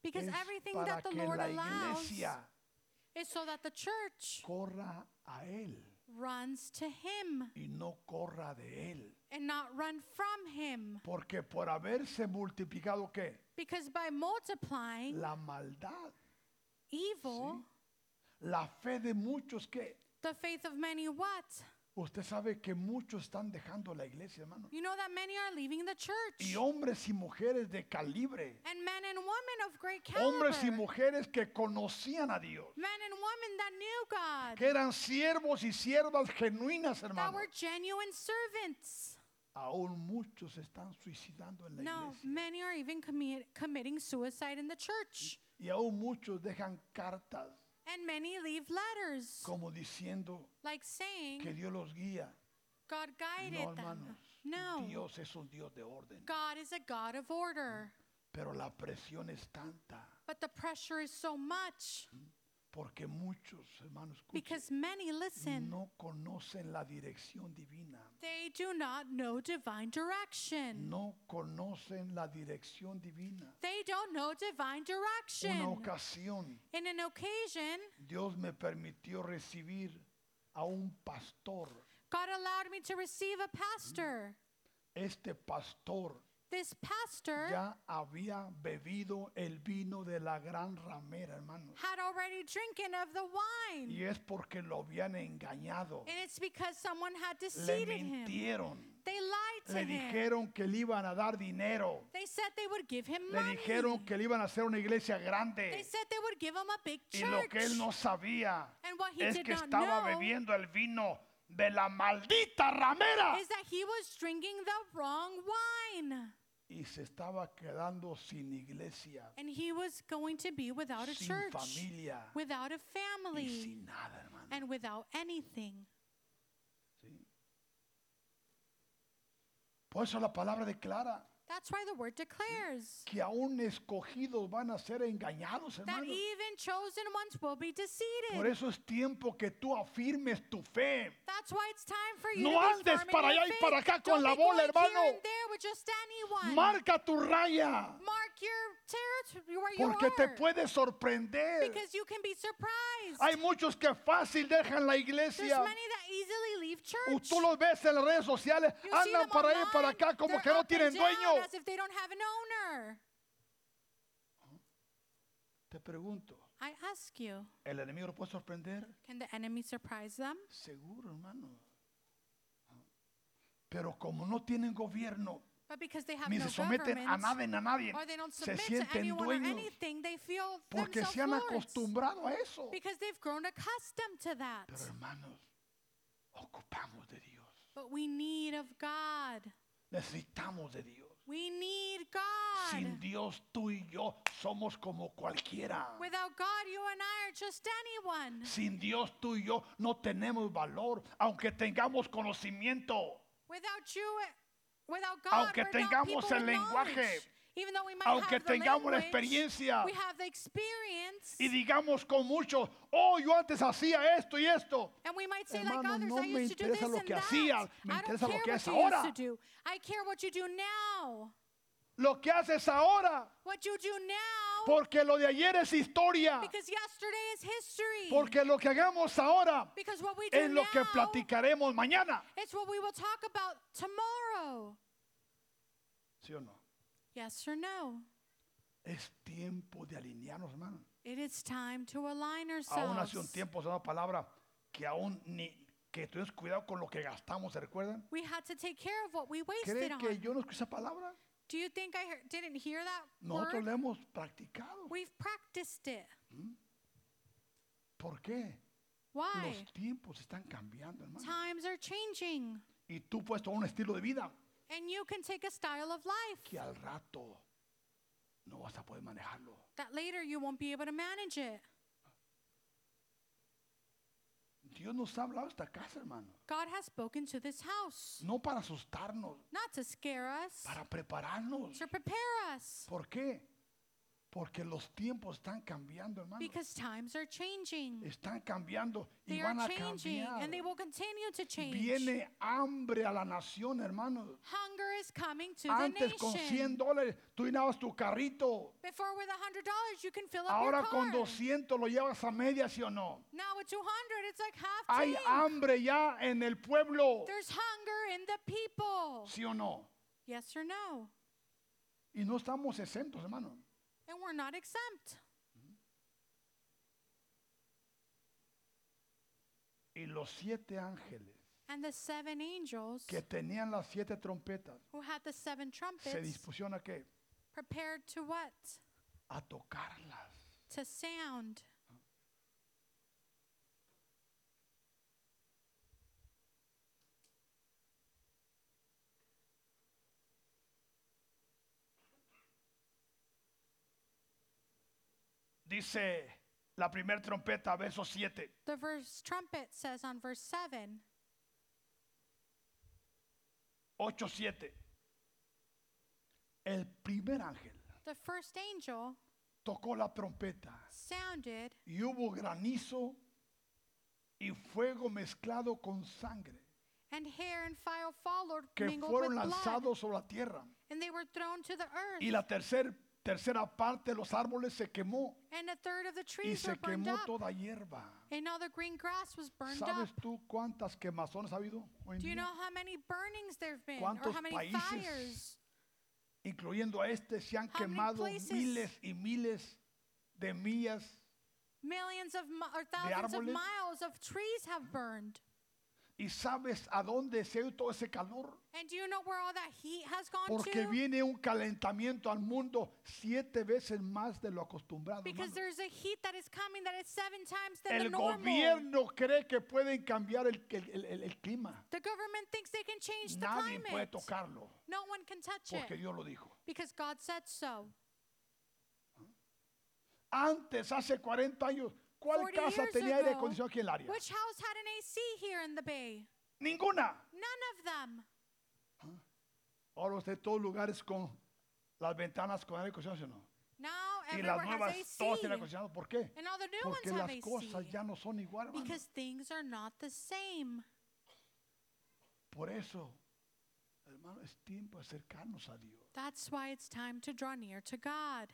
Speaker 2: because
Speaker 1: es
Speaker 2: everything
Speaker 1: para
Speaker 2: that the
Speaker 1: que
Speaker 2: Lord
Speaker 1: la
Speaker 2: allows
Speaker 1: iglesia
Speaker 2: is so that the church
Speaker 1: corra a Él
Speaker 2: runs to Him
Speaker 1: y no corra de Él.
Speaker 2: and not run from Him.
Speaker 1: Porque por haberse multiplicado, ¿qué?
Speaker 2: Because by multiplying
Speaker 1: La maldad,
Speaker 2: evil,
Speaker 1: la fe de muchos, ¿qué?
Speaker 2: the faith of many what?
Speaker 1: Usted sabe que muchos están dejando la iglesia, hermano.
Speaker 2: You know that many are leaving the church.
Speaker 1: Y hombres y mujeres de calibre,
Speaker 2: and men and women of great caliber.
Speaker 1: hombres y mujeres que conocían a Dios,
Speaker 2: men and women that knew God,
Speaker 1: que eran siervos y siervas genuinas,
Speaker 2: that
Speaker 1: hermano.
Speaker 2: were genuine servants.
Speaker 1: Aún muchos se están suicidando en la
Speaker 2: No,
Speaker 1: iglesia.
Speaker 2: many are even commi- committing suicide in the church.
Speaker 1: Y aún muchos dejan cartas
Speaker 2: And many leave letters,
Speaker 1: como diciendo
Speaker 2: like
Speaker 1: que
Speaker 2: saying,
Speaker 1: Dios los guía.
Speaker 2: God guided
Speaker 1: No,
Speaker 2: them.
Speaker 1: hermanos.
Speaker 2: No,
Speaker 1: Dios es un Dios de orden.
Speaker 2: God is a God of order.
Speaker 1: Pero la presión es tanta
Speaker 2: But the pressure is so much
Speaker 1: porque muchos hermanos escuchen,
Speaker 2: because many listen.
Speaker 1: no conocen la dirección divina.
Speaker 2: They do not know divine direction.
Speaker 1: No conocen la dirección divina.
Speaker 2: They don't know divine
Speaker 1: Una
Speaker 2: direction.
Speaker 1: ocasión
Speaker 2: In an occasion,
Speaker 1: Dios me permitió recibir a un pastor.
Speaker 2: God allowed me to receive a pastor.
Speaker 1: Este pastor
Speaker 2: This pastor
Speaker 1: ya había bebido el vino de la gran ramera, hermanos.
Speaker 2: had already drinking of the wine.
Speaker 1: Y es porque lo habían engañado.
Speaker 2: And it's because someone had
Speaker 1: Le
Speaker 2: deceived him.
Speaker 1: mintieron.
Speaker 2: They lied to
Speaker 1: Le
Speaker 2: him.
Speaker 1: dijeron que le iban a dar dinero.
Speaker 2: They said they would give him
Speaker 1: Le
Speaker 2: money.
Speaker 1: dijeron que le iban a hacer una iglesia
Speaker 2: They
Speaker 1: grande.
Speaker 2: said they would give him a big
Speaker 1: Y lo que él
Speaker 2: church.
Speaker 1: no sabía
Speaker 2: And what he
Speaker 1: es
Speaker 2: did
Speaker 1: que
Speaker 2: not
Speaker 1: estaba
Speaker 2: know
Speaker 1: bebiendo el vino de la maldita ramera.
Speaker 2: is that he was drinking the wrong wine.
Speaker 1: Y se estaba quedando sin iglesia,
Speaker 2: And he was going to be without a
Speaker 1: sin
Speaker 2: church,
Speaker 1: familia
Speaker 2: without
Speaker 1: y
Speaker 2: a family,
Speaker 1: sin nada, hermano.
Speaker 2: and without anything.
Speaker 1: ¿sí? Por eso la palabra declara
Speaker 2: That's why the word declares
Speaker 1: que aún escogidos van a ser engañados,
Speaker 2: that
Speaker 1: hermano.
Speaker 2: even chosen ones will be
Speaker 1: Por
Speaker 2: deceived.
Speaker 1: eso es tiempo que tú afirmes tu fe.
Speaker 2: That's why it's time for you
Speaker 1: No
Speaker 2: to be
Speaker 1: andes
Speaker 2: firm in
Speaker 1: para
Speaker 2: your
Speaker 1: allá y
Speaker 2: faith.
Speaker 1: para acá con
Speaker 2: Don't
Speaker 1: la
Speaker 2: be
Speaker 1: bola,
Speaker 2: going
Speaker 1: hermano.
Speaker 2: Here and there with just anyone.
Speaker 1: Marca tu raya,
Speaker 2: Mark your territory where you
Speaker 1: porque te
Speaker 2: are,
Speaker 1: puede sorprender.
Speaker 2: because you can be surprised.
Speaker 1: Hay muchos que fácil dejan la
Speaker 2: There's
Speaker 1: iglesia.
Speaker 2: many that easily leave
Speaker 1: U-
Speaker 2: church.
Speaker 1: Uh, Tú los ves en las redes sociales,
Speaker 2: You see
Speaker 1: andan
Speaker 2: them
Speaker 1: para allá y para
Speaker 2: online,
Speaker 1: acá como
Speaker 2: they're
Speaker 1: que no
Speaker 2: up and
Speaker 1: tienen
Speaker 2: down
Speaker 1: dueño.
Speaker 2: As if they don't have an owner.
Speaker 1: Te pregunto,
Speaker 2: I ask you,
Speaker 1: ¿el enemigo lo puede sorprender?
Speaker 2: can the enemy surprise them?
Speaker 1: Seguro, hermano. Pero como no tienen gobierno,
Speaker 2: But because they have
Speaker 1: ni
Speaker 2: no
Speaker 1: se someten a
Speaker 2: government,
Speaker 1: nada ni a nadie,
Speaker 2: or they don't
Speaker 1: se
Speaker 2: submit to
Speaker 1: sienten
Speaker 2: anyone or
Speaker 1: dueños
Speaker 2: anything, they feel
Speaker 1: porque
Speaker 2: themselves
Speaker 1: se han
Speaker 2: lords,
Speaker 1: acostumbrado a eso.
Speaker 2: Because they've grown accustomed to that.
Speaker 1: Pero hermanos, ocupamos de Dios,
Speaker 2: But we need of God.
Speaker 1: necesitamos de Dios.
Speaker 2: We need God.
Speaker 1: Sin Dios tú y yo somos como cualquiera.
Speaker 2: Without God, you and I are just anyone.
Speaker 1: Sin Dios tú y yo no tenemos valor, aunque tengamos conocimiento,
Speaker 2: Without you, without God,
Speaker 1: Aunque
Speaker 2: we're not people
Speaker 1: tengamos
Speaker 2: with
Speaker 1: el lenguaje,
Speaker 2: knowledge. Even though we might
Speaker 1: aunque
Speaker 2: have the
Speaker 1: tengamos la
Speaker 2: language,
Speaker 1: experiencia
Speaker 2: we have the experience,
Speaker 1: y digamos con muchos, oh, yo antes hacía esto y esto.
Speaker 2: and we might say like
Speaker 1: Hermano,
Speaker 2: others,
Speaker 1: no
Speaker 2: I
Speaker 1: me
Speaker 2: used to do
Speaker 1: interesa
Speaker 2: this
Speaker 1: lo
Speaker 2: and
Speaker 1: que
Speaker 2: that.
Speaker 1: hacías, me
Speaker 2: I don't
Speaker 1: interesa lo
Speaker 2: care
Speaker 1: que
Speaker 2: what
Speaker 1: haces
Speaker 2: you
Speaker 1: ahora."
Speaker 2: used to do. I care what you do now.
Speaker 1: Lo que haces ahora,
Speaker 2: What you do now,
Speaker 1: porque lo de ayer es historia,
Speaker 2: because yesterday is history.
Speaker 1: porque lo que hagamos ahora
Speaker 2: because what we do
Speaker 1: es lo que
Speaker 2: now,
Speaker 1: platicaremos mañana.
Speaker 2: it's what we will talk about tomorrow.
Speaker 1: ¿Sí o no?
Speaker 2: Yes or no?
Speaker 1: Es tiempo de alinearnos, hermano.
Speaker 2: It is time to align
Speaker 1: Aún
Speaker 2: ourselves.
Speaker 1: hace un tiempo se da una palabra que aún ni que tuvimos cuidado con lo que gastamos, ¿se recuerdan?
Speaker 2: We had to take care of what we wasted
Speaker 1: ¿Creen
Speaker 2: on.
Speaker 1: que yo no escuché esa palabra?
Speaker 2: Do you think I hear- didn't hear that
Speaker 1: Nosotros
Speaker 2: word?
Speaker 1: la hemos practicado.
Speaker 2: We've practiced it.
Speaker 1: ¿Por qué?
Speaker 2: Why?
Speaker 1: Los tiempos están cambiando, hermano.
Speaker 2: Times are changing,
Speaker 1: Y tú puedes tomar un estilo de vida
Speaker 2: and you can take a style of life
Speaker 1: que al rato no vas a poder manejarlo.
Speaker 2: that later you won't be able to manage it.
Speaker 1: Dios nos ha hablado esta casa, hermano.
Speaker 2: God has spoken to this house,
Speaker 1: No para asustarnos,
Speaker 2: not to scare us,
Speaker 1: para prepararnos.
Speaker 2: to prepare us,
Speaker 1: ¿Por qué? Porque los tiempos están cambiando, hermano.
Speaker 2: because times are changing.
Speaker 1: Están cambiando y
Speaker 2: They are
Speaker 1: van a
Speaker 2: changing,
Speaker 1: cambiar.
Speaker 2: and they will continue to change.
Speaker 1: Viene hambre a la nación, hermano.
Speaker 2: Hunger is coming to the
Speaker 1: Antes con 100
Speaker 2: nation.
Speaker 1: dólares tú llenabas tu carrito.
Speaker 2: Before with a hundred dollars you can fill up your
Speaker 1: Ahora con
Speaker 2: car.
Speaker 1: 200 lo llevas a media, ¿sí o no?
Speaker 2: Now with two hundred it's like half
Speaker 1: Hay
Speaker 2: tank.
Speaker 1: hambre ya en el pueblo,
Speaker 2: There's hunger in the people.
Speaker 1: ¿sí o no?
Speaker 2: Yes or no?
Speaker 1: Y no estamos exentos, hermano.
Speaker 2: And we're not exempt.
Speaker 1: Y los siete ángeles
Speaker 2: And the seven angels
Speaker 1: que tenían las siete trompetas
Speaker 2: who had the seven
Speaker 1: se
Speaker 2: trumpets
Speaker 1: dispusieron a qué?
Speaker 2: prepared to what?
Speaker 1: A tocarlas.
Speaker 2: To sound.
Speaker 1: Dice la primera trompeta, verso 7.
Speaker 2: The verse trumpet says on verse 7
Speaker 1: 8:7. El primer ángel
Speaker 2: the first angel
Speaker 1: tocó la trompeta
Speaker 2: sounded,
Speaker 1: y hubo granizo y fuego mezclado con sangre
Speaker 2: and hair and fire followed
Speaker 1: que
Speaker 2: mingled with
Speaker 1: fueron
Speaker 2: blood,
Speaker 1: lanzados sobre la tierra.
Speaker 2: and they were thrown to the earth.
Speaker 1: Y la tercer- tercera parte de los árboles se quemó
Speaker 2: and a third of the
Speaker 1: y
Speaker 2: trees were
Speaker 1: se
Speaker 2: burned
Speaker 1: quemó
Speaker 2: up,
Speaker 1: toda hierba.
Speaker 2: and all the green grass was burned up.
Speaker 1: ¿Sabes tú cuántas quemazones ha habido hoy en
Speaker 2: Do you
Speaker 1: día?
Speaker 2: know how many burnings there've been, or
Speaker 1: ¿Cuántos
Speaker 2: how many
Speaker 1: países
Speaker 2: fires?
Speaker 1: Incluyendo a este, se han
Speaker 2: How many
Speaker 1: quemado
Speaker 2: places?
Speaker 1: miles y miles de millas
Speaker 2: Millions of mi- or thousands of
Speaker 1: árboles?
Speaker 2: miles of trees have burned.
Speaker 1: y sabes a dónde se ha ido todo ese calor.
Speaker 2: And do you know where all that heat has gone
Speaker 1: Porque
Speaker 2: to?
Speaker 1: viene un calentamiento al mundo siete veces más de lo acostumbrado.
Speaker 2: because
Speaker 1: hermano.
Speaker 2: there's a heat that is coming that is seven times than the
Speaker 1: El
Speaker 2: normal.
Speaker 1: gobierno cree que pueden cambiar el, el- el- el- el clima.
Speaker 2: the government thinks they can change the
Speaker 1: Nadie puede
Speaker 2: climate.
Speaker 1: tocarlo
Speaker 2: No one can touch
Speaker 1: porque
Speaker 2: it
Speaker 1: Dios lo dijo.
Speaker 2: because God said so.
Speaker 1: Antes, hace 40 años, ¿cuál
Speaker 2: 40
Speaker 1: casa
Speaker 2: years
Speaker 1: tenía aire
Speaker 2: ago,
Speaker 1: acondicionado aquí en el área?
Speaker 2: Which house had an AC here in the Bay?
Speaker 1: Ninguna.
Speaker 2: None of them.
Speaker 1: Ahora usted todos lugares con las ventanas con aire acondicionado, ¿sí
Speaker 2: Now
Speaker 1: o ¿no? Y las
Speaker 2: everywhere
Speaker 1: nuevas
Speaker 2: has
Speaker 1: todas
Speaker 2: AC.
Speaker 1: tienen aire acondicionado. ¿Por qué?
Speaker 2: And all the new
Speaker 1: Porque
Speaker 2: ones
Speaker 1: las
Speaker 2: have AC.
Speaker 1: cosas ya no son iguales. hermano.
Speaker 2: Because things are not the same.
Speaker 1: Por eso, hermano, es tiempo de acercarnos a Dios.
Speaker 2: That's why it's time to draw near to God.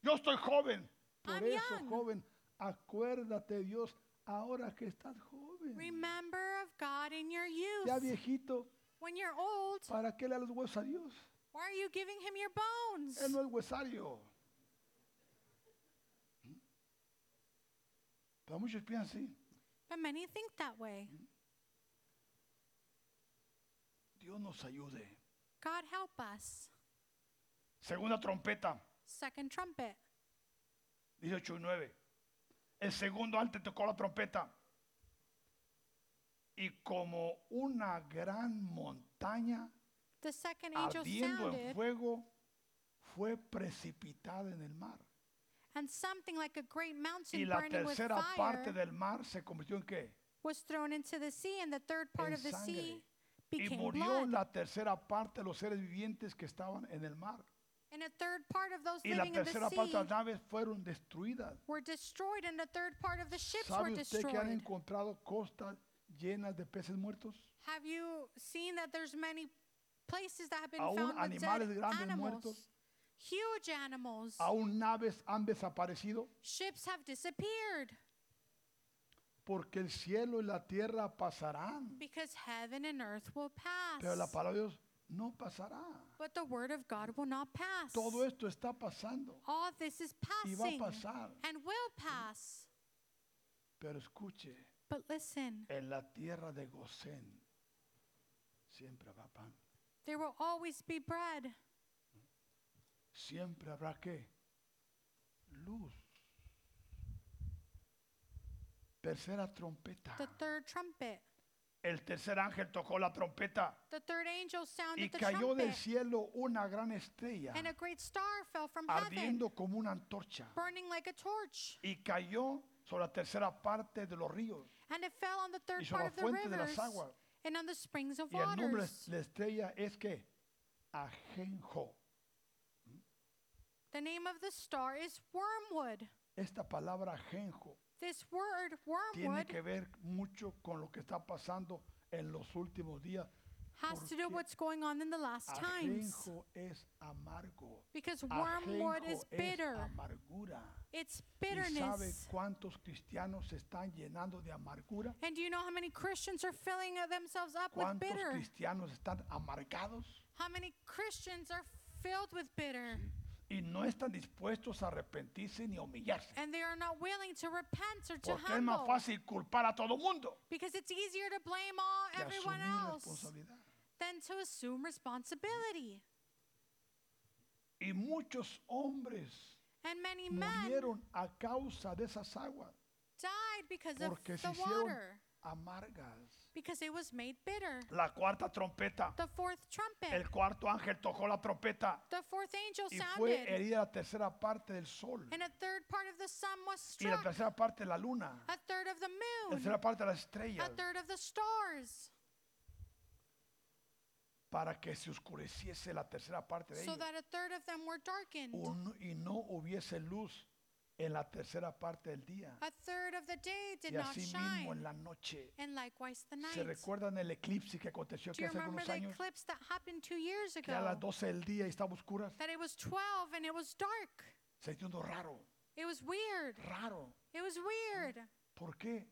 Speaker 1: Yo estoy joven. Por
Speaker 2: I'm
Speaker 1: eso,
Speaker 2: young.
Speaker 1: joven, acuérdate, Dios, ahora que estás joven.
Speaker 2: Remember of God in your
Speaker 1: Mm. ya
Speaker 2: youth.
Speaker 1: viejito,
Speaker 2: When you're old,
Speaker 1: ¿para qué le das los huesos a Dios?
Speaker 2: why are you giving him your
Speaker 1: Él
Speaker 2: bones?
Speaker 1: no es huesario. ¿Mm? Pero muchos piensan así.
Speaker 2: But many think that way.
Speaker 1: Dios nos ayude.
Speaker 2: God help us.
Speaker 1: Segunda trompeta,
Speaker 2: Second trumpet.
Speaker 1: dice 8 y 9. El segundo antes tocó la trompeta. Y como una gran montaña
Speaker 2: The second angel
Speaker 1: ardiendo en
Speaker 2: sounded,
Speaker 1: fuego fue precipitada en el mar.
Speaker 2: and something like a great
Speaker 1: Y
Speaker 2: mountain
Speaker 1: la
Speaker 2: burning with
Speaker 1: tercera parte
Speaker 2: fire
Speaker 1: del mar se convirtió en qué?
Speaker 2: was thrown into the sea, and the third part
Speaker 1: En
Speaker 2: of the sea
Speaker 1: sangre. Y
Speaker 2: became
Speaker 1: murió
Speaker 2: blood.
Speaker 1: la tercera parte de los seres vivientes que estaban en el mar.
Speaker 2: And a third part of those
Speaker 1: Y la
Speaker 2: living in
Speaker 1: tercera
Speaker 2: the
Speaker 1: parte de
Speaker 2: sea
Speaker 1: las naves fueron destruidas.
Speaker 2: were destroyed, and a third part of the ships were
Speaker 1: ¿Sabe usted que han
Speaker 2: destroyed.
Speaker 1: encontrado costas llenas de peces muertos?
Speaker 2: Have you seen that there's many places that have been
Speaker 1: Aún
Speaker 2: found with dead
Speaker 1: animales grandes
Speaker 2: animals?
Speaker 1: muertos.
Speaker 2: Huge animals.
Speaker 1: Aún naves han desaparecido
Speaker 2: Ships have disappeared
Speaker 1: porque el cielo y la tierra pasarán.
Speaker 2: because heaven and earth will pass.
Speaker 1: Pero la palabra de Dios no pasará.
Speaker 2: But the word of God will not pass.
Speaker 1: Todo esto está pasando
Speaker 2: All this is
Speaker 1: y va
Speaker 2: passing
Speaker 1: a pasar.
Speaker 2: and will pass.
Speaker 1: Pero escuche,
Speaker 2: But listen,
Speaker 1: en la tierra de Gosén siempre habrá pan.
Speaker 2: there will always be bread.
Speaker 1: Siempre habrá qué? Luz. Tercera trompeta.
Speaker 2: The third trumpet.
Speaker 1: El tercer ángel tocó la trompeta
Speaker 2: The third angel
Speaker 1: y
Speaker 2: sounded the
Speaker 1: cayó
Speaker 2: trumpet,
Speaker 1: del cielo una gran estrella
Speaker 2: and a great star fell from heaven,
Speaker 1: ardiendo como una antorcha
Speaker 2: burning like a torch.
Speaker 1: y cayó sobre la tercera parte de los ríos
Speaker 2: And it fell on the
Speaker 1: y
Speaker 2: third
Speaker 1: sobre la
Speaker 2: part of the
Speaker 1: fuente de las
Speaker 2: rivers
Speaker 1: aguas.
Speaker 2: and on the springs of
Speaker 1: y el nombre de
Speaker 2: waters.
Speaker 1: la estrella es que ajenjo.
Speaker 2: The name of the star is wormwood.
Speaker 1: Esta palabra ajenjo
Speaker 2: This word,
Speaker 1: tiene
Speaker 2: wormwood,
Speaker 1: que ver mucho con lo que está pasando en los últimos días.
Speaker 2: has to do
Speaker 1: porque
Speaker 2: what's going on in the last times.
Speaker 1: Ajenjo es amargo.
Speaker 2: Because wormwood
Speaker 1: Ajenjo
Speaker 2: is
Speaker 1: es
Speaker 2: bitter.
Speaker 1: amargura.
Speaker 2: It's
Speaker 1: ¿Y sabe
Speaker 2: bitterness.
Speaker 1: cuántos cristianos se están llenando de amargura?
Speaker 2: And do you know how many Christians are filling uh, themselves up with
Speaker 1: ¿Cuántos
Speaker 2: bitter?
Speaker 1: cristianos están amargados
Speaker 2: How many Christians are filled with bitter?
Speaker 1: y no están dispuestos a arrepentirse ni a humillarse?
Speaker 2: And they are not willing to repent or to
Speaker 1: Porque es más
Speaker 2: humble.
Speaker 1: fácil culpar a todo mundo
Speaker 2: Because it's easier to blame all
Speaker 1: que
Speaker 2: everyone
Speaker 1: asumir la
Speaker 2: else
Speaker 1: responsabilidad.
Speaker 2: than to assume responsibility.
Speaker 1: Y muchos hombres
Speaker 2: And many men
Speaker 1: murieron a causa de esas aguas
Speaker 2: died because of
Speaker 1: porque se
Speaker 2: the
Speaker 1: hicieron
Speaker 2: water,
Speaker 1: amargas.
Speaker 2: because it was made bitter.
Speaker 1: La cuarta trompeta.
Speaker 2: The fourth trumpet,
Speaker 1: El cuarto ángel tocó la trompeta
Speaker 2: the fourth angel
Speaker 1: y fue
Speaker 2: sounded,
Speaker 1: herida la tercera parte del sol
Speaker 2: and a third part of the sun was
Speaker 1: y la
Speaker 2: struck,
Speaker 1: tercera parte de la luna,
Speaker 2: a third of the
Speaker 1: la
Speaker 2: moon,
Speaker 1: tercera parte de las
Speaker 2: a
Speaker 1: estrellas,
Speaker 2: third of the stars,
Speaker 1: para que se oscureciese la tercera parte de
Speaker 2: so
Speaker 1: ellos
Speaker 2: that a third of them were darkened,
Speaker 1: un- y no hubiese luz en la tercera parte del día
Speaker 2: A third of the day did
Speaker 1: y
Speaker 2: not
Speaker 1: así mismo en
Speaker 2: shine,
Speaker 1: la noche.
Speaker 2: and likewise the
Speaker 1: ¿Se
Speaker 2: night.
Speaker 1: recuerdan el eclipse que aconteció
Speaker 2: Do
Speaker 1: aquí
Speaker 2: you
Speaker 1: hace
Speaker 2: remember
Speaker 1: algunos
Speaker 2: the
Speaker 1: años?
Speaker 2: eclipse that happened two years
Speaker 1: Que a las
Speaker 2: ago?
Speaker 1: 12 del día y estaba oscuras.
Speaker 2: That it was 12 and it was dark.
Speaker 1: Se sintió uno raro,
Speaker 2: It was weird.
Speaker 1: raro.
Speaker 2: It was weird.
Speaker 1: ¿Por qué?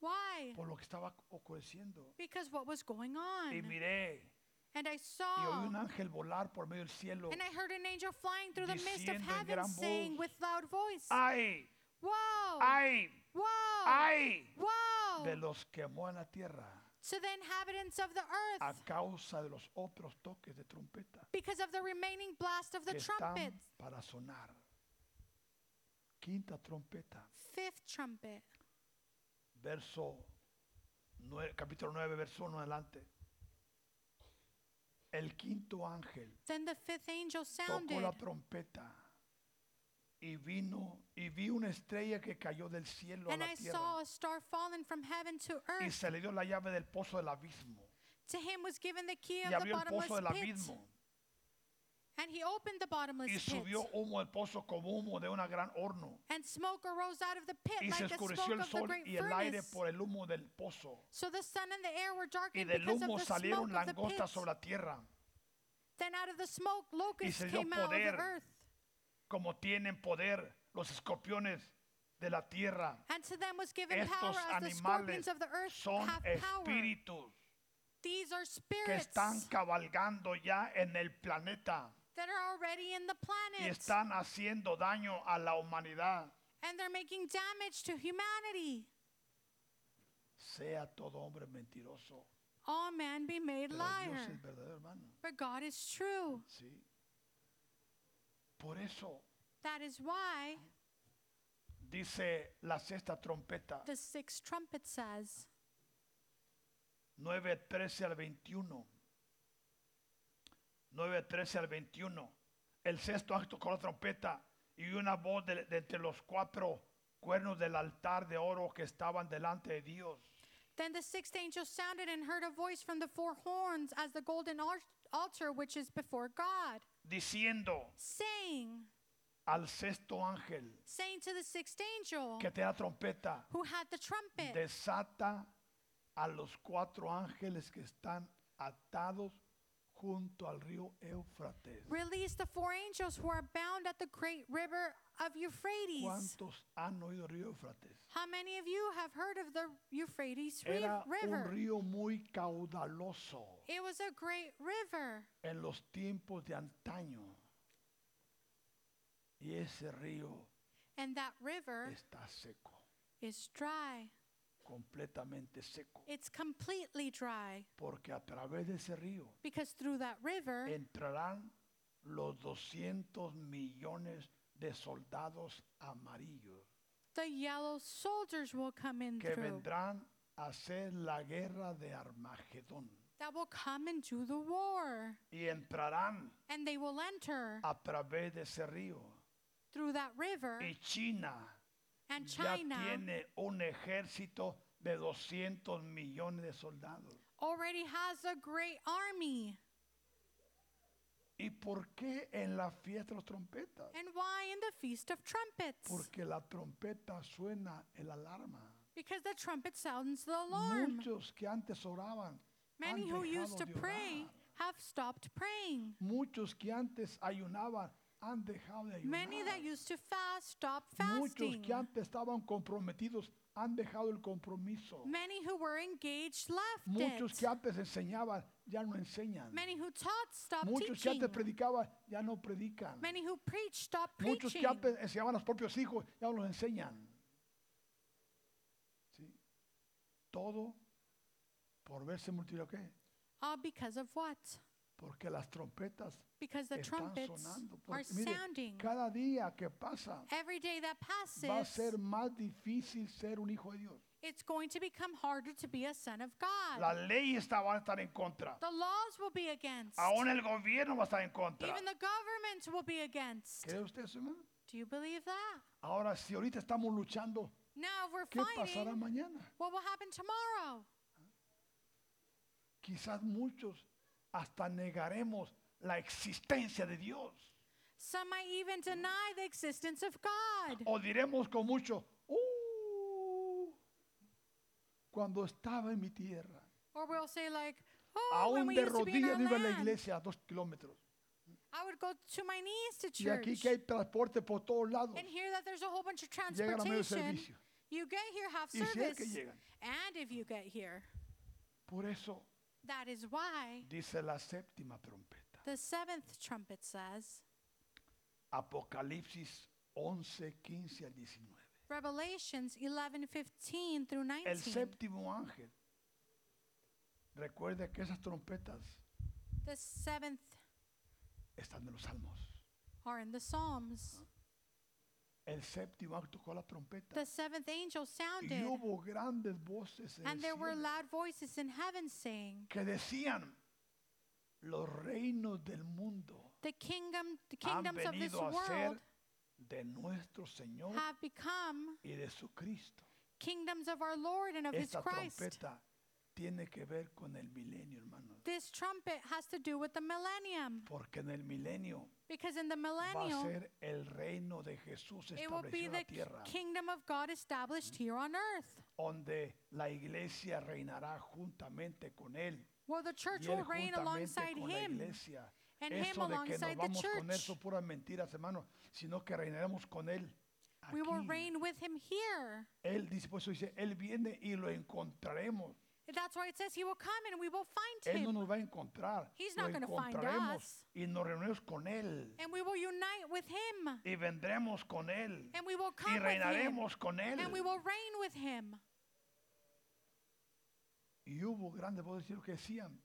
Speaker 2: Why?
Speaker 1: Por lo que estaba ocurriendo.
Speaker 2: Because what was going
Speaker 1: Y
Speaker 2: on?
Speaker 1: miré,
Speaker 2: And I
Speaker 1: y oí
Speaker 2: saw,
Speaker 1: un ángel volar por medio del cielo.
Speaker 2: Oh. and I heard an angel flying through the midst
Speaker 1: Diciendo
Speaker 2: of
Speaker 1: en
Speaker 2: heaven
Speaker 1: gran
Speaker 2: saying
Speaker 1: voz, "Ah,
Speaker 2: with loud voice,
Speaker 1: ¡Ay!
Speaker 2: Woe!
Speaker 1: ¡Ay!
Speaker 2: Woe!
Speaker 1: ¡Ay! ah, De
Speaker 2: Woe!
Speaker 1: los que en la tierra
Speaker 2: To the inhabitants of the
Speaker 1: a
Speaker 2: earth
Speaker 1: causa de los otros toques de trompeta
Speaker 2: because of the remaining blast of the
Speaker 1: que están
Speaker 2: trumpets.
Speaker 1: para sonar. Quinta trompeta,
Speaker 2: Fifth trumpet.
Speaker 1: verso nue- capítulo 9, verso 1 adelante. El quinto ángel
Speaker 2: Then the fifth angel
Speaker 1: tocó
Speaker 2: sounded,
Speaker 1: la trompeta y vino y vi una estrella que cayó del cielo a
Speaker 2: and
Speaker 1: la
Speaker 2: I
Speaker 1: tierra
Speaker 2: saw a star fallen from heaven to
Speaker 1: y
Speaker 2: earth.
Speaker 1: se le dio la llave del pozo del abismo
Speaker 2: To him was given the key of
Speaker 1: y
Speaker 2: the
Speaker 1: abrió el pozo
Speaker 2: bottomless
Speaker 1: del
Speaker 2: pit,
Speaker 1: abismo
Speaker 2: and he opened the bottomless
Speaker 1: y
Speaker 2: pit.
Speaker 1: subió humo del pozo como humo de una gran horno
Speaker 2: And smoke arose out of the pit
Speaker 1: y se
Speaker 2: like the
Speaker 1: oscureció
Speaker 2: smoke
Speaker 1: el
Speaker 2: of the
Speaker 1: sol
Speaker 2: great
Speaker 1: y el aire
Speaker 2: furnace.
Speaker 1: por el humo del pozo
Speaker 2: So the sun and the air were
Speaker 1: y
Speaker 2: darkened
Speaker 1: del
Speaker 2: because
Speaker 1: humo
Speaker 2: of the
Speaker 1: salieron
Speaker 2: smoke of the pit.
Speaker 1: langostas sobre la tierra
Speaker 2: Then out of the smoke locusts
Speaker 1: se dio
Speaker 2: came out of
Speaker 1: poder.
Speaker 2: the earth.
Speaker 1: como tienen poder los escorpiones de la tierra
Speaker 2: And to them was given power
Speaker 1: estos
Speaker 2: as the
Speaker 1: animales
Speaker 2: scorpions of the earth
Speaker 1: son
Speaker 2: have power.
Speaker 1: espíritus
Speaker 2: These are
Speaker 1: que
Speaker 2: spirits
Speaker 1: están cabalgando ya en el planeta
Speaker 2: that are already in the
Speaker 1: y
Speaker 2: planet.
Speaker 1: están haciendo daño a la humanidad
Speaker 2: And they're making damage to humanity.
Speaker 1: sea todo hombre mentiroso
Speaker 2: All man be made
Speaker 1: pero Dios
Speaker 2: liar.
Speaker 1: es verdadero hermano
Speaker 2: But God is true.
Speaker 1: sí por eso
Speaker 2: That is why
Speaker 1: dice la sexta trompeta
Speaker 2: the sixth trumpet says,
Speaker 1: 9, 13 al 21. 9, 13 al 21. El sexto acto con la trompeta y una voz de, de entre los cuatro cuernos del altar de oro que estaban delante de Dios.
Speaker 2: Then the sixth angel sounded and heard a voice from the four horns as the golden al- altar which is before God,
Speaker 1: Diciendo
Speaker 2: saying,
Speaker 1: al sexto ángel
Speaker 2: saying to the sixth angel
Speaker 1: que te da trompeta,
Speaker 2: who had the trumpet,
Speaker 1: desata a los cuatro ángeles que están atados junto al río Éufrates.
Speaker 2: release the four angels who are bound at the great river of Euphrates.
Speaker 1: ¿Cuántos han oído el río Éufrates?
Speaker 2: How many of you have heard of the Euphrates ri-
Speaker 1: Era un
Speaker 2: River?
Speaker 1: río muy caudaloso
Speaker 2: It was a great river.
Speaker 1: en los tiempos de antaño. Y ese río
Speaker 2: And that river
Speaker 1: está seco,
Speaker 2: is dry.
Speaker 1: completamente seco.
Speaker 2: It's completely dry
Speaker 1: Porque a través de ese río
Speaker 2: because through that river
Speaker 1: entrarán los 200 millones de soldados amarillos
Speaker 2: the yellow soldiers will come in
Speaker 1: que
Speaker 2: through.
Speaker 1: vendrán a hacer la guerra de Armagedón.
Speaker 2: That will come and do the war.
Speaker 1: Y entrarán
Speaker 2: And they will enter
Speaker 1: a través de ese río.
Speaker 2: through that river.
Speaker 1: Y China
Speaker 2: And
Speaker 1: ya
Speaker 2: China
Speaker 1: tiene un ejército de 200 millones de soldados.
Speaker 2: already has a great army.
Speaker 1: ¿Y por qué en la fiesta de las trompetas?
Speaker 2: And why in the Feast of Trumpets?
Speaker 1: Porque la trompeta suena el alarma.
Speaker 2: Because the trumpet sounds the alarm.
Speaker 1: Muchos que antes oraban
Speaker 2: Many
Speaker 1: han
Speaker 2: who
Speaker 1: dejado
Speaker 2: used to
Speaker 1: de
Speaker 2: pray
Speaker 1: orar.
Speaker 2: have stopped praying.
Speaker 1: Muchos que antes ayunaban han dejado de ayunar.
Speaker 2: Many that used to fast stopped
Speaker 1: Muchos
Speaker 2: fasting.
Speaker 1: que antes estaban comprometidos han dejado el compromiso.
Speaker 2: Many who were engaged left
Speaker 1: Muchos que
Speaker 2: it.
Speaker 1: antes enseñaban ya no enseñan.
Speaker 2: Many who taught stopped
Speaker 1: Muchos que
Speaker 2: teaching.
Speaker 1: antes predicaban ya no predican.
Speaker 2: Many who preached stopped
Speaker 1: Muchos
Speaker 2: preaching.
Speaker 1: que antes enseñaban a los propios hijos, ya no los enseñan. ¿Sí? Todo por verse multiplicado. ¿qué?
Speaker 2: All uh, because of what?
Speaker 1: Porque las trompetas
Speaker 2: Because the
Speaker 1: están
Speaker 2: trumpets
Speaker 1: sonando. Porque,
Speaker 2: are
Speaker 1: mire,
Speaker 2: sounding.
Speaker 1: cada día que pasa
Speaker 2: Every day that
Speaker 1: va a
Speaker 2: passes,
Speaker 1: ser más difícil ser un hijo de Dios.
Speaker 2: it's going to become harder to be a son of
Speaker 1: La
Speaker 2: God.
Speaker 1: ley está, va a estar en contra.
Speaker 2: The laws will be against.
Speaker 1: Aún el gobierno va a estar en contra.
Speaker 2: Even the government will be against.
Speaker 1: ¿Cree usted eso, hermano?
Speaker 2: Do you believe that?
Speaker 1: Ahora, si ahorita estamos luchando,
Speaker 2: Now if
Speaker 1: ¿qué
Speaker 2: we're
Speaker 1: pasará
Speaker 2: fighting.
Speaker 1: mañana?
Speaker 2: What will happen tomorrow?
Speaker 1: Quizás muchos hasta negaremos la existencia de Dios.
Speaker 2: Some might even deny the existence of God.
Speaker 1: O diremos con mucho, "Uh, cuando estaba en mi tierra,
Speaker 2: Or we'll say like, oh, when
Speaker 1: aún
Speaker 2: we
Speaker 1: de
Speaker 2: used to be in
Speaker 1: rodillas
Speaker 2: our
Speaker 1: no iba a la
Speaker 2: land,
Speaker 1: iglesia a dos kilómetros.
Speaker 2: I would go to my knees to
Speaker 1: Y aquí
Speaker 2: church.
Speaker 1: que hay transporte por todos lados.
Speaker 2: And here that there's a whole bunch of
Speaker 1: Llegan a medio
Speaker 2: transportation.
Speaker 1: servicio.
Speaker 2: You get here, half
Speaker 1: Y si es que
Speaker 2: service.
Speaker 1: llegan.
Speaker 2: And if you get here,
Speaker 1: Por eso
Speaker 2: that is why
Speaker 1: dice la séptima trompeta.
Speaker 2: the seventh trumpet says,
Speaker 1: Apocalipsis 11, 15 al 19.
Speaker 2: Revelations 11, 15 through
Speaker 1: El
Speaker 2: 19.
Speaker 1: séptimo ángel. Recuerda que esas trompetas
Speaker 2: The seventh
Speaker 1: están en los salmos.
Speaker 2: are in the Psalms.
Speaker 1: El séptimo ángel tocó la trompeta.
Speaker 2: The seventh angel
Speaker 1: Y
Speaker 2: sounded,
Speaker 1: hubo grandes voces en el
Speaker 2: and there were
Speaker 1: cielo
Speaker 2: loud voices in heaven saying,
Speaker 1: que decían, los reinos del mundo
Speaker 2: The kingdom, the
Speaker 1: han
Speaker 2: kingdoms of this
Speaker 1: venido a
Speaker 2: world
Speaker 1: ser de nuestro Señor
Speaker 2: have become
Speaker 1: y de su Cristo.
Speaker 2: kingdoms of our Lord and of His
Speaker 1: Esta
Speaker 2: Christ.
Speaker 1: trompeta tiene que ver con el milenio, hermanos.
Speaker 2: This trumpet has to do with the millennium,
Speaker 1: Porque en el milenio
Speaker 2: because in the
Speaker 1: va a
Speaker 2: millennium,
Speaker 1: ser el reino de Jesús
Speaker 2: it will
Speaker 1: establecido
Speaker 2: be
Speaker 1: en
Speaker 2: the
Speaker 1: la tierra,
Speaker 2: kingdom of God established here on earth,
Speaker 1: donde la iglesia reinará juntamente con él.
Speaker 2: where the church
Speaker 1: Y
Speaker 2: will
Speaker 1: él
Speaker 2: reign
Speaker 1: juntamente
Speaker 2: alongside
Speaker 1: con la
Speaker 2: Him.
Speaker 1: iglesia.
Speaker 2: and him
Speaker 1: Eso de que nos
Speaker 2: alongside the
Speaker 1: vamos con
Speaker 2: church.
Speaker 1: eso, puras mentiras, hermano, sino que reinaremos con él.
Speaker 2: We will
Speaker 1: aquí.
Speaker 2: reign with Him here.
Speaker 1: Él dice, por eso dice, él viene y lo encontraremos.
Speaker 2: That's why it says He will come and we will find
Speaker 1: Él
Speaker 2: Him.
Speaker 1: no nos va a encontrar,
Speaker 2: He's
Speaker 1: lo
Speaker 2: not gonna find
Speaker 1: encontraremos
Speaker 2: us.
Speaker 1: y nos reuniremos con él
Speaker 2: And we will unite with him.
Speaker 1: y vendremos con él
Speaker 2: And we will
Speaker 1: y
Speaker 2: come with him.
Speaker 1: reinaremos con él.
Speaker 2: And we will reign with him.
Speaker 1: Y hubo grandes voces del cielo que decían,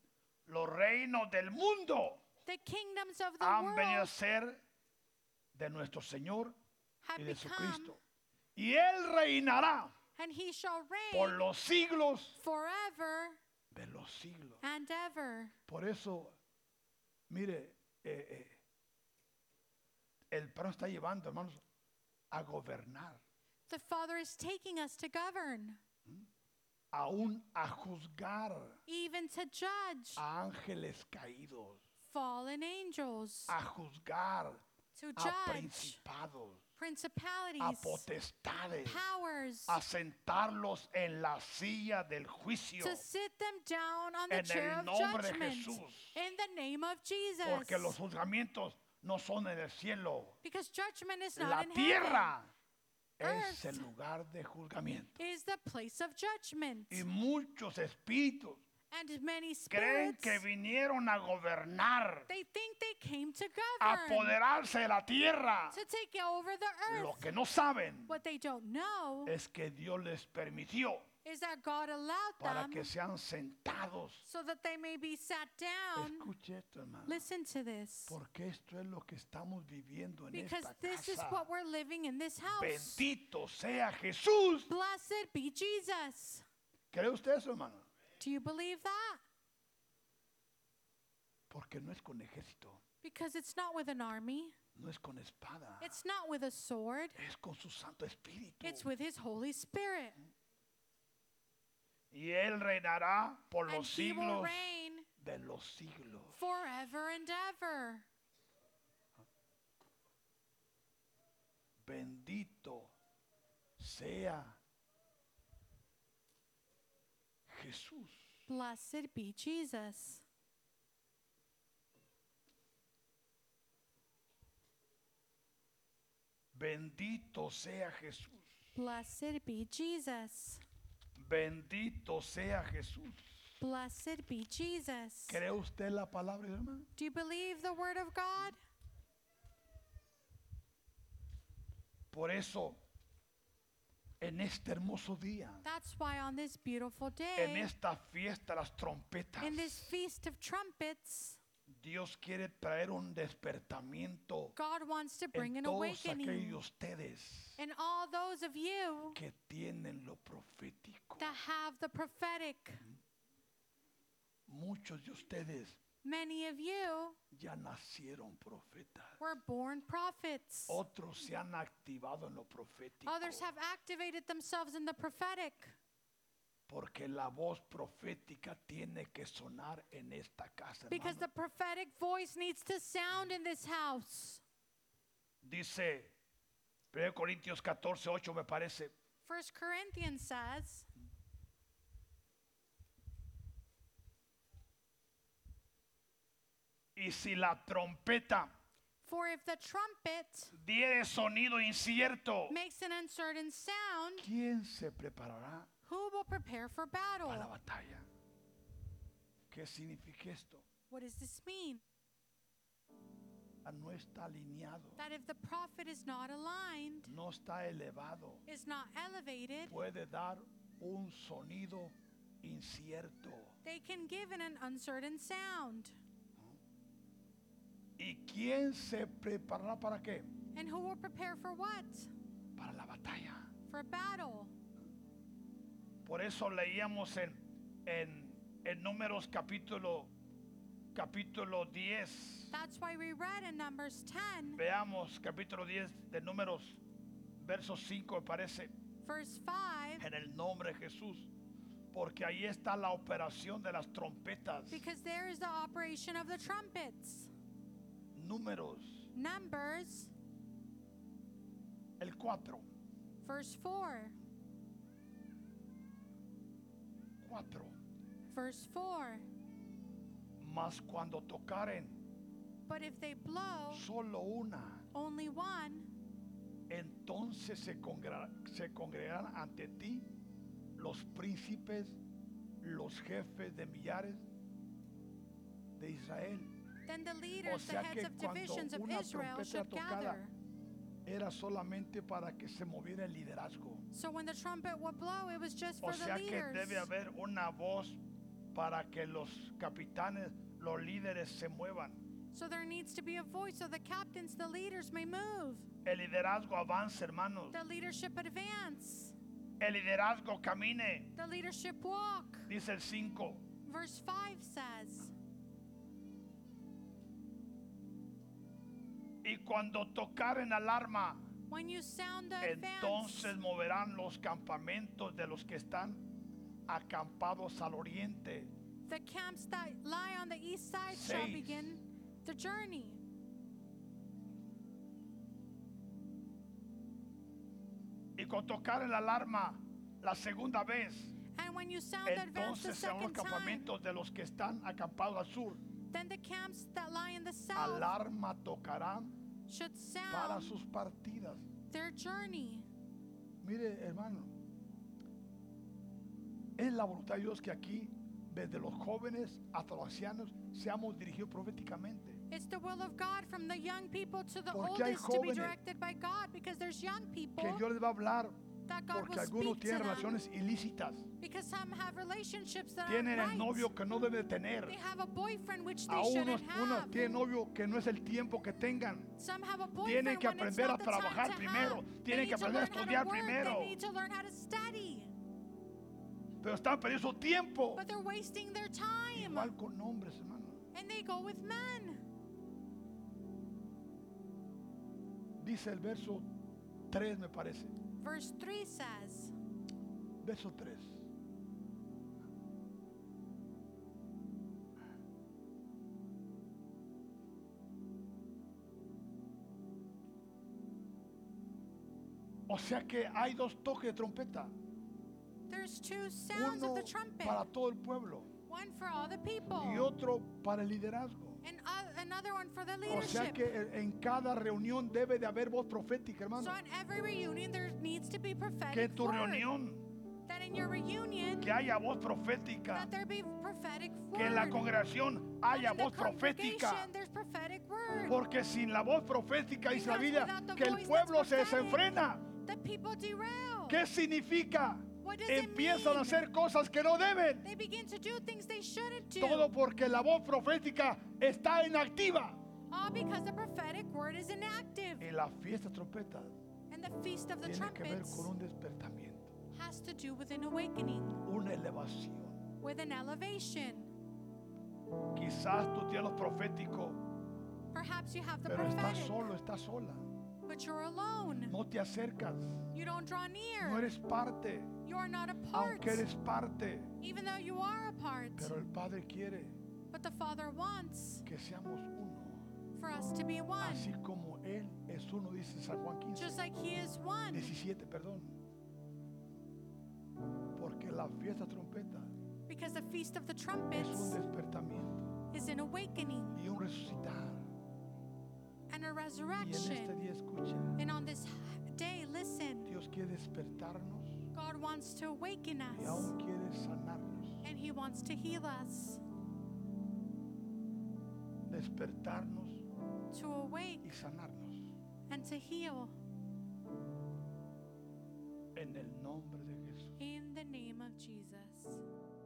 Speaker 1: los reinos del mundo
Speaker 2: The kingdoms of the
Speaker 1: han venido a
Speaker 2: world
Speaker 1: ser de nuestro Señor y
Speaker 2: have
Speaker 1: de su
Speaker 2: become,
Speaker 1: Cristo. Y él reinará
Speaker 2: and he shall
Speaker 1: por
Speaker 2: reign
Speaker 1: los siglos
Speaker 2: forever
Speaker 1: de los siglos.
Speaker 2: and ever.
Speaker 1: Por eso, mire, eh, eh, el perro está llevando, hermanos, a gobernar,
Speaker 2: The Father is taking us to govern,
Speaker 1: aún a juzgar
Speaker 2: even to judge
Speaker 1: a ángeles caídos,
Speaker 2: fallen angels,
Speaker 1: a juzgar
Speaker 2: to
Speaker 1: a
Speaker 2: judge
Speaker 1: principados, a
Speaker 2: principalities,
Speaker 1: potestades,
Speaker 2: powers,
Speaker 1: a sentarlos en la silla del juicio,
Speaker 2: to sit them down on
Speaker 1: En
Speaker 2: the
Speaker 1: el
Speaker 2: chair of
Speaker 1: nombre de
Speaker 2: judgment.
Speaker 1: Jesús.
Speaker 2: In the name of
Speaker 1: porque los
Speaker 2: Jesus.
Speaker 1: juzgamientos no son en el cielo,
Speaker 2: Because judgment is
Speaker 1: la
Speaker 2: not in heaven. Ah,
Speaker 1: tierra es el
Speaker 2: Earth.
Speaker 1: lugar de juzgamiento.
Speaker 2: is the place of judgment.
Speaker 1: Y muchos espíritus
Speaker 2: And many
Speaker 1: creen
Speaker 2: spirits,
Speaker 1: que vinieron a gobernar,
Speaker 2: they think they came to
Speaker 1: a
Speaker 2: govern,
Speaker 1: apoderarse de la tierra.
Speaker 2: to take over the
Speaker 1: Lo
Speaker 2: earth.
Speaker 1: que Eh, no saben
Speaker 2: What they don't know
Speaker 1: es que Dios les permitió
Speaker 2: is that God
Speaker 1: para
Speaker 2: allowed
Speaker 1: que
Speaker 2: them
Speaker 1: sean sentados.
Speaker 2: so that they may be sat down.
Speaker 1: Escuche esto, hermano.
Speaker 2: Listen to this,
Speaker 1: Porque esto es lo que estamos viviendo en
Speaker 2: because
Speaker 1: esta
Speaker 2: this is
Speaker 1: casa.
Speaker 2: what we're living in this house.
Speaker 1: Bendito sea Jesús.
Speaker 2: Blessed be Jesus.
Speaker 1: ¿Cree usted eso, hermano?
Speaker 2: Do you believe that?
Speaker 1: Porque no es con ejército,
Speaker 2: Because it's not with an army,
Speaker 1: no es con espada,
Speaker 2: it's not with a sword,
Speaker 1: es con su Santo Espíritu.
Speaker 2: it's with His Holy Spirit.
Speaker 1: Y Él reinará por
Speaker 2: And
Speaker 1: los
Speaker 2: He will
Speaker 1: siglos
Speaker 2: reign
Speaker 1: de los siglos.
Speaker 2: forever and ever.
Speaker 1: Bendito sea Jesús.
Speaker 2: Blessed be Jesus.
Speaker 1: Bendito sea Jesús.
Speaker 2: Blessed be Jesus.
Speaker 1: Bendito sea Jesús.
Speaker 2: Blessed be Jesus.
Speaker 1: ¿Cree usted la palabra, hermano?
Speaker 2: Do you believe the word of God?
Speaker 1: Por eso, en este hermoso día,
Speaker 2: That's why on this beautiful
Speaker 1: en
Speaker 2: day,
Speaker 1: esta fiesta de las trompetas,
Speaker 2: in this feast of trumpets,
Speaker 1: Dios quiere traer un despertamiento
Speaker 2: God wants to bring
Speaker 1: en
Speaker 2: an
Speaker 1: todos aquellos de
Speaker 2: awakening
Speaker 1: ustedes
Speaker 2: in all those of you
Speaker 1: que tienen lo profético.
Speaker 2: that have the prophetic.
Speaker 1: Muchos de ustedes
Speaker 2: Many of you
Speaker 1: ya nacieron profetas.
Speaker 2: were born prophets.
Speaker 1: Otros se han activado en lo profético.
Speaker 2: Others have activated themselves in the prophetic
Speaker 1: Porque la voz profética tiene que sonar en esta casa.
Speaker 2: because the
Speaker 1: hermano.
Speaker 2: prophetic voice needs to sound in this house.
Speaker 1: Dice 1 Corintios 14, 8 me parece.
Speaker 2: 1 Corinthians says,
Speaker 1: Y si la trompeta
Speaker 2: For if the trumpet
Speaker 1: diere sonido incierto,
Speaker 2: makes an uncertain sound,
Speaker 1: ¿quién se preparará
Speaker 2: who will prepare for battle?
Speaker 1: para la batalla? ¿Qué significa esto?
Speaker 2: What does this mean?
Speaker 1: Ah, No está alineado,
Speaker 2: That if the prophet is not aligned,
Speaker 1: no está elevado.
Speaker 2: is not elevated,
Speaker 1: Puede dar un sonido incierto.
Speaker 2: they can give in an uncertain sound.
Speaker 1: ¿Y quién se preparará para qué?
Speaker 2: And who will prepare for what?
Speaker 1: Para la batalla.
Speaker 2: For battle.
Speaker 1: Por eso leíamos en, en, en Números capítulo, capítulo 10.
Speaker 2: That's why we read in Numbers 10,
Speaker 1: Veamos capítulo 10 de Números, verso 5 me parece,
Speaker 2: verse 5,
Speaker 1: en el nombre de Jesús. Porque ahí está la operación de las trompetas.
Speaker 2: because there is the operation of the trumpets.
Speaker 1: Números,
Speaker 2: Numbers,
Speaker 1: el 4.
Speaker 2: verse 4,
Speaker 1: 4.
Speaker 2: verse 4.
Speaker 1: Mas cuando tocaren
Speaker 2: But if they blow
Speaker 1: solo una,
Speaker 2: only one,
Speaker 1: entonces se, congra- se congregarán ante ti los príncipes, los jefes de millares de Israel.
Speaker 2: then the leaders,
Speaker 1: sea
Speaker 2: the
Speaker 1: que
Speaker 2: heads of
Speaker 1: cuando
Speaker 2: divisions of
Speaker 1: una
Speaker 2: Israel
Speaker 1: trompeta
Speaker 2: should
Speaker 1: tocada-
Speaker 2: gather.
Speaker 1: Era solamente para que se moviera el liderazgo.
Speaker 2: So when the trumpet would blow, it was just
Speaker 1: O
Speaker 2: for the
Speaker 1: sea que debe
Speaker 2: leaders.
Speaker 1: haber una voz para que los capitanes, los líderes se muevan.
Speaker 2: So there needs to be a voice so the captains, the leaders may move.
Speaker 1: El liderazgo avance, hermanos.
Speaker 2: The leadership advance.
Speaker 1: El liderazgo camine,
Speaker 2: The leadership walk.
Speaker 1: dice el 5.
Speaker 2: Verse 5 says,
Speaker 1: Y cuando tocaren alarma,
Speaker 2: When you sound the advance,
Speaker 1: Entonces moverán los campamentos de los que están acampados al oriente.
Speaker 2: the camps that lie on the east side shall
Speaker 1: Seis.
Speaker 2: begin the journey.
Speaker 1: Y con tocar el alarma la segunda vez,
Speaker 2: And when you sound the advance the
Speaker 1: entonces serán los
Speaker 2: second time,
Speaker 1: campamentos de los que están acampados al sur.
Speaker 2: then the camps that lie in the south
Speaker 1: Alarma tocarán
Speaker 2: should
Speaker 1: para
Speaker 2: sound
Speaker 1: sus partidas.
Speaker 2: their journey.
Speaker 1: Mire, hermano, es la voluntad de Dios que aquí, desde los jóvenes hasta los ancianos, seamos dirigidos proféticamente.
Speaker 2: It's the will of God from the young people to the
Speaker 1: Porque hay
Speaker 2: oldest to be
Speaker 1: jóvenes
Speaker 2: directed by God because there's young
Speaker 1: Que
Speaker 2: people
Speaker 1: Dios les va a hablar
Speaker 2: that God
Speaker 1: porque
Speaker 2: will
Speaker 1: algunos
Speaker 2: speak to
Speaker 1: tienen
Speaker 2: them
Speaker 1: relaciones ilícitas.
Speaker 2: because some have relationships that are
Speaker 1: tienen el
Speaker 2: right.
Speaker 1: novio que no debe tener.
Speaker 2: They have a boyfriend which they
Speaker 1: A unos,
Speaker 2: shouldn't
Speaker 1: unos
Speaker 2: have.
Speaker 1: tienen novio que no es el tiempo que tengan.
Speaker 2: Some have a boyfriend
Speaker 1: Tienen que
Speaker 2: when it's
Speaker 1: aprender
Speaker 2: not
Speaker 1: a
Speaker 2: the time
Speaker 1: trabajar
Speaker 2: to
Speaker 1: primero.
Speaker 2: have. They
Speaker 1: Tienen
Speaker 2: need
Speaker 1: que
Speaker 2: to
Speaker 1: aprender a
Speaker 2: learn how to
Speaker 1: estudiar
Speaker 2: work.
Speaker 1: primero.
Speaker 2: They need to learn how to study.
Speaker 1: Pero están perdiendo su tiempo.
Speaker 2: But they're wasting their time.
Speaker 1: Igual con hombres, hermano.
Speaker 2: And they go with men.
Speaker 1: Dice el verso 3, me parece.
Speaker 2: Verse 3 says,
Speaker 1: Verso 3. O sea que hay dos toques de trompeta.
Speaker 2: There's two sounds
Speaker 1: Uno
Speaker 2: of the trumpet,
Speaker 1: para todo el pueblo.
Speaker 2: one for all the people,
Speaker 1: y otro para el liderazgo.
Speaker 2: and o- another one for the
Speaker 1: O
Speaker 2: leadership.
Speaker 1: sea que en- en cada reunión debe de haber voz profética, hermano.
Speaker 2: So in every reunion there needs to be prophetic
Speaker 1: Que en tu
Speaker 2: word.
Speaker 1: reunión
Speaker 2: That in your reunion
Speaker 1: que haya voz profética,
Speaker 2: that there be prophetic word.
Speaker 1: que en la congregación haya
Speaker 2: in the
Speaker 1: voz profética,
Speaker 2: congregation there's prophetic word.
Speaker 1: porque sin la voz profética dice la
Speaker 2: Because
Speaker 1: Biblia
Speaker 2: without the
Speaker 1: que el
Speaker 2: voice that's
Speaker 1: pueblo se
Speaker 2: prophetic.
Speaker 1: desenfrena.
Speaker 2: The people derail.
Speaker 1: ¿Qué significa?
Speaker 2: What does it
Speaker 1: Empiezan a
Speaker 2: mean?
Speaker 1: hacer cosas que no deben.
Speaker 2: They begin to do things they shouldn't do.
Speaker 1: Todo porque la voz profética está inactiva.
Speaker 2: All because the prophetic word is inactive.
Speaker 1: Y la fiesta trompeta
Speaker 2: And the feast of the
Speaker 1: tiene que ver
Speaker 2: trumpets
Speaker 1: con un despertamiento,
Speaker 2: has to do with an awakening,
Speaker 1: una elevación.
Speaker 2: with an elevation.
Speaker 1: Quizás tú tienes lo profético,
Speaker 2: Perhaps you have the
Speaker 1: pero estás
Speaker 2: prophetic,
Speaker 1: solo, estás sola.
Speaker 2: but you're alone.
Speaker 1: No te acercas,
Speaker 2: You don't draw near.
Speaker 1: no eres parte,
Speaker 2: you are not a part.
Speaker 1: aunque eres parte.
Speaker 2: Even though you are apart,
Speaker 1: Pero el Padre quiere
Speaker 2: but the Father wants
Speaker 1: que seamos uno.
Speaker 2: for us to be one,
Speaker 1: Así como Él es uno, dice San Juan 15,
Speaker 2: just like He is one.
Speaker 1: 17, perdón. Porque la fiesta trompeta
Speaker 2: Because the Feast of the
Speaker 1: es un
Speaker 2: Trumpets
Speaker 1: despertamiento
Speaker 2: is an awakening
Speaker 1: y un resucitar.
Speaker 2: and a
Speaker 1: Y en este
Speaker 2: resurrection.
Speaker 1: día escucha,
Speaker 2: And on this day, listen,
Speaker 1: Dios quiere despertarnos
Speaker 2: God wants to awaken
Speaker 1: y
Speaker 2: us
Speaker 1: aún quiere sanarnos,
Speaker 2: and He wants to heal us,
Speaker 1: despertarnos
Speaker 2: to awake
Speaker 1: y sanarnos
Speaker 2: and to heal.
Speaker 1: en el nombre de Jesús.
Speaker 2: In the name of Jesus.